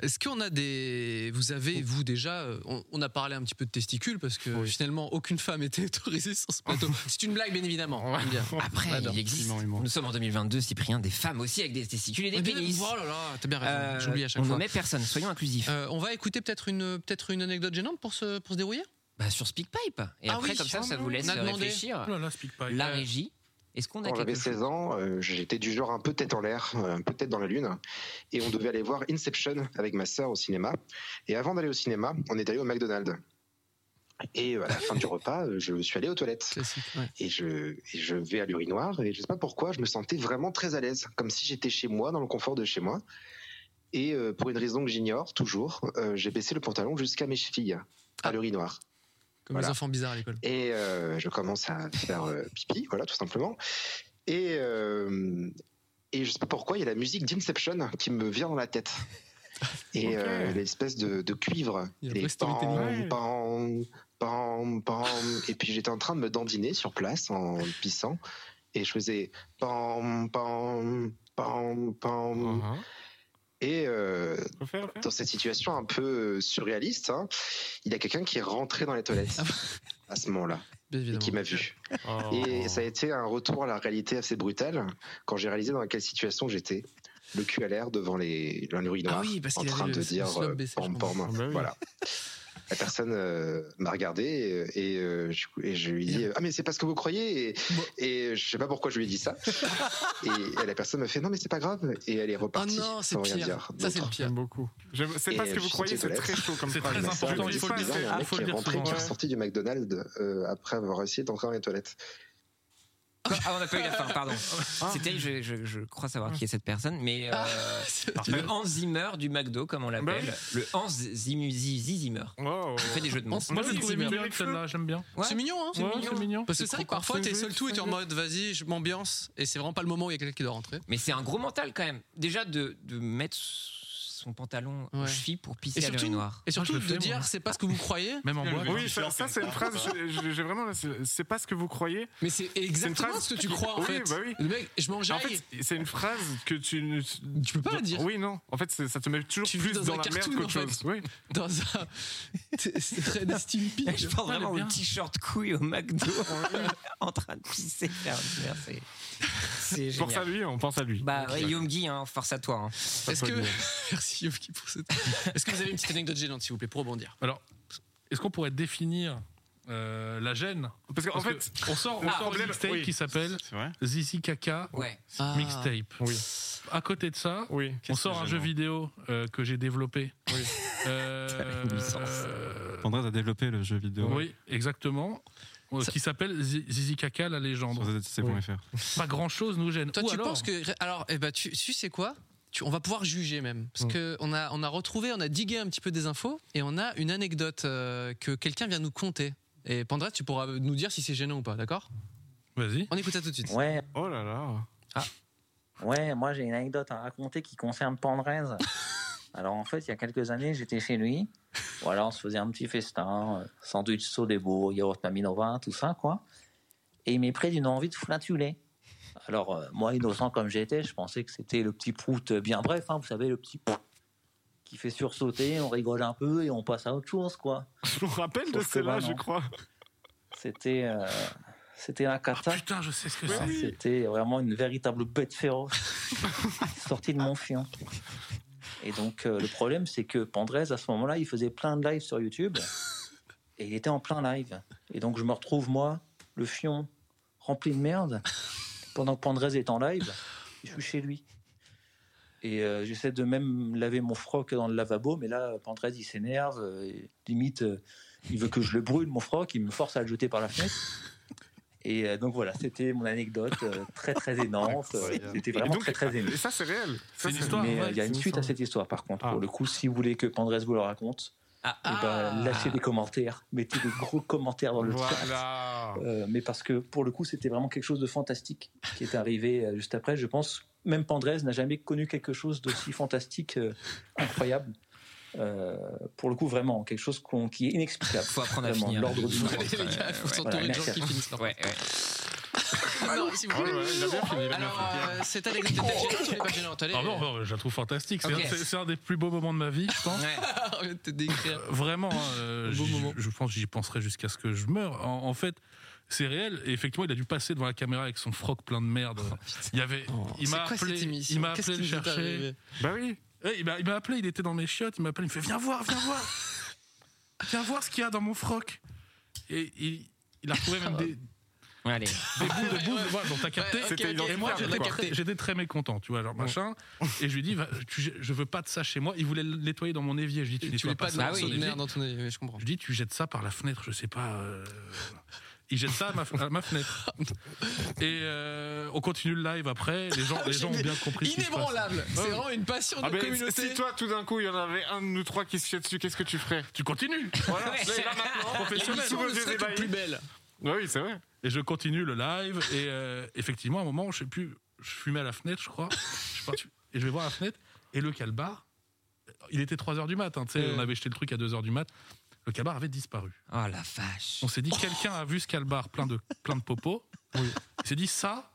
S2: Est-ce qu'on a des. Vous
S3: Oh.
S2: avez, vous déjà, euh, on, on a parlé un petit peu de testicules parce que finalement aucune femme était autorisée sur ce plateau. C'est une blague, bien évidemment. Bien.
S3: Après,
S2: J'adore.
S3: il existe. Nous sommes en 2022, Cyprien, des femmes aussi avec des testicules et des pénis.
S2: Oh là là, t'as bien raison.
S3: Euh,
S2: J'oublie à chaque
S3: on
S2: fois.
S3: ne met personne, soyons inclusifs.
S2: Euh, on va écouter peut-être une, peut-être une anecdote gênante pour se, pour se dérouiller
S3: Bah, sur SpeakPipe. Et
S2: Ah
S3: après,
S2: oui,
S3: comme ça, ça vous laisse
S2: on a demandé.
S3: réfléchir.
S5: Oh là là, Speak Pipe.
S3: La régie. Est-ce qu'on a
S11: Quand j'avais
S3: quelque
S11: 16 ans, euh, j'étais du genre un peu tête en l'air, euh, un peu tête dans la lune, et on devait aller voir Inception avec ma sœur au cinéma. Et avant d'aller au cinéma, on est allé au McDonald's. Et euh, à la fin du repas, euh, je suis allé aux toilettes. Et, je, et je vais à l'urinoir, et je sais pas pourquoi, je me sentais vraiment très à l'aise, comme si j'étais chez moi, dans le confort de chez moi. Et euh, pour une raison que j'ignore toujours, euh, j'ai baissé le pantalon jusqu'à mes chevilles,
S3: Ah.
S11: à l'urinoir.
S2: Comme les enfants bizarres à l'école.
S11: Et euh, je commence à faire euh, pipi, voilà, tout simplement. Et, euh, et je sais pas pourquoi, il y a la musique d'Inception qui me vient dans la tête. Et euh, l'espèce de, de cuivre.
S2: Il y a
S11: Les
S2: le storytelling.
S11: pam, pam, pam, pam. Et puis j'étais en train de me dandiner sur place en pissant. Et je faisais pam, pam, pam, pam. Et euh, dans cette situation un peu surréaliste, hein, il y a quelqu'un qui est rentré dans les
S2: Ah
S11: toilettes à ce moment-là
S2: Bien
S11: et
S2: évidemment.
S11: qui m'a vu. Et ça a été un retour à la réalité assez brutal quand j'ai réalisé dans quelle situation j'étais. Le cul à l'air devant les dans l'urinoir
S2: Ah oui, parce
S11: en
S2: qu'il
S11: train
S2: avait
S11: de
S2: le- le
S11: dire
S2: slob
S11: euh,
S2: baissé, je
S11: pom
S2: pense.
S11: pom.
S2: Ah bah oui.
S11: Voilà. La personne euh, m'a regardé et, et, euh, je, et je lui ai dit Ah, mais c'est pas ce que vous croyez. Et, et je sais pas pourquoi je lui ai dit ça. et, et la personne m'a fait Non, mais c'est pas grave. Et elle est repartie.
S2: Oh non, c'est
S11: sans rien
S2: pire.
S11: dire.
S2: Ça, c'est
S11: Donc,
S2: le pire. J'aime
S4: beaucoup. J'aime- C'est pas
S11: et
S4: ce que vous
S11: je
S4: croyez,
S11: sentais
S4: c'est
S11: de
S4: très
S11: l'air.
S4: chaud comme
S5: C'est
S4: phrase. Hein.
S5: très
S11: Mais ça,
S5: important,
S11: mais
S5: il faut
S11: c'est
S5: le dire.
S11: bizarre, il y a un
S5: Il
S11: mec
S5: faut
S11: qui
S5: le
S11: est
S5: dire
S11: rentré,
S5: souvent,
S11: qui est
S5: ouais.
S11: ressorti du McDonald's euh, après avoir essayé d'entrer dans les toilettes.
S3: Ah, on n'a pas eu la fin, pardon. C'était, je, je- je crois savoir qui est cette personne, mais
S2: Ah,
S3: euh, le Hans Zimmer du McDo, comme on l'appelle,
S5: Bah
S3: le Hans Zim- Zi- Zi- Zimmer.
S2: Oh.
S3: Il fait des jeux de mots.
S5: Moi, je l'ai trouvé mignon celle-là, j'aime bien.
S3: Ouais.
S2: C'est mignon, hein
S5: C'est Ouais, mignon. c'est mignon.
S2: Parce que c'est
S5: C'est
S2: vrai que parfois,
S5: con-
S2: t'es
S5: c'est
S2: seul
S5: juste,
S2: tout et t'es en
S5: c'est
S2: mode, vas-y, je m'ambiance, et c'est vraiment pas le moment où il y a quelqu'un qui doit rentrer.
S3: Mais c'est un gros mental quand même. Déjà de, de mettre son pantalon aux
S2: Ouais.
S3: chevilles pour pisser
S2: Et
S3: à l'urinoir.
S2: surtout, et surtout de dire, c'est pas ce que vous croyez.
S5: Même en bois.
S4: Oui, ça, ça, c'est une phrase. je- je- J'ai vraiment. là, c'est- C'est pas ce que vous croyez.
S2: Mais c'est exactement
S4: une phrase-
S2: ce que tu crois, en
S4: Oui,
S2: fait.
S4: bah oui.
S2: Le mec, je
S4: En
S2: m'enjaille.
S4: fait, c'est une phrase que tu. ne-
S2: Tu peux pas la dire.
S4: Oui, non. En fait, c'est- ça te met toujours
S2: vis
S4: plus
S2: dans
S4: dans,
S2: un
S4: la merde
S2: cartoon, en
S4: qu'autre
S2: fait.
S4: chose. Oui.
S2: Dans un. C'est c'est très Destiny Peak.
S3: Je pense
S2: Ouais,
S3: vraiment
S2: elle est
S3: au
S2: bien.
S3: t-shirt couille au McDo en train de pisser. faire une merde, c'est- C'est
S4: Pense à
S3: génial.
S4: lui, on pense à lui.
S3: Bah,
S4: Ok.
S3: ouais, Guillaume Guy, hein, force à toi. hein.
S2: Est-ce que. Merci, Yoki, pour cette. Est-ce que vous avez une petite anecdote gênante, s'il vous plaît, pour rebondir
S5: Alors, est-ce qu'on pourrait définir euh, la gêne
S4: Parce qu'en
S5: que
S4: fait,
S5: on sort, on
S4: le
S5: sort
S4: problème-
S5: une mixtape
S4: oui.
S5: qui s'appelle
S7: C'est vrai
S5: Zizi Kaka
S3: Ouais.
S2: Ah.
S5: Mixtape.
S4: Oui.
S5: À côté de ça,
S4: Oui.
S5: on
S7: Qu'est-ce que
S5: sort un
S7: j'ai,
S5: jeu
S7: non
S5: vidéo euh, que j'ai développé.
S4: Oui.
S5: Euh,
S3: T'avais une licence.
S5: euh,
S7: Andrés a développé le jeu vidéo.
S5: oui, exactement. Euh,
S2: Ça-
S5: Qui s'appelle Zi- Zizi Kaka, la légende.
S7: Sur ZZC.fr.
S5: Pas grand chose nous gêne.
S2: Toi,
S5: Ou
S2: tu
S5: alors-
S2: penses que. Alors, eh ben, tu, tu sais quoi Tu- on va pouvoir juger même parce
S4: Mm.
S2: que on a on a retrouvé on a digué un petit peu des infos et on a une anecdote euh, que quelqu'un vient nous conter et Pandra tu pourras nous dire si c'est gênant ou pas d'accord
S5: Vas-y.
S2: on écoute ça tout de suite
S12: Ouais, Ah.
S4: Oh là là.
S12: ouais, moi j'ai une anecdote à raconter qui concerne Pandrez. Alors en fait, il y a quelques années, j'étais chez lui. Voilà, on se faisait un petit festin, euh, sandwich Sodebo, yaourt Maminova, tout ça quoi. Et il m'est pris d'une envie de flatuler. Alors euh, moi, innocent comme j'étais, je pensais que c'était le petit prout bien bref, hein, vous savez, le petit prout qui fait sursauter, on rigole un peu et on passe à autre chose quoi.
S4: Je me rappelle de
S12: Sauf que
S4: celle-là,
S12: bah,
S4: je
S12: non.
S4: crois.
S12: C'était, euh, c'était la
S5: Ah,
S12: cata.
S5: Putain, je sais ce que
S12: Ah,
S5: c'est.
S12: C'était vraiment une véritable bête féroce sortie de mon fion. Et donc, euh, le problème, c'est que Pandrez, à ce moment-là, il faisait plein de lives sur YouTube et il était en plein live. Et donc, je me retrouve, moi, le fion rempli de merde pendant que Pandrez est en live. Je suis chez lui. Et euh, j'essaie de même laver mon froc dans le lavabo, mais là, Pandrez, il s'énerve. euh, et limite, euh, il veut que je le brûle, mon froc. Il me force à le jeter par la fenêtre. Et euh, donc voilà, c'était mon anecdote euh, très très énorme. c'était vraiment
S4: Et donc-
S12: très très énorme.
S4: Et ça, c'est réel. Ça,
S5: C'est une histoire.
S12: Mais euh,
S5: vraie,
S12: il y a
S5: c'est
S12: une suite
S5: histoire.
S12: à cette histoire par contre.
S4: Ah.
S12: Pour le coup, si vous voulez que Pandrez vous le raconte,
S3: Ah,
S12: eh ben, lâchez des commentaires, mettez des gros commentaires dans le chat.
S4: Voilà.
S12: Euh, mais parce que pour le coup, c'était vraiment quelque chose de fantastique qui est arrivé euh, juste après. Je pense même Pandrez n'a jamais connu quelque chose d'aussi fantastique, euh, incroyable. Euh, pour le coup, vraiment quelque chose qu'on- qui est inexplicable.
S3: Faut apprendre à
S12: Vraiment,
S3: finir.
S12: L'ordre du monde.
S3: Ouais,
S2: les gars faut
S3: ouais.
S2: s'entourer de
S12: Voilà,
S2: gens
S12: merci.
S2: qui finissent leur-
S3: Ouais, ouais.
S2: Non, s'il vous
S5: Ah
S2: plaît.
S4: Ouais, ouais, il a bien fini, il a bien
S2: alors euh,
S4: fini.
S2: cette anecdote est gênante elle est pas gênante allez
S5: Ah non, non, je la trouve fantastique. C'est
S3: Ok.
S5: un- c'est- c'est un, des plus beaux moments de ma vie, je pense.
S3: Ouais.
S2: arrête de te décrire
S5: Euh, Vraiment, hein, euh,
S2: Un beau
S5: j'y-
S2: moment.
S5: je pense que j'y penserai jusqu'à ce que je meure. En, en fait, c'est réel. Et effectivement, il a dû passer devant la caméra avec son froc plein de merde. Il y avait, il
S2: Oh, C'est
S5: m'a
S2: quoi cette
S5: appelé,
S2: émission
S5: il m'a
S2: Qu'est-ce
S5: appelé
S2: qui
S5: le
S2: nous est
S5: chercher.
S2: arrivé
S4: Bah oui.
S5: Eh, il m'a il m'a appelé, il était dans mes chiottes, il m'appelle, il me fait Viens voir, viens voir Viens voir ce qu'il y a dans mon froc Et il, il a retrouvé même des, des
S3: Ouais, allez.
S5: bouts de bouffe. Voilà, donc t'as capté.
S2: Ouais, ok,
S4: C'était
S2: ok,
S4: identifiable,
S5: Et moi,
S2: on
S5: j'étais
S2: l'a
S5: très,
S2: capté.
S5: j'étais très mécontent, tu vois, genre machin. Et je lui dis, Va, tu- je veux pas de ça chez moi. Il voulait le nettoyer dans mon évier. Je lui dis, tu,
S2: tu voulais
S5: nettoies pas,
S2: pas
S5: ça
S2: de
S5: dans
S2: merde
S3: oui,
S5: son
S3: il
S5: évier.
S2: dans ton avis, mais je comprends
S5: Je dis, tu jettes ça par la fenêtre, je sais pas. euh, Il jette ça à ma, à ma fenêtre. Et euh, on continue le live après. Les gens, les gens ont bien compris ce qui se passe.
S2: inébranlable c'est vraiment une passion de
S4: Ah, ben,
S2: communauté
S4: si toi, tout d'un coup, il y en avait un de nous trois qui se chiait dessus, qu'est-ce que tu ferais
S5: Tu continues
S4: Voilà,
S3: Ouais.
S4: là, il y en a maintenant.
S2: L'émission
S4: Sous
S2: ne
S4: vos
S2: serait
S4: yeux
S2: que
S4: ébahis.
S2: plus belle
S4: Ouais, oui, c'est vrai.
S5: Et je continue le live. Et euh, effectivement, à un moment, je sais plus, je fumais à la fenêtre, je crois. Je sais pas, tu- et je vais voir la fenêtre. Et le calbar, euh, il était 3h du matin. tu sais,
S2: Ouais.
S5: On avait jeté le truc à 2h du mat. Le calbar avait disparu.
S3: Oh la vache.
S5: On s'est dit, quelqu'un a vu ce calbar plein de, plein de popos. Il s'est dit, ça,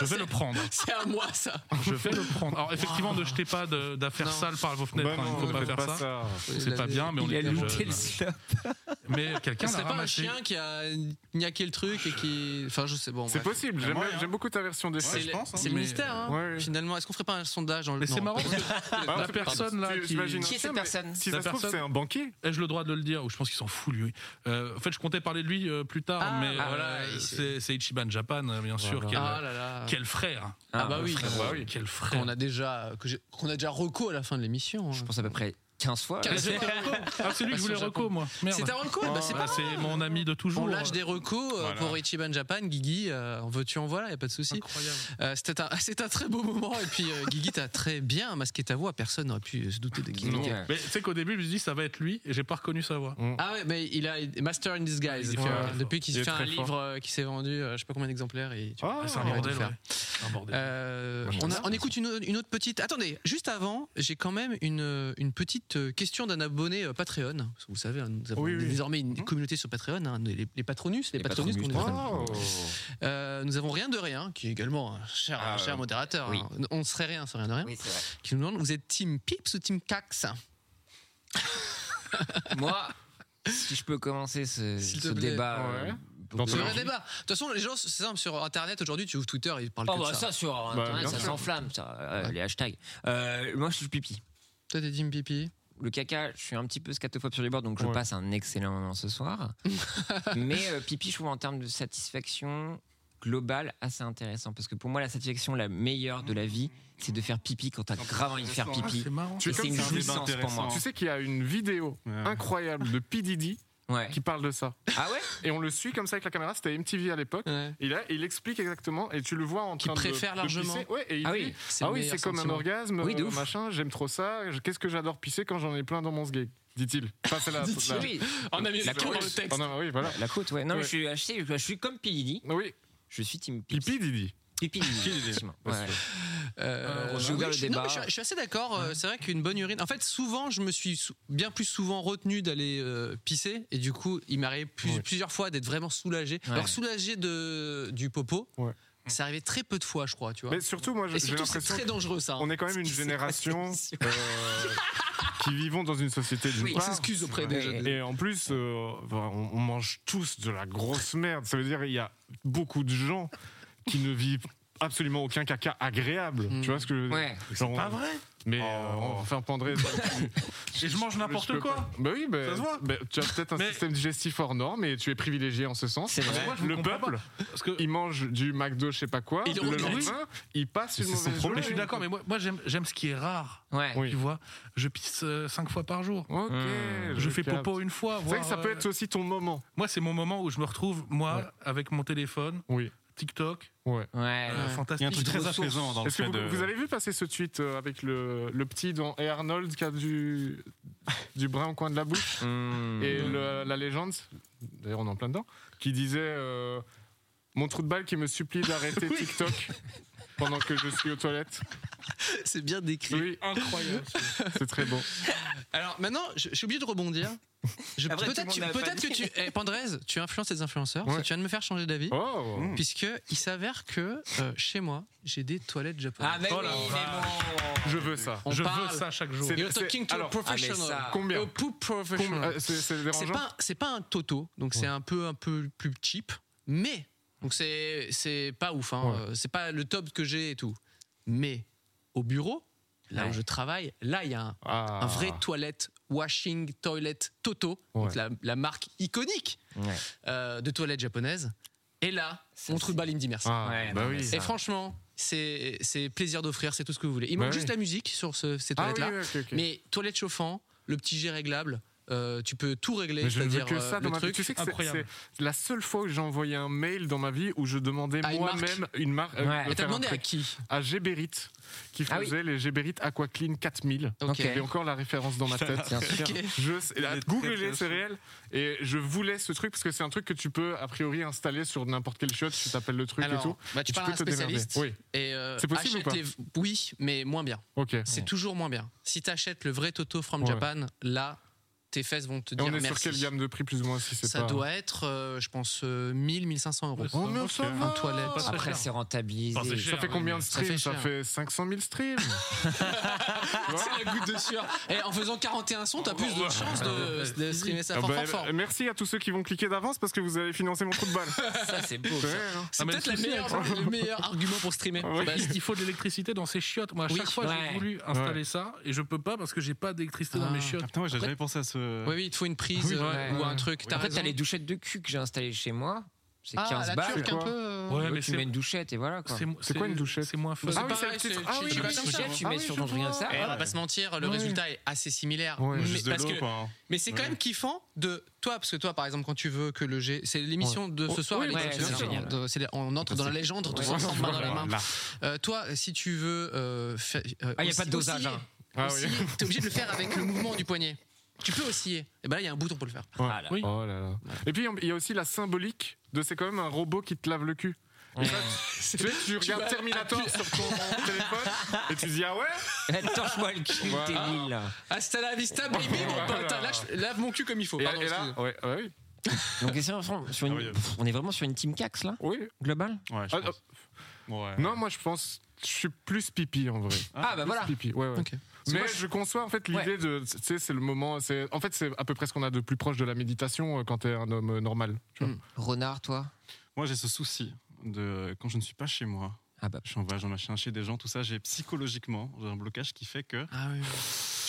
S5: je vais le prendre.
S2: C'est à moi ça.
S5: Je vais le prendre. Alors effectivement, ne jetez pas de- d'affaires sales par vos fenêtres.
S7: Bah
S5: hein,
S7: non,
S5: il faut pas
S7: faites
S5: faire
S7: pas
S5: ça.
S7: ça.
S5: C'est pas bien, mais on
S3: Ah, Il a
S5: est bien
S3: looté
S5: jeune.
S3: le slop.
S5: Mais quelqu'un
S2: C'est
S5: l'a
S2: pas un
S5: ramassé.
S2: chien qui a niaqué le truc et qui. Enfin, je sais bon.
S4: C'est
S2: bref.
S4: possible, j'aime j'aime beaucoup ta version des
S2: C'est le,
S4: faits, je pense. hein,
S2: c'est le
S4: mais-
S2: mystère, hein,
S4: Ouais, ouais.
S2: finalement. Est-ce qu'on ferait pas un sondage dans le
S5: Mais c'est
S2: Non.
S5: marrant parce
S2: Ah,
S5: que la
S2: pardon.
S5: personne là
S4: Tu-
S5: qui.
S4: j'imagine un Qui est cette chien, mais personne si ça se trouve, c'est un banquier.
S5: Ai-je le droit de le dire Ou je pense qu'il s'en fout lui. Euh, en fait, je comptais parler de lui euh, plus tard,
S2: Ah,
S5: mais
S2: ah,
S5: voilà,
S2: ouais,
S5: c'est c'est Ichiban Japan, euh, bien sûr.
S2: Voilà.
S5: Quel,
S2: Ah là là.
S5: quel frère
S2: Ah, bah oui,
S5: frère,
S2: bah oui.
S5: Quel frère
S2: Qu'on a déjà, que j'ai- qu'on a déjà reco à la fin de l'émission. Je pense
S3: à peu près 15 fois.
S2: 15 fois. Bah,
S5: Ah, c'est lui que je voulais reco, moi. Merde.
S2: C'était un reco, bah, c'est
S5: Ah,
S2: pas
S5: C'est
S2: grave.
S5: mon ami de toujours.
S2: On lâche des recos euh,
S5: Voilà.
S2: pour Ichiban Japan, Guigui, euh, en veux-tu en voilà, y a pas de souci. Euh, C'était un, c'est un très beau moment et puis euh, Guigui t'as très bien masqué ta voix, personne n'aurait pu euh, se douter de qui.
S5: Non.
S2: était.
S5: Mais tu sais qu'au début, je me suis dit, ça va être lui, et j'ai pas reconnu sa voix.
S4: Mm.
S2: Ah ouais, mais il a Master in Disguise.
S5: Il est
S2: euh,
S5: très fort.
S2: depuis qu'il
S5: Il est
S2: fait un
S5: très
S2: livre
S5: fort.
S2: euh, qui s'est vendu, euh, je sais pas combien d'exemplaires. et tu-
S5: Ah, c'est un
S2: il va tout
S5: bordel,
S2: faire.
S5: ouais. C'est un bordel.
S2: Euh,
S5: Moi, j'aime
S2: on, a-
S5: ça.
S2: on écoute une, une autre petite. Attendez, juste avant, j'ai quand même une, une petite euh, question d'un abonné euh, Patreon. Parce que vous savez, hein, nous avons
S4: Oui, oui.
S2: désormais une communauté sur Patreon, hein, les, les patronus, les, patronus, qu'on nous appelle.
S4: Wow.
S2: Euh, nous avons rien de rien, qui est également un cher, un
S3: Ah,
S2: cher
S3: euh,
S2: modérateur.
S3: oui.
S2: hein. On serait rien sans rien de rien.
S3: Oui, c'est vrai.
S2: Qui nous demande vous êtes Team Pips ou Team Cax
S3: Moi, si je peux commencer ce,
S2: S'il te
S3: ce
S2: plaît.
S3: débat. euh,
S2: Ouais. C'est
S3: populaire.
S2: le vrai débat. De toute façon, les gens, c'est simple, sur Internet aujourd'hui, tu ouvres Twitter, ils parlent
S3: Ah
S2: que
S3: bah
S2: de ça.
S3: ça sur
S2: Bah,
S3: internet
S2: bien
S3: ça
S2: sûr.
S3: s'enflamme ça euh, les hashtags. Euh, moi je suis pipi.
S2: Toi t'es team pipi.
S3: Le caca, je suis un petit peu scatophobe sur les bords donc je passe un excellent moment ce soir. Mais euh, pipi je trouve en termes de satisfaction globale assez intéressant parce que pour moi la satisfaction la meilleure de la vie c'est de faire pipi quand t'as grave envie de faire pipi.
S4: Ah, Tu
S3: Et
S4: es
S3: c'est
S4: comme
S3: une
S4: ça.
S3: jouissance pour moi.
S4: Tu sais qu'il y a une vidéo incroyable de P. Diddy qui parle de ça.
S3: Ah ouais
S4: Et on le suit comme ça avec la caméra, c'était MTV à l'époque. Et là, il explique exactement, et tu le vois en
S2: Qu'il
S4: train de.
S2: préfère
S4: de
S2: largement.
S4: pisser. Ouais, et il
S2: Ah oui,
S4: dit
S2: c'est
S4: Ah
S2: le
S4: oui,
S2: meilleur
S4: c'est comme un
S2: sentiment.
S4: orgasme,
S2: Oui, de
S4: euh,
S2: ouf.
S4: machin, j'aime trop ça, je- qu'est-ce que j'adore pisser quand j'en ai plein dans mon sgeg, dit-il. Enfin, c'est la.
S3: Dit-il. Oui.
S4: On a mis
S3: La
S4: le
S3: côte.
S4: texte. On a- oui, voilà.
S3: La côte, ouais. Non, mais
S4: Ouais.
S3: je suis, je sais, je suis comme Pilidi.
S4: Oui.
S3: Je suis team Pipi.
S4: Pipi Didi.
S3: Pipi Didi. effectivement. Ouais.
S2: Euh,
S3: j'ai
S2: oui,
S3: ouvert
S2: je,
S3: le débat.
S2: non, mais je suis- je suis assez d'accord. euh, C'est vrai qu'une bonne urine. En fait, souvent, je me suis sou- bien plus souvent retenu d'aller euh, pisser. Et du coup, il m'est arrivé plus- plusieurs fois d'être vraiment soulagé.
S4: Ouais.
S2: Alors, soulagé de, du popo, c'est arrivé très peu de fois, je crois. Tu vois.
S4: Mais surtout, moi,
S2: Et
S4: j'ai
S2: surtout, c'est
S4: l'impression
S2: très
S4: que
S2: dangereux, ça. hein.
S4: On est quand même une
S2: Ce qui s'est
S4: génération
S2: passé.
S4: euh, qui vivons dans une société d'une
S2: Oui, on
S4: part.
S2: s'excuse auprès des jeunes.
S4: Et en plus, euh, enfin, on, on mange tous de la grosse merde. Ça veut dire qu'il y a beaucoup de gens qui ne vivent absolument aucun caca agréable. Tu vois ce que je veux dire
S5: Ouais.
S4: Genre,
S5: C'est pas
S4: on-
S5: vrai
S4: Mais euh, on va faire pendrer.
S5: Et je mange n'importe quoi.
S4: Bah oui, bah,
S5: Ça se voit.
S4: bah, tu as peut-être un
S5: Mais-
S4: système digestif hors norme et tu es privilégié en ce sens.
S5: C'est vrai. Moi, je vous
S4: Le
S5: comprends
S4: peuple, il mange du McDo, je sais pas quoi.
S5: Il
S4: le
S5: regrette.
S4: lendemain, il passe une
S5: C'est son
S4: mauvaise
S5: problème.
S4: journée.
S5: Je suis d'accord, mais moi, moi, j'aime, j'aime ce qui est rare.
S4: Oui.
S5: Tu vois, je pisse euh, cinq fois par jour.
S4: Ok,
S2: Mm.
S5: je,
S4: je
S5: fais
S4: capte.
S5: popo une fois.
S4: C'est vrai que
S5: voire,
S4: ça peut
S5: euh,
S4: être aussi ton moment.
S5: Moi, c'est mon moment où je me retrouve, moi,
S4: Ouais.
S5: avec mon téléphone, TikTok.
S4: Ouais.
S5: Euh, fantastique.
S4: Est-ce que vous, vous avez vu passer ce tweet euh, avec le, le petit dans et Arnold qui a du, du brin au coin de la bouche et le- la légende, d'ailleurs on est en plein dedans, qui disait euh, Mon trou de balle qui me supplie d'arrêter TikTok pendant que je suis aux toilettes.
S2: C'est bien décrit.
S4: Oui.
S5: Incroyable.
S4: C'est très beau.
S2: Alors maintenant, je- j'ai oublié de rebondir. Je-
S4: Après,
S2: Peut-être
S4: tout le monde
S2: tu-
S4: n'a pas
S2: peut-être que
S4: dit.
S2: tu, eh, Pandrez, tu influences les influenceurs. parce que
S4: Ouais.
S2: Tu viens de me faire changer d'avis,
S4: Oh.
S2: Mm. puisque il s'avère que euh, chez moi, j'ai des toilettes japonaises.
S3: Ah, mais oui, mais bon.
S4: Je veux ça.
S2: On
S4: Oh je
S2: parle.
S4: veux ça chaque jour.
S2: You're talking to a
S4: alors,
S2: professional.
S4: ah, mais ça- Combien
S2: A poop professional.
S4: Combien- euh, c'est- c'est dérangeant
S2: pas, c'est pas un toto, donc c'est un peu, un peu plus cheap, mais donc c'est, c'est pas ouf. hein, euh, C'est pas le top que j'ai et tout. Mais au bureau, là où je travaille, là il y a un,
S4: Ah.
S2: un vrai toilette washing toilet toto, donc
S4: Ouais.
S2: la, la marque iconique euh, de toilettes japonaises. Et là, on trouve Balim dit merci.
S4: Ah, Ouais, bah non, oui. mais ça-
S2: Et franchement, c'est c'est plaisir d'offrir, c'est tout ce que vous voulez. Il
S4: Bah
S2: manque
S4: oui.
S2: juste la musique sur ce, ces
S4: Ah
S2: toilettes-là.
S4: oui, oui, ok, ok.
S2: Mais toilette chauffant, le petit jet réglable, euh, tu peux tout régler.
S4: Mais je ne veux
S2: c'est-à-dire,
S4: que
S2: euh,
S4: ça
S2: le
S4: dans ma vie.
S2: truc.
S4: Tu sais que c'est- c'est la seule fois que j'ai envoyé un mail dans ma vie où je demandais
S2: À Ah, une
S4: moi-même
S2: marque.
S4: une marque. euh,
S2: Ouais.
S4: de
S2: Et t'as
S4: faire un
S2: demandé à
S4: truc.
S2: qui
S4: À Géberit, qui faisait
S2: Ah oui.
S4: les Géberit Aqua Clean 4000.
S2: Ok.
S4: J'ai encore la référence dans ma
S2: Putain,
S4: tête.
S2: bien sûr. Ok.
S4: Je sais- là,
S2: Il est très,
S4: Googlez-les,
S2: très
S4: c'est
S2: chaud.
S4: réel. Et je voulais ce truc parce que c'est un truc que tu peux a priori installer sur n'importe quelle chiotte. Tu t'appelles le truc
S2: Alors,
S4: et tout.
S2: bah,
S4: Et
S2: tu parles à un
S4: peux te démerder.
S2: spécialiste.
S4: Oui.
S2: et, euh,
S4: C'est possible ou
S2: achète
S4: pas
S2: les- Oui, mais moins bien.
S4: Ok.
S2: C'est toujours moins bien. Si tu achètes le vrai Toto from
S4: Ouais.
S2: Japan, là, tes fesses vont te
S4: Et
S2: dire
S4: on est
S2: merci.
S4: sur quelle gamme de prix plus ou moins si c'est
S2: Ça
S4: pas...
S2: doit être, euh, je pense, euh, 1000, 1500 euros.
S4: Oh, mais ça
S2: Un
S4: va.
S2: toilette.
S4: Pas très Après, cher. Oh, c'est
S2: Oh,
S3: rentabilisé.
S4: ça fait combien de streams Ça fait 500 000 streams.
S2: C'est la goutte de sueur. Et Eh, en faisant 41 sons, t'as plus de chances de, de streamer ça
S4: Ah
S2: fort, fort,
S4: bah,
S2: fort.
S4: euh, Merci à tous ceux qui vont cliquer d'avance parce que vous avez financé mon coup de balle.
S3: Ça, c'est beau.
S4: Ouais, hein.
S2: C'est
S4: Ah, mais
S2: peut-être
S4: le
S2: la
S4: souci,
S2: meilleure-
S4: hein.
S2: le meilleur argument pour streamer.
S4: Oui.
S2: Bah,
S5: Il faut de l'électricité dans ces chiottes. Moi, à
S2: Oui.
S5: chaque fois,
S2: Ouais.
S5: j'ai voulu
S2: Ouais.
S5: installer ça et je peux pas parce que j'ai pas d'électricité dans mes chiottes.
S7: Putain, ouais, j'avais jamais pensé à ce.
S2: Oui, oui, il te faut une prise
S5: Oui,
S2: euh,
S5: ouais,
S2: ou un
S5: ouais.
S2: truc.
S3: Après,
S2: raison.
S3: t'as les douchettes de cul que j'ai installées chez moi. C'est
S2: Ah,
S3: 15
S2: la
S3: balles.
S2: turque un peu, euh,
S3: Ouais,
S5: Ouais,
S3: mais
S5: mais
S3: tu
S5: c'est-
S3: mets une douchette et voilà. quoi.
S5: C'est mo- C'est quoi une
S4: douchette
S5: C'est moins fun.
S2: Bah,
S4: Ah oui,
S2: c'est pareil,
S4: c'est le
S2: c'est-
S4: titre. Ah
S2: tu-
S4: oui,
S2: tu
S4: je
S2: mets
S4: vois
S2: ton
S4: ça.
S2: chef,
S3: tu
S4: Ah
S3: mets
S4: oui,
S3: sur
S4: je
S3: ton
S4: vois.
S3: drink ça.
S4: Ah
S2: Eh, on va
S4: ouais.
S2: pas se mentir, le
S4: Ouais.
S2: résultat est assez similaire.
S4: Ouais.
S2: mais
S4: Juste de
S2: parce
S4: l'eau,
S2: que-
S4: quoi.
S2: mais c'est quand
S4: Ouais.
S2: même kiffant de toi, parce que toi, par exemple, quand tu veux que le G, c'est l'émission
S3: Ouais.
S2: de ce
S3: Oh,
S2: soir.
S3: oui,
S2: elle est
S3: ouais,
S2: exceptionnelle.
S3: c'est génial.
S2: On- c'est- On entre dans la légende tous
S3: Ouais.
S2: ensemble, main dans la main.
S3: Voilà.
S2: Euh, toi, si tu veux, euh, fa- euh,
S3: Ah, y a
S2: aussi-
S3: pas de dosage,
S2: osciller.
S3: hein.
S4: Ah
S2: Osciller,
S4: oui.
S2: T'es obligé de le faire avec le mouvement du poignet. Tu peux osciller. Et ben là, il y a un bouton pour le faire.
S4: Ouais.
S3: Ah là.
S5: Oui.
S4: Oh là là. Et puis il y a aussi la symbolique de c'est quand même un robot qui te lave le cul. Et ça, tu, tu sais, tu regardes
S2: vas
S4: Terminator
S2: appuyer-
S4: sur ton téléphone et tu te dis ah ouais
S2: Eh,
S3: Torche-moi le cul,
S4: Ouais.
S3: t'es nul là.
S2: Hasta la vista, baby, mon pote. Là, je lave mon cul comme il faut.
S4: Et,
S2: Pardon,
S4: et là,
S2: excusez.
S4: ouais, ouais, oui.
S3: Donc, est-ce qu'on- sur
S4: Ah
S3: une- pff, on est vraiment sur une team cax là
S4: Oui.
S3: Global
S7: Ouais, je
S4: Ah,
S7: pense. Ouais.
S4: Non, moi je pense, je suis plus pipi en vrai.
S3: Ah, bah
S4: Plus
S3: voilà.
S4: Pipi, ouais, ouais.
S2: Ok.
S4: Mais
S3: Moi, je-
S4: je conçois en fait l'idée de, tu sais, c'est le moment, c'est, en fait c'est à peu près ce qu'on a de plus proche de la méditation euh, quand t'es un homme euh, normal. tu vois.
S2: Hmm.
S3: Renard, toi
S7: Moi, j'ai ce souci de quand je ne suis pas chez moi.
S3: Ah bah.
S7: Je suis en voyage en machin chez des gens, tout ça. J'ai psychologiquement j'ai un blocage qui fait que. Euh,
S2: Ah oui, oui.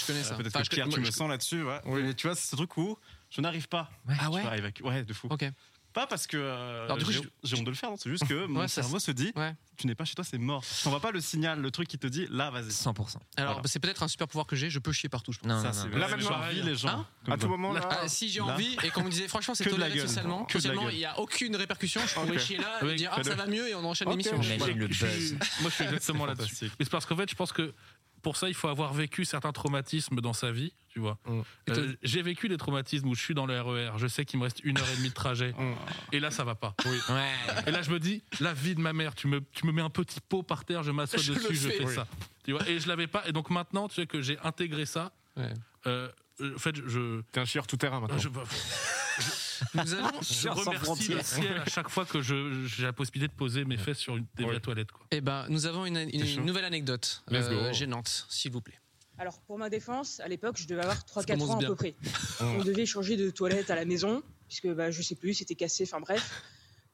S2: je connais ça.
S7: Peut-être
S2: Enfin,
S7: que
S2: je-
S7: Pierre,
S2: moi,
S7: tu me
S2: je-
S7: sens là-dessus. Ouais. Mais tu vois, c'est ce truc où je n'arrive pas.
S2: Ah
S7: Tu
S2: ouais
S7: vois, à évacuer. Ouais, de fou.
S2: Ok.
S7: Pas parce que euh,
S2: Alors, du coup,
S7: j'ai
S2: je-
S7: j'ai honte de le faire, non, c'est juste que mon
S2: Ouais, ça,
S7: cerveau se dit
S2: Ouais.
S7: tu n'es pas chez toi, c'est mort. Je t'envoie pas le signal, le truc qui te dit là, vas-y.
S3: 100%.
S2: Alors, bah,
S7: Voilà.
S2: c'est peut-être un super pouvoir que j'ai, je peux chier partout, je pense.
S3: Non,
S7: Ça,
S3: non,
S7: c'est
S3: non.
S7: vrai.
S4: Là,
S7: Mais
S4: maintenant,
S7: j'envie les gens.
S2: Hein
S7: comme
S4: à tout
S7: ça.
S4: moment là.
S2: Ah, si j'ai
S7: Là.
S2: envie, et comme on disait, franchement, c'est
S7: Que de la
S2: toléré
S7: gueule.
S2: socialement.
S7: Que de la
S2: Socialement,
S7: gueule.
S2: il n'y a aucune répercussion. Je pourrais
S7: Ok.
S2: chier là et
S5: Oui,
S2: dire, ah, ça
S7: fais-le.
S2: va mieux, et on enchaîne
S4: Ok.
S2: l'émission.
S4: Imagine
S5: Ouais,
S3: le
S5: je suis-
S3: buzz.
S5: Moi, je suis exactement là-dessus.
S7: fantastique.
S5: Mais c'est parce qu'en fait, je pense que pour ça, il faut avoir vécu certains traumatismes dans sa vie, tu vois.
S4: Mm.
S5: Euh, J'ai vécu des traumatismes où je suis dans le RER, je sais qu'il me reste une heure et demie de trajet,
S4: Oh.
S5: et là, ça va pas.
S3: Ouais.
S5: Et là, je me dis, la vie de ma mère, tu me, tu me mets un petit pot par terre, je m'assois
S2: Je le
S5: dessus, je
S2: fais.
S5: fais
S2: Oui.
S5: ça. Tu vois, et je l'avais pas. Et donc maintenant, tu sais que j'ai intégré ça.
S2: Ouais.
S5: euh, en fait, je.
S4: T'es un chieur tout terrain maintenant.
S5: je
S2: Nous allons.
S5: je remercie le ciel à chaque fois que je- j'ai la possibilité de poser mes fesses sur une, des
S4: Ouais.
S5: vraies toilettes. Quoi.
S2: Eh ben, nous avons une, une
S4: chaud.
S2: nouvelle anecdote
S4: Let's
S2: euh,
S4: go.
S2: gênante, s'il vous plaît.
S13: Alors, pour ma défense, à l'époque, je devais avoir
S2: Ça
S13: 3-4
S2: commence
S13: ans à
S2: bien.
S13: peu près. On devait changer de toilette à la maison, puisque bah, je sais plus, c'était cassé, enfin bref.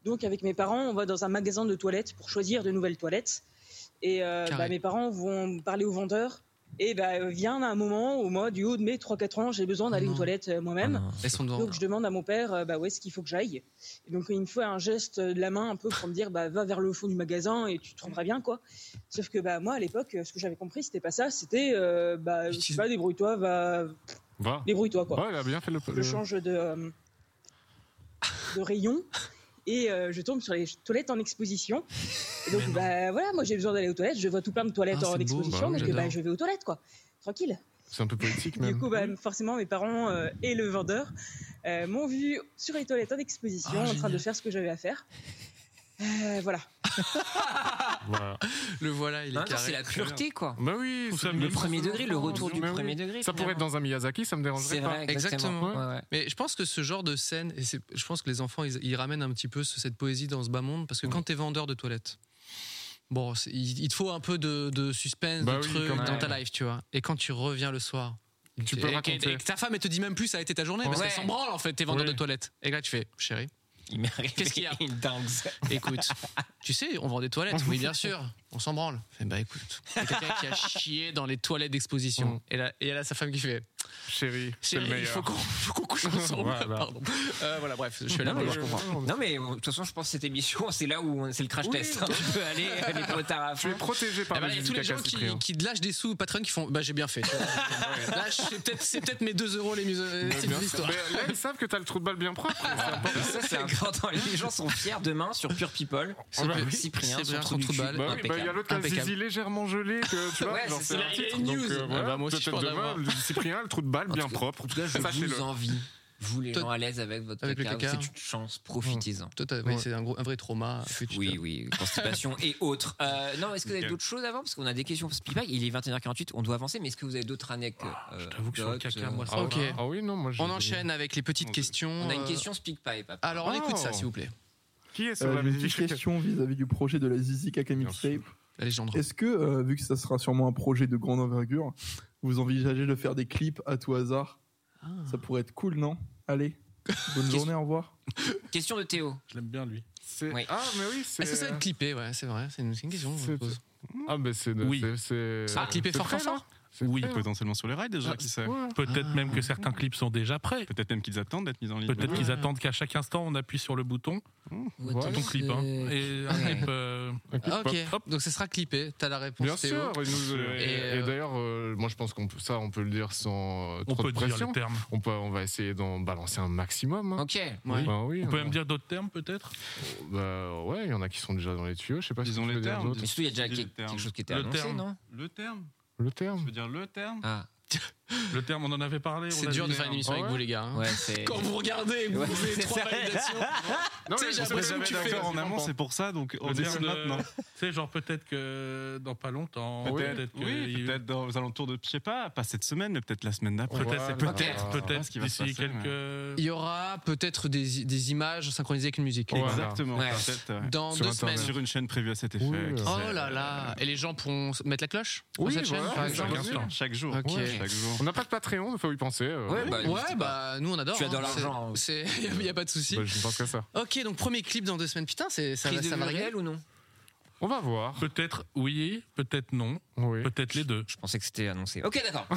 S13: Donc, avec mes parents, on va dans un magasin de toilettes pour choisir de nouvelles toilettes. Et euh,
S2: Carré.
S13: bah, mes parents vont parler au vendeur. Et bah, vient un moment où moi, du haut de mes 3-4 ans, j'ai besoin d'aller
S2: Non.
S13: aux toilettes euh, moi-même.
S2: Elles sont hein. devant.
S13: Donc je demande à mon père euh, bah, où est-ce qu'il faut que j'aille. Et Donc il me faut un geste de la main un peu pour me dire bah, va vers le fond du magasin et tu te trouveras bien quoi. Sauf que bah, moi à l'époque euh, ce que j'avais compris c'était pas ça, c'était euh, bah, je sais pas débrouille-toi, va
S4: Va.
S13: débrouille-toi quoi.
S4: Ouais, il a bien fait le.
S13: Je change de, euh, de rayon et euh, je tombe sur les toilettes en exposition. Et donc, bah, voilà, moi j'ai besoin d'aller aux toilettes. Je vois tout plein de toilettes
S2: Ah, c'est
S13: en
S2: beau. Bah
S13: exposition,
S2: oui,
S13: donc
S2: j'adore.
S13: bah, je vais aux toilettes, quoi. Tranquille.
S4: C'est un peu poétique même.
S13: Du coup, bah, forcément, mes parents euh, et le vendeur euh, m'ont vu sur les toilettes en exposition,
S2: Ah,
S13: en train
S2: génial.
S13: de faire ce que j'avais à faire. Euh, voilà.
S4: Voilà.
S2: Le voilà, il
S3: Non,
S2: est
S3: non, Hein C'est
S2: carré.
S3: la pureté quoi.
S4: Bah oui.
S5: Tout
S4: c'est-
S5: ça,
S3: Le premier degré, le retour du
S4: Mais oui.
S3: premier degré.
S4: Ça pourrait être dans un Miyazaki, ça me
S3: finalement. C'est
S4: dérangerait pas.
S3: vrai,
S2: Exactement.
S3: exactement. Ouais, ouais.
S2: Mais je pense que ce genre de scène, et c'est- je pense que les enfants, ils, ils ramènent un petit peu ce- cette poésie dans ce bas monde, parce que quand t'es vendeur de toilettes, bon, c'est- il, il te faut un peu de, de suspense,
S4: Bah
S2: de
S4: oui,
S2: trucs
S4: quand même.
S2: dans ta life, tu vois. Et quand tu reviens le soir,
S4: Tu
S2: et-
S4: peux
S2: et-
S4: raconter.
S2: et que ta femme, elle te dit même plus, ça a été ta journée, parce
S3: Ouais.
S2: qu'elle s'en branle en fait, t'es vendeur
S4: Oui.
S2: de toilettes. Et là, tu fais, chérie,
S3: Il m'est arrivé
S2: Qu'est-ce qu'il y a
S3: une dingue.
S2: écoute, tu sais, Eh, on vend des toilettes, oui, bien sûr, on s'en branle. Je
S3: Eh ben,
S2: fais, bah écoute, il y a quelqu'un qui a chié dans les toilettes d'exposition.
S4: Mm.
S2: Et là, et elle a sa femme qui fait,
S4: Chérie, c'est
S2: chérie,
S4: le
S2: il
S4: meilleur. bah.
S2: faut qu'on faut qu'on couche ensemble.
S4: Voilà.
S2: Pardon. Euh, voilà, bref, je suis là,
S3: Non mais,
S2: mais
S3: je comprends. non mais euh, de toute façon je pense que cette émission c'est là où on- c'est le crash
S4: Oui.
S3: test. hein. Tu peux aller euh, les potards à
S4: Tu
S3: fond.
S4: es protégé
S2: Eh
S4: par
S2: ben,
S4: la
S2: Il y a tous
S4: musique
S2: les
S4: à
S2: gens qui, qui lâchent des sous au Patreon qui font Bah, j'ai bien fait. Là, je- c'est peut-être c'est peut-être mes 2 euros les musées. C'est une histoire.
S4: Mais là, ils savent que t'as le trou de balle bien propre.
S3: Ça c'est important. Les gens sont fiers demain sur Pure People.
S2: C'est vrai.
S3: Cyprien
S2: C'est
S3: sur
S2: vrai,
S3: Trou
S2: sur
S3: du
S2: Trou de
S3: Cul.
S2: Balle.
S4: Ah Bah oui, bah, il y a l'autre qui a le
S2: Impeccable.
S4: zizi légèrement gelé, que, tu vois,
S3: Ouais,
S4: genre,
S3: c'est
S4: c'est
S3: ça,
S4: un
S3: il y a
S4: titre,
S2: une
S4: donc,
S2: news.
S4: euh,
S2: Ah
S4: voilà,
S2: bah, moi aussi, je
S4: peut-être
S2: peux en
S4: demain,
S2: avoir.
S4: le Cyprien a le trou de balle bien propre.
S3: En tout cas, je
S4: Sachez-le.
S3: vous envie. Vous, les
S2: Tot-
S3: gens à l'aise avec votre
S2: Avec le
S3: caca,
S2: caca.
S3: c'est une chance, profitez-en.
S2: Total- oui, C'est un, gros- un vrai trauma.
S3: Oui, oui, constipation et autres. Euh, non, est-ce que vous avez d'autres choses avant Parce qu'on a des questions. Speedback, il est 21h48, on doit avancer, mais est-ce que vous avez d'autres anecdotes euh, Je t'avoue
S2: Ah, que sur le caca, moi, ça Ok. va. Ah oui, non, moi, j'ai- On enchaîne avec les petites questions,
S3: On a une
S2: euh,
S3: question Speakpipe. après.
S2: Alors, on écoute
S14: Oh.
S2: ça, s'il vous plaît.
S4: Qui est
S14: Euh, J'ai une question vis-à-vis du projet de la Zizi Kaka Mixtape. Est-ce que, euh, vu que ça sera sûrement un projet de grande envergure, vous envisagez de faire des clips à tout hasard
S2: Ah.
S14: Ça pourrait être cool, non Allez, bonne journée, au revoir.
S3: Question de Théo.
S5: Je l'aime bien, lui.
S3: Oui.
S4: Ah, mais oui, c'est.
S2: Est-ce que Eh, ça va être clippé Ouais, c'est vrai, c'est une, c'est une question que je me pose.
S4: Ah, mais c'est.
S2: Oui.
S4: c'est- c'est-
S2: Ça va clipper
S4: c'est
S2: fort,
S4: prêt, Ah.
S2: fort,
S4: là
S2: fort
S7: Ah.
S5: Oui,
S7: potentiellement sur les rails déjà, qui sait.
S5: Peut-être même que certains clips sont déjà prêts.
S7: Peut-être même qu'ils attendent d'être mis en ligne.
S5: Peut-être
S7: Ouais.
S5: qu'ils attendent qu'à chaque instant on appuie sur le bouton.
S7: What
S5: Pour ton
S7: is
S5: clip, hein.
S7: the-
S5: Et un
S7: Ouais.
S5: clip. euh,
S2: Ah, ok,
S5: hop, hop.
S2: donc ça sera clippé, t'as la réponse.
S4: Bien
S2: Théo.
S4: sûr. Et, nous, euh,
S2: Et,
S4: et
S2: euh,
S4: d'ailleurs, euh, moi je pense qu'on peut, ça, on peut le dire sans euh,
S5: On
S4: trop
S5: peut
S4: de
S5: dire les
S4: pression.
S5: termes.
S4: On peut, on va essayer d'en balancer un maximum. hein.
S3: Ok.
S5: Oui.
S4: oui,
S5: on peut
S4: hein.
S5: même dire d'autres termes, peut-être
S4: Bah ouais, il y en a qui sont déjà dans les tuyaux. Je sais pas
S7: Ils
S4: si
S7: ont
S4: tu
S7: les
S4: veux dire
S7: termes.
S4: d'autres.
S3: Mais surtout, il y a déjà
S7: Le
S3: quelque
S7: terme.
S3: chose qui était
S5: Le
S3: annoncé,
S5: terme.
S3: non
S7: Le terme
S4: Le terme
S7: Je veux dire le terme
S3: Ah.
S5: Le terme, on en avait parlé. on
S2: C'est
S5: a
S2: dur
S5: dit
S2: de faire une
S5: un-
S2: émission
S5: Ah
S2: avec
S5: ouais
S2: vous, les gars. hein.
S5: Ouais,
S3: c'est-
S2: Quand vous regardez, vous
S5: Ouais,
S2: pouvez
S5: c'est
S2: trois
S5: ça.
S2: validations.
S4: Non,
S2: Tu sais,
S4: mais
S2: j'ai
S4: on s'est
S2: l'impression
S4: jamais
S2: que tu
S4: d'accord
S2: fais.
S7: en amont, c'est pour ça, donc on décide maintenant.
S5: Tu sais, genre peut-être que dans pas longtemps,
S7: euh, Peut-être,
S5: peut-être que-
S7: oui,
S5: il-
S7: peut-être dans aux alentours de, je sais pas, pas cette semaine, mais peut-être la semaine d'après.
S5: Peut-être, c'est
S7: Voilà.
S5: peut-être,
S7: On verra
S5: peut-être
S7: ce qui va se
S5: d'ici
S7: passer, mais-
S5: quelques-
S2: Il y aura peut-être des, des images synchronisées avec une musique.
S7: Exactement.
S2: Ouais.
S7: peut-être, ouais.
S2: Dans
S7: Sur
S2: deux
S7: Internet.
S2: semaines.
S7: Sur une chaîne prévue à cet effet.
S2: Oui,
S7: qui
S2: oh
S7: sait-
S2: là là Et les gens pourront s- mettre la cloche sur
S4: Oui,
S2: cette chaîne
S4: voilà,
S2: par
S4: bien
S2: exemple
S4: sûr.
S7: Chaque jour.
S2: Ok.
S4: Ouais, chaque jour. On n'a pas de Patreon, il faut y penser. euh.
S2: Ouais, bah, nous on adore.
S4: Tu adores
S2: hein.
S4: l'argent,
S2: C'est- Il n'y a pas de souci.
S4: Bah, je ne pense qu'à ça.
S2: Ok, donc premier clip dans deux semaines. Putain, c'est- ça,
S3: Prise
S2: va-
S3: de
S2: ça
S3: vue
S2: va
S3: réelle ou non
S4: On va voir.
S5: Peut-être oui, peut-être non, peut-être les deux.
S3: Je pensais que c'était annoncé. Ok, d'accord.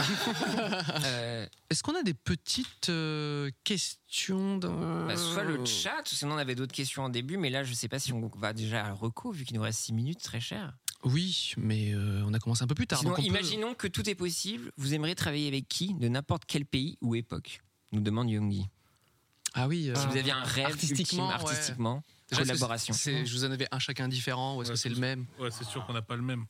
S3: Euh,
S2: Est-ce qu'on a des petites euh, questions dans-
S3: bah, soit le chat, ou sinon on avait d'autres questions en début, mais là je sais pas si on va déjà à la reco vu qu'il nous reste 6 minutes, très cher.
S2: Oui, mais euh, on a commencé un peu plus tard.
S3: Sinon,
S2: donc on peut-
S3: imaginons que tout est possible. Vous aimeriez travailler avec qui de n'importe quel pays ou époque Nous demande Yongi.
S2: Ah oui.
S3: Si vous aviez un rêve
S2: artistiquement,
S3: ultime,
S2: ouais.
S3: artistiquement,
S2: Déjà, est-ce que
S3: collaboration.
S2: c'est- c'est- Je vous en avais un chacun différent ou est-ce que c'est le même
S5: Ouais, c'est sûr qu'on n'a pas le même.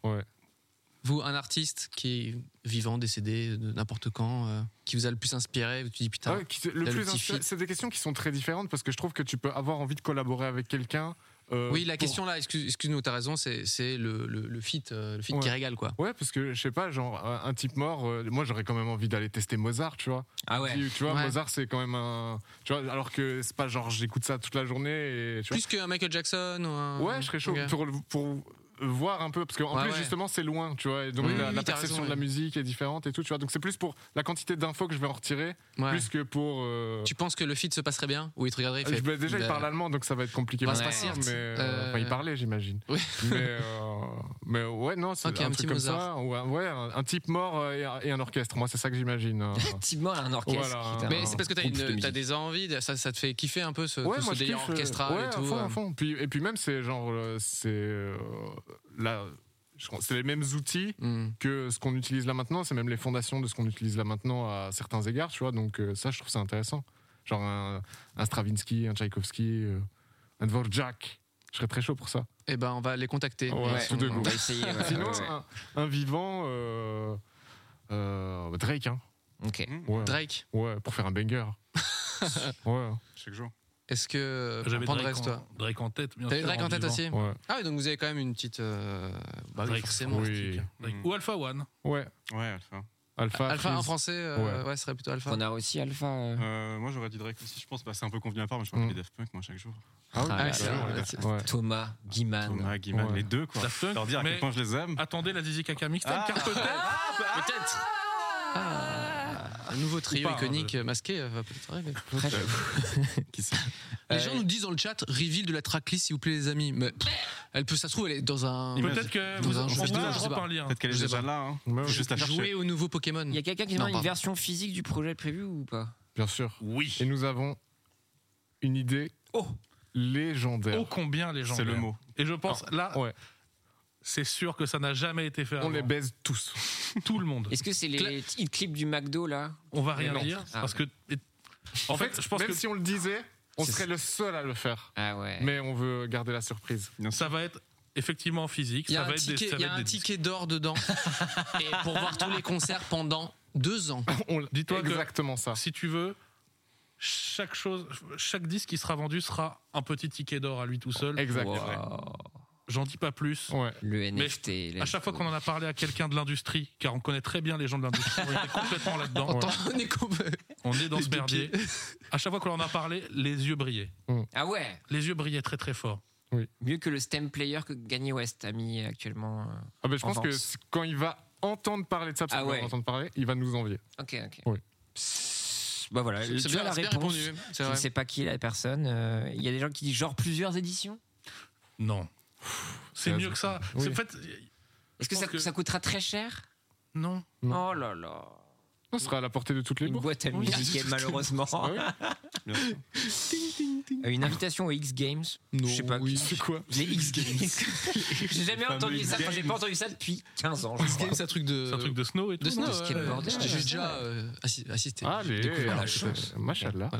S2: Vous, un artiste qui est vivant, décédé, de n'importe quand, euh, qui vous a le plus inspiré, tu dis putain,
S4: Ah ouais, qui te- le
S2: là,
S4: plus
S2: petit
S4: inspiré-
S2: fit.
S4: c'est des questions qui sont très différentes parce que je trouve que tu peux avoir envie de collaborer avec quelqu'un. euh,
S2: oui, la
S4: pour-
S2: question là, excuse- excuse-nous, t'as raison, c'est c'est le, le, le fit, euh, le fit
S4: Ouais.
S2: qui régale quoi.
S4: Ouais, parce que je sais pas, genre un un type mort, euh, moi j'aurais quand même envie d'aller tester Mozart, tu vois.
S3: Ah ouais.
S4: Tu, tu vois,
S2: Ouais.
S4: Mozart c'est quand même un. Tu vois, alors que c'est pas genre j'écoute ça toute la journée et tu vois.
S2: Plus qu'un Michael Jackson ou un.
S4: Ouais, je serais chaud
S2: Ok.
S4: pour, pour voir un peu, parce qu'en
S2: Ouais,
S4: plus,
S2: ouais.
S4: justement, c'est loin, tu vois, et donc
S2: Oui,
S4: la,
S2: oui,
S4: la
S2: t'as
S4: perception
S2: raison,
S4: de la
S2: oui.
S4: musique est différente et tout, tu vois. Donc c'est plus pour la quantité d'infos que je vais en retirer,
S2: Ouais.
S4: plus que pour. euh,
S2: Tu penses que le fit se passerait bien Ou il te regarderait il
S4: je-
S2: fait,
S4: bah, déjà, il
S2: bah,
S4: parle allemand, donc ça va être compliqué.
S2: Ouais.
S4: pour moi,
S2: Ouais.
S4: mais, euh,
S2: Euh,
S4: enfin, il parlait, j'imagine.
S2: Oui.
S4: Mais, euh, mais ouais, non, c'est
S2: Ok,
S4: un,
S2: un petit
S4: truc comme ça.
S2: Mozart.
S4: ou un- ouais, un, un type mort euh, et un, et un orchestre. Moi, c'est ça que j'imagine. euh.
S3: Effectivement, un orchestre.
S4: Voilà.
S3: qui est un
S2: Mais c'est parce que t'as
S4: groupe de
S2: une-
S4: musique.
S2: t'as des envies, de- ça, ça te fait kiffer un peu ce,
S4: Ouais,
S2: tout ce
S4: moi, je
S2: délire
S4: kiffe, euh,
S2: orchestral
S4: ouais,
S2: et
S4: à
S2: tout.
S4: fond, à
S2: euh.
S4: fond. Puis, et puis même, c'est genre, euh, c'est euh, là, je crois- c'est les mêmes outils
S2: Mm.
S4: que ce qu'on utilise là maintenant. C'est même les fondations de ce qu'on utilise là maintenant à certains égards, tu vois. Donc euh, ça, je trouve ça intéressant. Genre un, un Stravinsky, un Tchaïkovski, euh, un Dvorak. Je serais très chaud pour ça.
S2: Eh ben, on va les contacter.
S4: Ouais,
S2: Ils
S4: sous
S2: sont-
S4: deux
S3: on
S4: goûts.
S3: va essayer, ouais,
S4: Sinon, euh,
S3: ouais, ouais.
S4: un, un vivant, euh, euh, bah, Drake, hein.
S3: Ok.
S4: Ouais.
S2: Drake.
S4: Ouais, pour faire un banger. ouais.
S7: Chaque jour.
S2: Est-ce que.
S5: J'avais
S2: Prends
S5: Drake,
S2: Drake,
S5: en-
S2: toi.
S5: Drake en tête, bien
S2: T'avais
S5: sûr,
S2: Drake en tête
S5: vivant.
S2: aussi
S4: Ouais.
S2: Ah oui, donc vous avez quand même une petite. euh, Bah oui,
S5: Drake,
S2: forcément.
S4: Oui.
S5: Drake. Ou Alpha One.
S4: Ouais.
S7: Ouais, Alpha.
S4: Alpha.
S2: Alpha en
S4: Freeze.
S2: français, euh, ouais. ce serait plutôt Alpha.
S3: On a aussi Alpha. euh,
S7: Euh, moi j'aurais dit Drake aussi, je pense. Bah, c'est un peu convenu à part, mais je crois que les Daft Punk, moi, chaque jour.
S4: Ah oui,
S3: Ah,
S4: bien
S3: c'est
S4: sûr,
S3: vrai,
S4: les gars.
S3: c'est-
S4: Ouais.
S3: Thomas, Guiman.
S7: Thomas, Guiman,
S4: Ouais.
S7: les deux, quoi.
S5: Daft Punk,
S7: Leur dire à
S5: mais-
S7: quel point je les aime.
S5: Attendez la Zizi Kaka mixtape,
S7: Ah.
S5: car peut-être.
S2: bah, Peut-être. Un nouveau trio
S5: Ou pas, hein,
S2: iconique euh, masqué euh, va peut-être arriver.
S3: Très chaud. Euh,
S2: Les gens nous disent dans le chat reveal de la tracklist, s'il vous plaît, les amis. Mais elle peut, ça se trouve, elle est dans un.
S5: Peut-être que
S2: dans
S5: vous-
S2: un
S5: on
S2: jeu
S5: vous
S2: vidéo,
S5: en
S2: je sais
S5: drop
S2: pas.
S5: un lien.
S7: Peut-être qu'elle est
S2: Je sais
S7: déjà
S2: pas.
S7: là. Hein. Faut juste la chercher.
S2: Jouer au nouveau Pokémon.
S3: Il y a quelqu'un qui
S2: Non,
S3: demande une
S2: pardon.
S3: version physique du projet prévu ou pas
S4: Bien sûr.
S5: Oui.
S4: Et nous avons une idée
S3: Oh.
S4: légendaire.
S5: Oh combien les gens.
S7: C'est le
S5: aiment.
S7: mot.
S5: Et je pense, là,
S4: Ouais.
S5: c'est sûr que ça n'a jamais été fait
S4: On
S5: avant.
S4: les baise tous.
S5: Tout le monde.
S3: Est-ce que c'est les petits clips du McDo là
S5: On va rien
S3: Non.
S5: dire.
S3: Ah,
S5: Parce que. et-
S4: En fait,
S5: je pense
S4: même
S5: que
S4: si on le disait, on
S3: C'est-
S4: serait le seul à le faire.
S3: Ah ouais.
S4: Mais on veut garder la surprise.
S5: ça va être effectivement physique.
S2: Il y
S5: Ça
S2: a un
S5: va être des-
S2: ticket,
S5: ça
S2: il y
S5: va
S2: a
S5: être
S2: un
S5: des
S2: ticket d'or dedans. et pour voir tous les concerts pendant deux ans.
S4: On-
S5: Dis-toi que-
S4: exactement ça.
S5: si tu veux, chaque chose, chaque disque qui sera vendu sera un petit ticket d'or à lui tout seul.
S3: Exact.
S5: J'en dis pas plus.
S3: Le
S5: Mais
S3: NFT. les
S5: à chaque fois qu'on en a parlé à quelqu'un de l'industrie, car on connaît très bien les gens de l'industrie, on est complètement là-dedans.
S2: Attends, on est
S5: On est dans
S2: Les
S5: ce
S2: deux
S5: merdier. À chaque fois qu'on en a parlé, les yeux brillaient.
S3: Ah ouais
S5: Les yeux brillaient très très fort.
S3: Mieux que le stem player que Kanye West a mis actuellement. euh,
S4: Ah ben, je
S3: en
S4: pense que
S3: vente.
S4: c- quand il va entendre parler de ça, parce
S3: Ah
S4: qu'on va
S3: ouais.
S4: entendre parler, il va nous envier.
S3: Ok, ok.
S4: Oui.
S3: Bah voilà,
S4: C'est
S3: tu
S4: bien-
S3: as la
S4: c'est bien
S3: réponse.
S4: répondu, c'est
S3: Je ne
S4: vrai.
S3: sais pas qui est la personne. euh, Il y a des gens qui disent genre plusieurs éditions.
S5: Non. C'est
S3: Ah,
S5: mieux
S3: c'est-
S5: que ça.
S3: oui.
S5: C'est en fait.
S3: Est-ce que ça, ça coûtera très cher
S5: Non.
S3: Oh là là.
S4: Ça sera à la portée de toutes les
S3: Une boîte à
S4: Oui.
S3: musique, et malheureusement.
S5: Ah
S3: Euh, Une invitation aux X Games Je sais pas.
S4: c'est quoi
S3: Les X Games. J'ai jamais
S2: fameux
S3: entendu
S2: X
S3: ça. Enfin, j'ai
S2: Games.
S3: pas entendu ça depuis 15 ans. je
S2: X
S3: crois.
S2: Games, c'est un truc de.
S5: C'est un truc de snow et
S2: De
S3: tout, non
S2: snow,
S3: Euh, De
S2: ouais,
S3: skateboard.
S2: ouais.
S3: Ah,
S2: J'ai
S3: ouais.
S2: déjà euh, assi- assisté.
S3: Allez,
S2: J'ai découvert la
S3: allez,
S2: chose.
S4: machallah.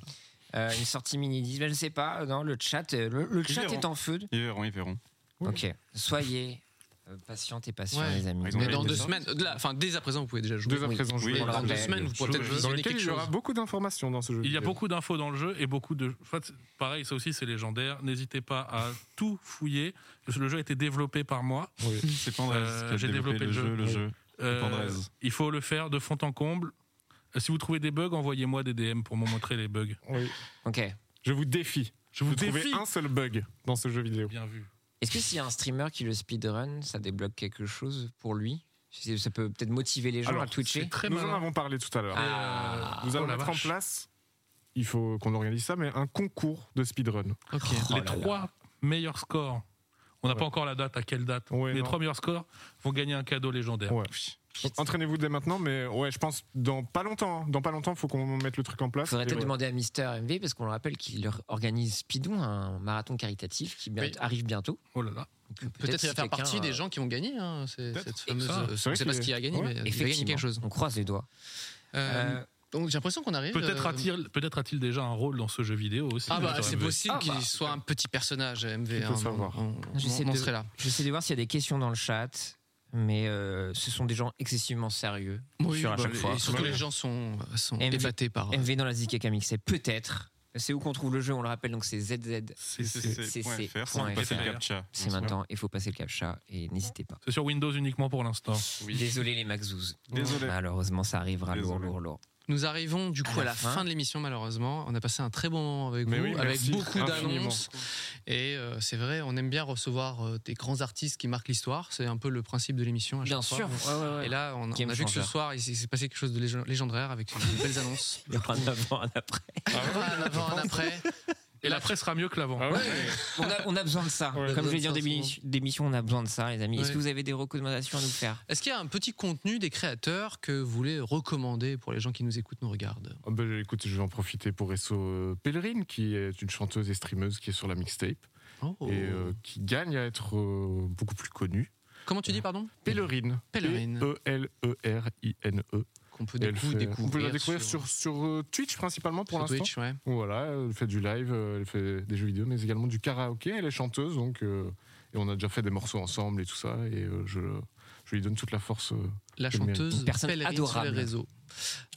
S3: Euh, une sortie mini disque je sais pas. euh, Non, le chat, euh, le, le
S7: Ils
S3: chat
S7: verront.
S3: est en feu.
S7: Ils verront, ils verront.
S3: Ok. Soyez euh, patientes et patients,
S2: Ouais.
S3: les amis.
S2: Mais dans deux semaines,
S4: euh,
S2: de là- enfin dès à présent, vous pouvez déjà jouer.
S5: Dès à présent,
S2: Oui,
S5: jouer.
S2: Dans
S5: Dans
S2: deux
S5: le-
S2: semaines, vous pourrez peut-être
S5: Dans
S2: visionner
S5: lequel
S2: quelque
S5: il y
S2: chose.
S5: aura
S4: beaucoup d'informations dans ce jeu.
S5: Il y a
S4: vidéo.
S5: beaucoup d'infos dans le jeu et beaucoup de. en fait, pareil, ça aussi, c'est légendaire. N'hésitez pas à tout fouiller. Le jeu a été développé par moi. Euh,
S7: Oui, c'est Pandrez qui a
S5: J'ai développé, le jeu.
S7: le jeu.
S5: Euh,
S7: C'est Pandrez.
S5: il faut le faire de fond en comble. Euh, Si vous trouvez des bugs, envoyez-moi des DM pour me montrer les bugs.
S4: Oui.
S3: Ok.
S4: Je vous défie.
S5: Je vous
S4: de trouver
S5: défie.
S4: un seul bug dans ce jeu vidéo.
S5: Bien vu.
S3: Est-ce que s'il y a un streamer qui le speedrun, ça débloque quelque chose pour lui C'est- Ça peut peut-être motiver les gens
S4: Alors,
S3: à twitcher
S4: c'est très Nous en malin. avons parlé tout à l'heure.
S3: Ah.
S4: Nous allons
S3: Oh la
S4: mettre en
S3: vache.
S4: place, il faut qu'on organise ça, mais un concours de speedrun. Oh
S2: Oh
S5: les trois meilleurs scores. On n'a pas encore la date, à quelle date Les
S4: non.
S5: trois meilleurs scores vont gagner un cadeau légendaire.
S4: Ouais. Entraînez-vous dès maintenant, mais ouais, je pense dans pas longtemps. hein. Dans pas longtemps, faut qu'on mette le truc en place.
S3: Faudrait
S4: Et
S3: peut-être
S4: ouais.
S3: demander à Mister MV parce qu'on le rappelle qu'il leur organise Spidou un marathon caritatif qui bien-
S2: Oui.
S3: arrive bientôt.
S5: Oh là là.
S2: Peut-être il va
S3: si
S2: faire
S3: quelqu'un,
S2: partie
S3: euh,
S2: des gens qui vont gagner hein, c'est- cette fameuse.
S3: Ça,
S2: euh,
S3: c'est
S2: on
S3: vrai
S2: sait pas
S3: qu'il
S2: ce
S3: est-
S2: qui a gagné,
S3: Ouais.
S2: mais il a gagné
S3: Effectivement.
S2: quelque chose.
S3: On croise les doigts.
S2: Euh,
S3: Euh,
S2: donc j'ai l'impression qu'on arrive.
S5: Peut-être
S2: euh,
S5: a-t-il peut-être a-t-il déjà un rôle dans ce jeu vidéo aussi.
S2: Ah bah
S5: Mister
S2: c'est
S5: MV.
S2: possible qu'il soit un petit personnage à MV.
S5: peut
S2: hein,
S5: savoir.
S2: on- on-
S3: Ah, J'essaie
S2: on
S3: de,
S2: serait là.
S3: j'essaie de voir s'il y a des questions dans le chat, mais euh, ce sont des gens excessivement sérieux
S2: Oui,
S3: sur à
S2: bah,
S3: chaque
S2: les-
S3: fois.
S2: et surtout, les gens sont, sont
S3: MV
S2: épatés par. euh,
S3: MV dans la Zikeka Mix, c'est peut-être. C'est où qu'on trouve le jeu, on le rappelle, donc c'est zzcc.fr.
S5: ccc.fr, sans passer le captcha.
S3: C'est maintenant, il faut passer le captcha et n'hésitez pas.
S5: C'est sur Windows uniquement pour
S2: Oh,
S5: l'instant.
S3: Désolé les Maxouz.
S5: Désolé.
S3: Malheureusement, ça arrivera lourd,
S5: Désolé.
S3: lourd, lourd.
S2: Nous arrivons du coup à la, fin. de l'émission malheureusement. On a passé un très bon moment avec vous,
S3: oui,
S2: avec
S3: merci,
S2: beaucoup
S3: infiniment.
S2: d'annonces. Et euh, c'est vrai, on aime bien recevoir euh, des grands artistes qui marquent l'histoire. C'est un peu le principe de l'émission. à chaque
S3: Bien
S2: fois.
S3: sûr, ouais, ouais, ouais.
S2: Et là, on, on
S3: Game
S2: a vu que ce
S3: changer.
S2: soir, il s'est il s'est passé quelque chose de lége- légendaire avec de belles annonces.
S3: Il y aura un avant, un après.
S2: Un avant, un après.
S5: Et l'après sera mieux que l'avant.
S3: On a, on a besoin de ça. Comme je l'ai dit en début d'émission- d'émission, on a besoin de ça, les amis. Est-ce
S2: Ouais.
S3: que vous avez des recommandations à nous faire
S2: Est-ce qu'il y a un petit contenu des créateurs que vous voulez recommander pour les gens qui nous écoutent, nous regardent
S4: Ah ben, écoute, je vais en profiter pour Esso euh, Pellerine, qui est une chanteuse et streameuse qui est sur la mixtape
S2: Oh.
S4: et euh, qui gagne à être euh, beaucoup plus connue. E
S2: Comment tu dis, pardon
S4: Pellerine.
S2: Pellerine.
S4: P-E-L-E-R-I-N-E.
S2: Qu'on peut
S4: Et E. elle
S2: du coup découvrir
S4: On peut la découvrir
S2: sur-
S4: sur, sur, euh, Twitch principalement
S2: Sur
S4: pour l'instant.
S2: Twitch, ouais.
S4: Voilà, elle fait du live, euh, elle fait des jeux vidéo, mais également du karaoké. Elle est chanteuse, donc euh, et on a déjà fait des morceaux ensemble et tout ça. Et euh, je, je lui donne toute la force. euh,
S2: La
S4: qu'elle mérite.
S2: chanteuse Pellerine sur les réseaux.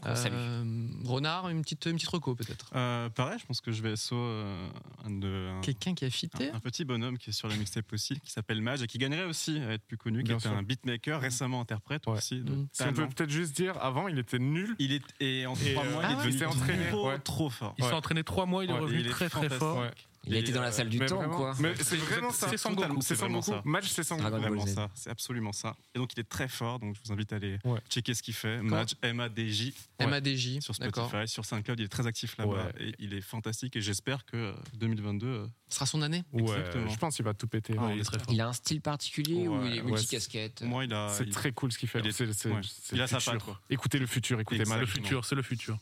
S3: Euh,
S4: On salue.
S2: Euh, Renard, une petite, une petite reco peut-être.
S7: Euh, pareil, je pense que je vais SO euh, un de.
S4: Ah.
S7: un-
S2: Quelqu'un qui a fité
S7: un,
S3: Ah,
S7: un petit bonhomme qui est sur la mixtape aussi, qui s'appelle Mage et qui gagnerait aussi à être plus connu, qui
S4: Bien
S7: est
S4: sûr.
S7: un beatmaker récemment interprète
S2: Mm.
S7: aussi. de
S4: Si on peut
S7: talent.
S4: peut-être juste dire, avant il était nul.
S7: Il est et en
S4: Et,
S7: trois
S4: euh,
S7: mois,
S4: ah
S7: il est
S4: ouais
S7: devenu
S4: Il s'est entraîné,
S7: trop,
S4: ouais.
S7: trop fort.
S5: Il s'est entraîné trois mois, il est
S7: Ouais,
S5: revenu
S7: il est
S5: très très
S7: fantastique.
S5: fort.
S7: Ouais.
S3: Il a
S7: Et,
S3: été dans la
S7: euh,
S3: salle du
S7: mais
S3: temps,
S7: vraiment-
S3: quoi.
S4: mais c'est vraiment ça.
S7: C'est
S4: Totalement,
S7: Sangoku.
S4: c'est Sangoku. Match, c'est Sangoku.
S7: C'est
S4: Dragon
S7: vraiment
S4: Ball Z.
S7: ça. C'est absolument ça. Et donc, il est très fort. Donc, je vous invite à aller checker ce qu'il fait.
S4: Comment
S7: Match, M-A-D-J.
S2: MADJ,
S7: Sur
S2: d'accord.
S7: Spotify, sur SoundCloud. Il est très actif là-bas. Et il est fantastique. Et j'espère que euh, 2022. euh,
S2: Ce sera son année
S4: Ouais,
S7: Exactement.
S4: je pense qu'il va tout péter.
S7: Ah,
S4: Ouais,
S7: il est très fort.
S3: Il a un style particulier ou
S4: Ouais,
S3: il est
S4: ouais,
S3: multicasquette
S7: Moi, il a.
S4: C'est
S7: Ah, il-
S4: très cool ce qu'il fait.
S7: il est-
S4: C'est- c'est-
S7: ouais. Il
S4: c'est le
S7: a sa
S4: futur.
S7: patte, quoi.
S4: Écoutez le futur, écoutez
S5: C'est
S4: Mage.
S5: le futur, c'est le futur.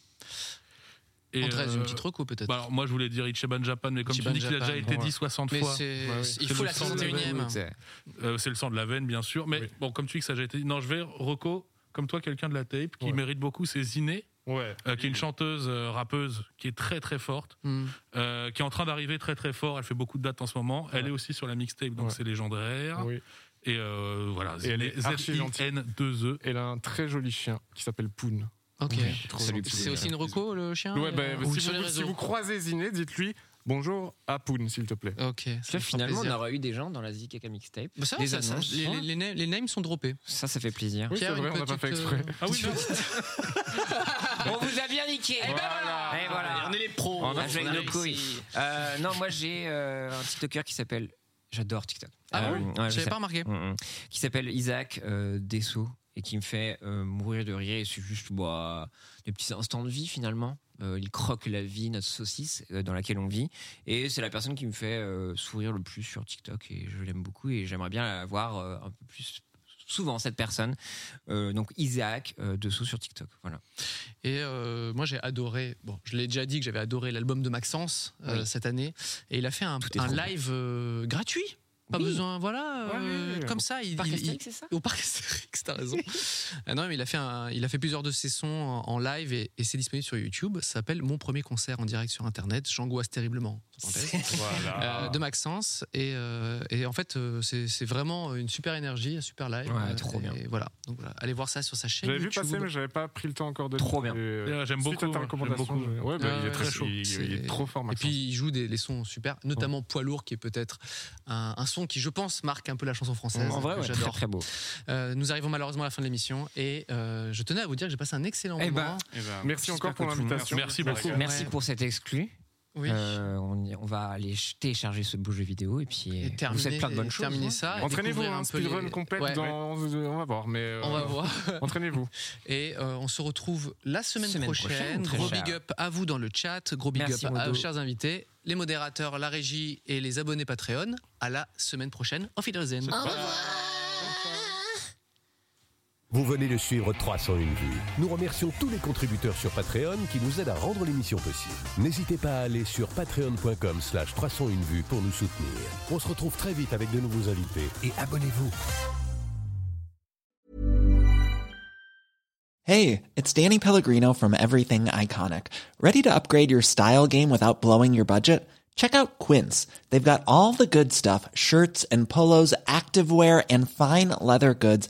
S2: Andrés, une petite reco, peut-être.
S5: bah alors, moi je voulais dire Ichiban Japan, mais comme
S2: Ichiban
S5: tu dis qu'il a
S2: Japan,
S5: déjà été
S2: ouais.
S5: dit 60
S2: Mais
S5: fois.
S2: c'est-
S5: ouais,
S2: il
S5: c'est
S2: faut
S5: le
S2: la
S5: sang de
S2: 61e.
S5: veine. Euh, c'est le sang de la veine, bien sûr. Mais bon, comme tu dis que ça a déjà été dit. Non, je vais Rocco, comme toi, quelqu'un de la tape qui mérite beaucoup, c'est Ziné. euh, qui est une chanteuse, euh, rappeuse, qui est très très forte,
S2: Hmm.
S5: euh, qui est en train d'arriver très très fort. Elle fait beaucoup de dates en ce moment. Elle est aussi sur la mixtape, donc
S4: Ouais.
S5: c'est légendaire. Et euh, voilà,
S4: Et elle est archi gentille.
S5: N 2 e
S4: Elle a un très joli chien qui s'appelle Poon.
S2: Ok.
S4: Ouais, trop
S2: C'est-
S4: gentil,
S2: c'est aussi
S4: ouais.
S2: une reco le chien
S4: Ouais, bah,
S2: euh,
S4: si,
S2: ou
S4: vous,
S2: sur les
S4: si
S2: réseaux
S4: vous croisez Ziné, dites-lui bonjour à Poon, s'il te plaît.
S2: Ok.
S3: Là, finalement, on aurait eu des gens dans la Zik Kaka Mixtape.
S2: Bah, ça,
S3: Des
S2: ça, ça,
S3: annonces.
S2: les, les- les na- les names sont droppés.
S3: Ça, ça fait plaisir.
S2: Oui, c'est Pierre, vrai, une on l'a pas petite, fait exprès. euh,
S3: Ah oui, On vous a bien niqué.
S2: Eh ben,
S3: Et voilà.
S2: On est les pros.
S3: On a
S2: On
S3: joué
S2: a
S3: nos
S2: réussi.
S3: couilles. Euh, non, moi, j'ai euh, un TikToker qui s'appelle. J'adore TikTok.
S2: Ah
S3: Euh,
S2: bon
S3: ouais,
S2: J'avais
S3: sais.
S2: pas remarqué.
S3: Mm, mm. Qui s'appelle Isaac euh, Dessau et qui me fait euh, mourir de rire. Et C'est juste bah, des petits instants de vie finalement. Euh, il croque la vie, notre saucisse euh, dans laquelle on vit. Et c'est la personne qui me fait euh, sourire le plus sur TikTok. Et je l'aime beaucoup et j'aimerais bien la voir euh, un peu plus souvent, cette personne. Euh, donc Isaac euh, Dessau sur TikTok. Voilà.
S2: Et euh, moi, j'ai adoré. Bon, je l'ai déjà dit que j'avais adoré l'album de Maxence euh,
S3: Oui.
S2: cette année. Et il a fait un,
S3: est
S2: un
S3: trop bien.
S2: live euh, gratuit. Pas
S3: Oui.
S2: besoin, voilà, euh,
S3: Ouais, ouais, ouais.
S2: comme ça.
S3: Au Parc Astérix, c'est ça
S2: Au Parc Astérix, t'as raison. Ah non, mais il a fait un- il a fait plusieurs de ses sons en, en live et, et c'est disponible sur YouTube. Ça s'appelle Mon premier concert en direct sur Internet. J'angoisse terriblement. parenthèse.
S3: Voilà.
S2: Euh, de Maxence et, euh, et en fait euh, c'est c'est vraiment une super énergie, un super live.
S4: Ouais,
S2: Euh,
S4: trop
S2: et Voilà, donc voilà, allez voir ça sur sa chaîne.
S4: J'avais vu
S2: YouTube.
S4: passer, mais j'avais pas pris le temps encore de
S2: Trop bien.
S4: Et, euh,
S2: Ah, j'aime
S4: suite
S2: beaucoup,
S4: à ta
S2: ouais,
S4: recommandation,
S2: j'aime beaucoup.
S4: je- ouais, bah,
S2: Ah,
S4: il est
S2: ouais,
S4: très
S2: ouais.
S4: chaud. Il, il est
S2: C'est-
S4: trop fort,
S2: Et
S4: Maxence.
S2: puis il joue des, des sons super, notamment Poids lourd, qui est peut-être un, un son qui, je pense, marque un peu la chanson française.
S3: En vrai,
S2: que
S3: ouais,
S2: j'adore.
S3: très, très beau.
S2: Euh, nous arrivons malheureusement à la fin de l'émission et euh, je tenais à vous dire que j'ai passé un excellent
S3: Eh ben,
S2: moment.
S3: eh ben,
S4: merci
S2: J'espère
S4: encore
S2: que
S4: pour
S2: tout le monde-
S4: l'invitation. Merci beaucoup.
S3: Merci
S2: Ouais.
S3: pour cet exclu.
S2: Oui.
S3: Euh, on, y- on va aller ch- télécharger ce beau jeu vidéo et puis euh, vous faites plein de bonnes choses. hein.
S2: terminer
S3: ouais.
S2: ça. et
S4: Entraînez-vous,
S2: découvrir
S4: un
S2: un peu
S4: speedrun
S2: les-
S4: complet.
S2: Ouais.
S4: Dans... On va voir, mais euh,
S2: On va voir.
S4: Entraînez-vous.
S2: Et euh, on se retrouve la semaine,
S4: Semaine prochaine,
S2: prochaine.
S4: très
S2: Gros
S4: cher.
S2: big up à vous dans le chat. Gros big
S4: Merci,
S2: up à
S4: Modo.
S2: aux chers invités, les modérateurs, la régie et les abonnés Patreon. À la semaine prochaine. Auf Wiedersehen.
S6: Vous venez de suivre 301 vues. Nous remercions tous les contributeurs sur Patreon qui nous aident à rendre l'émission possible. N'hésitez pas à aller sur patreon.com slash 301 vues pour nous soutenir. On se retrouve très vite avec de nouveaux invités et abonnez-vous.
S15: Hey, it's Danny Pellegrino from Everything Iconic. Ready to upgrade your style game without blowing your budget? Check out Quince. They've got all the good stuff shirts and polos, activewear, and fine leather goods,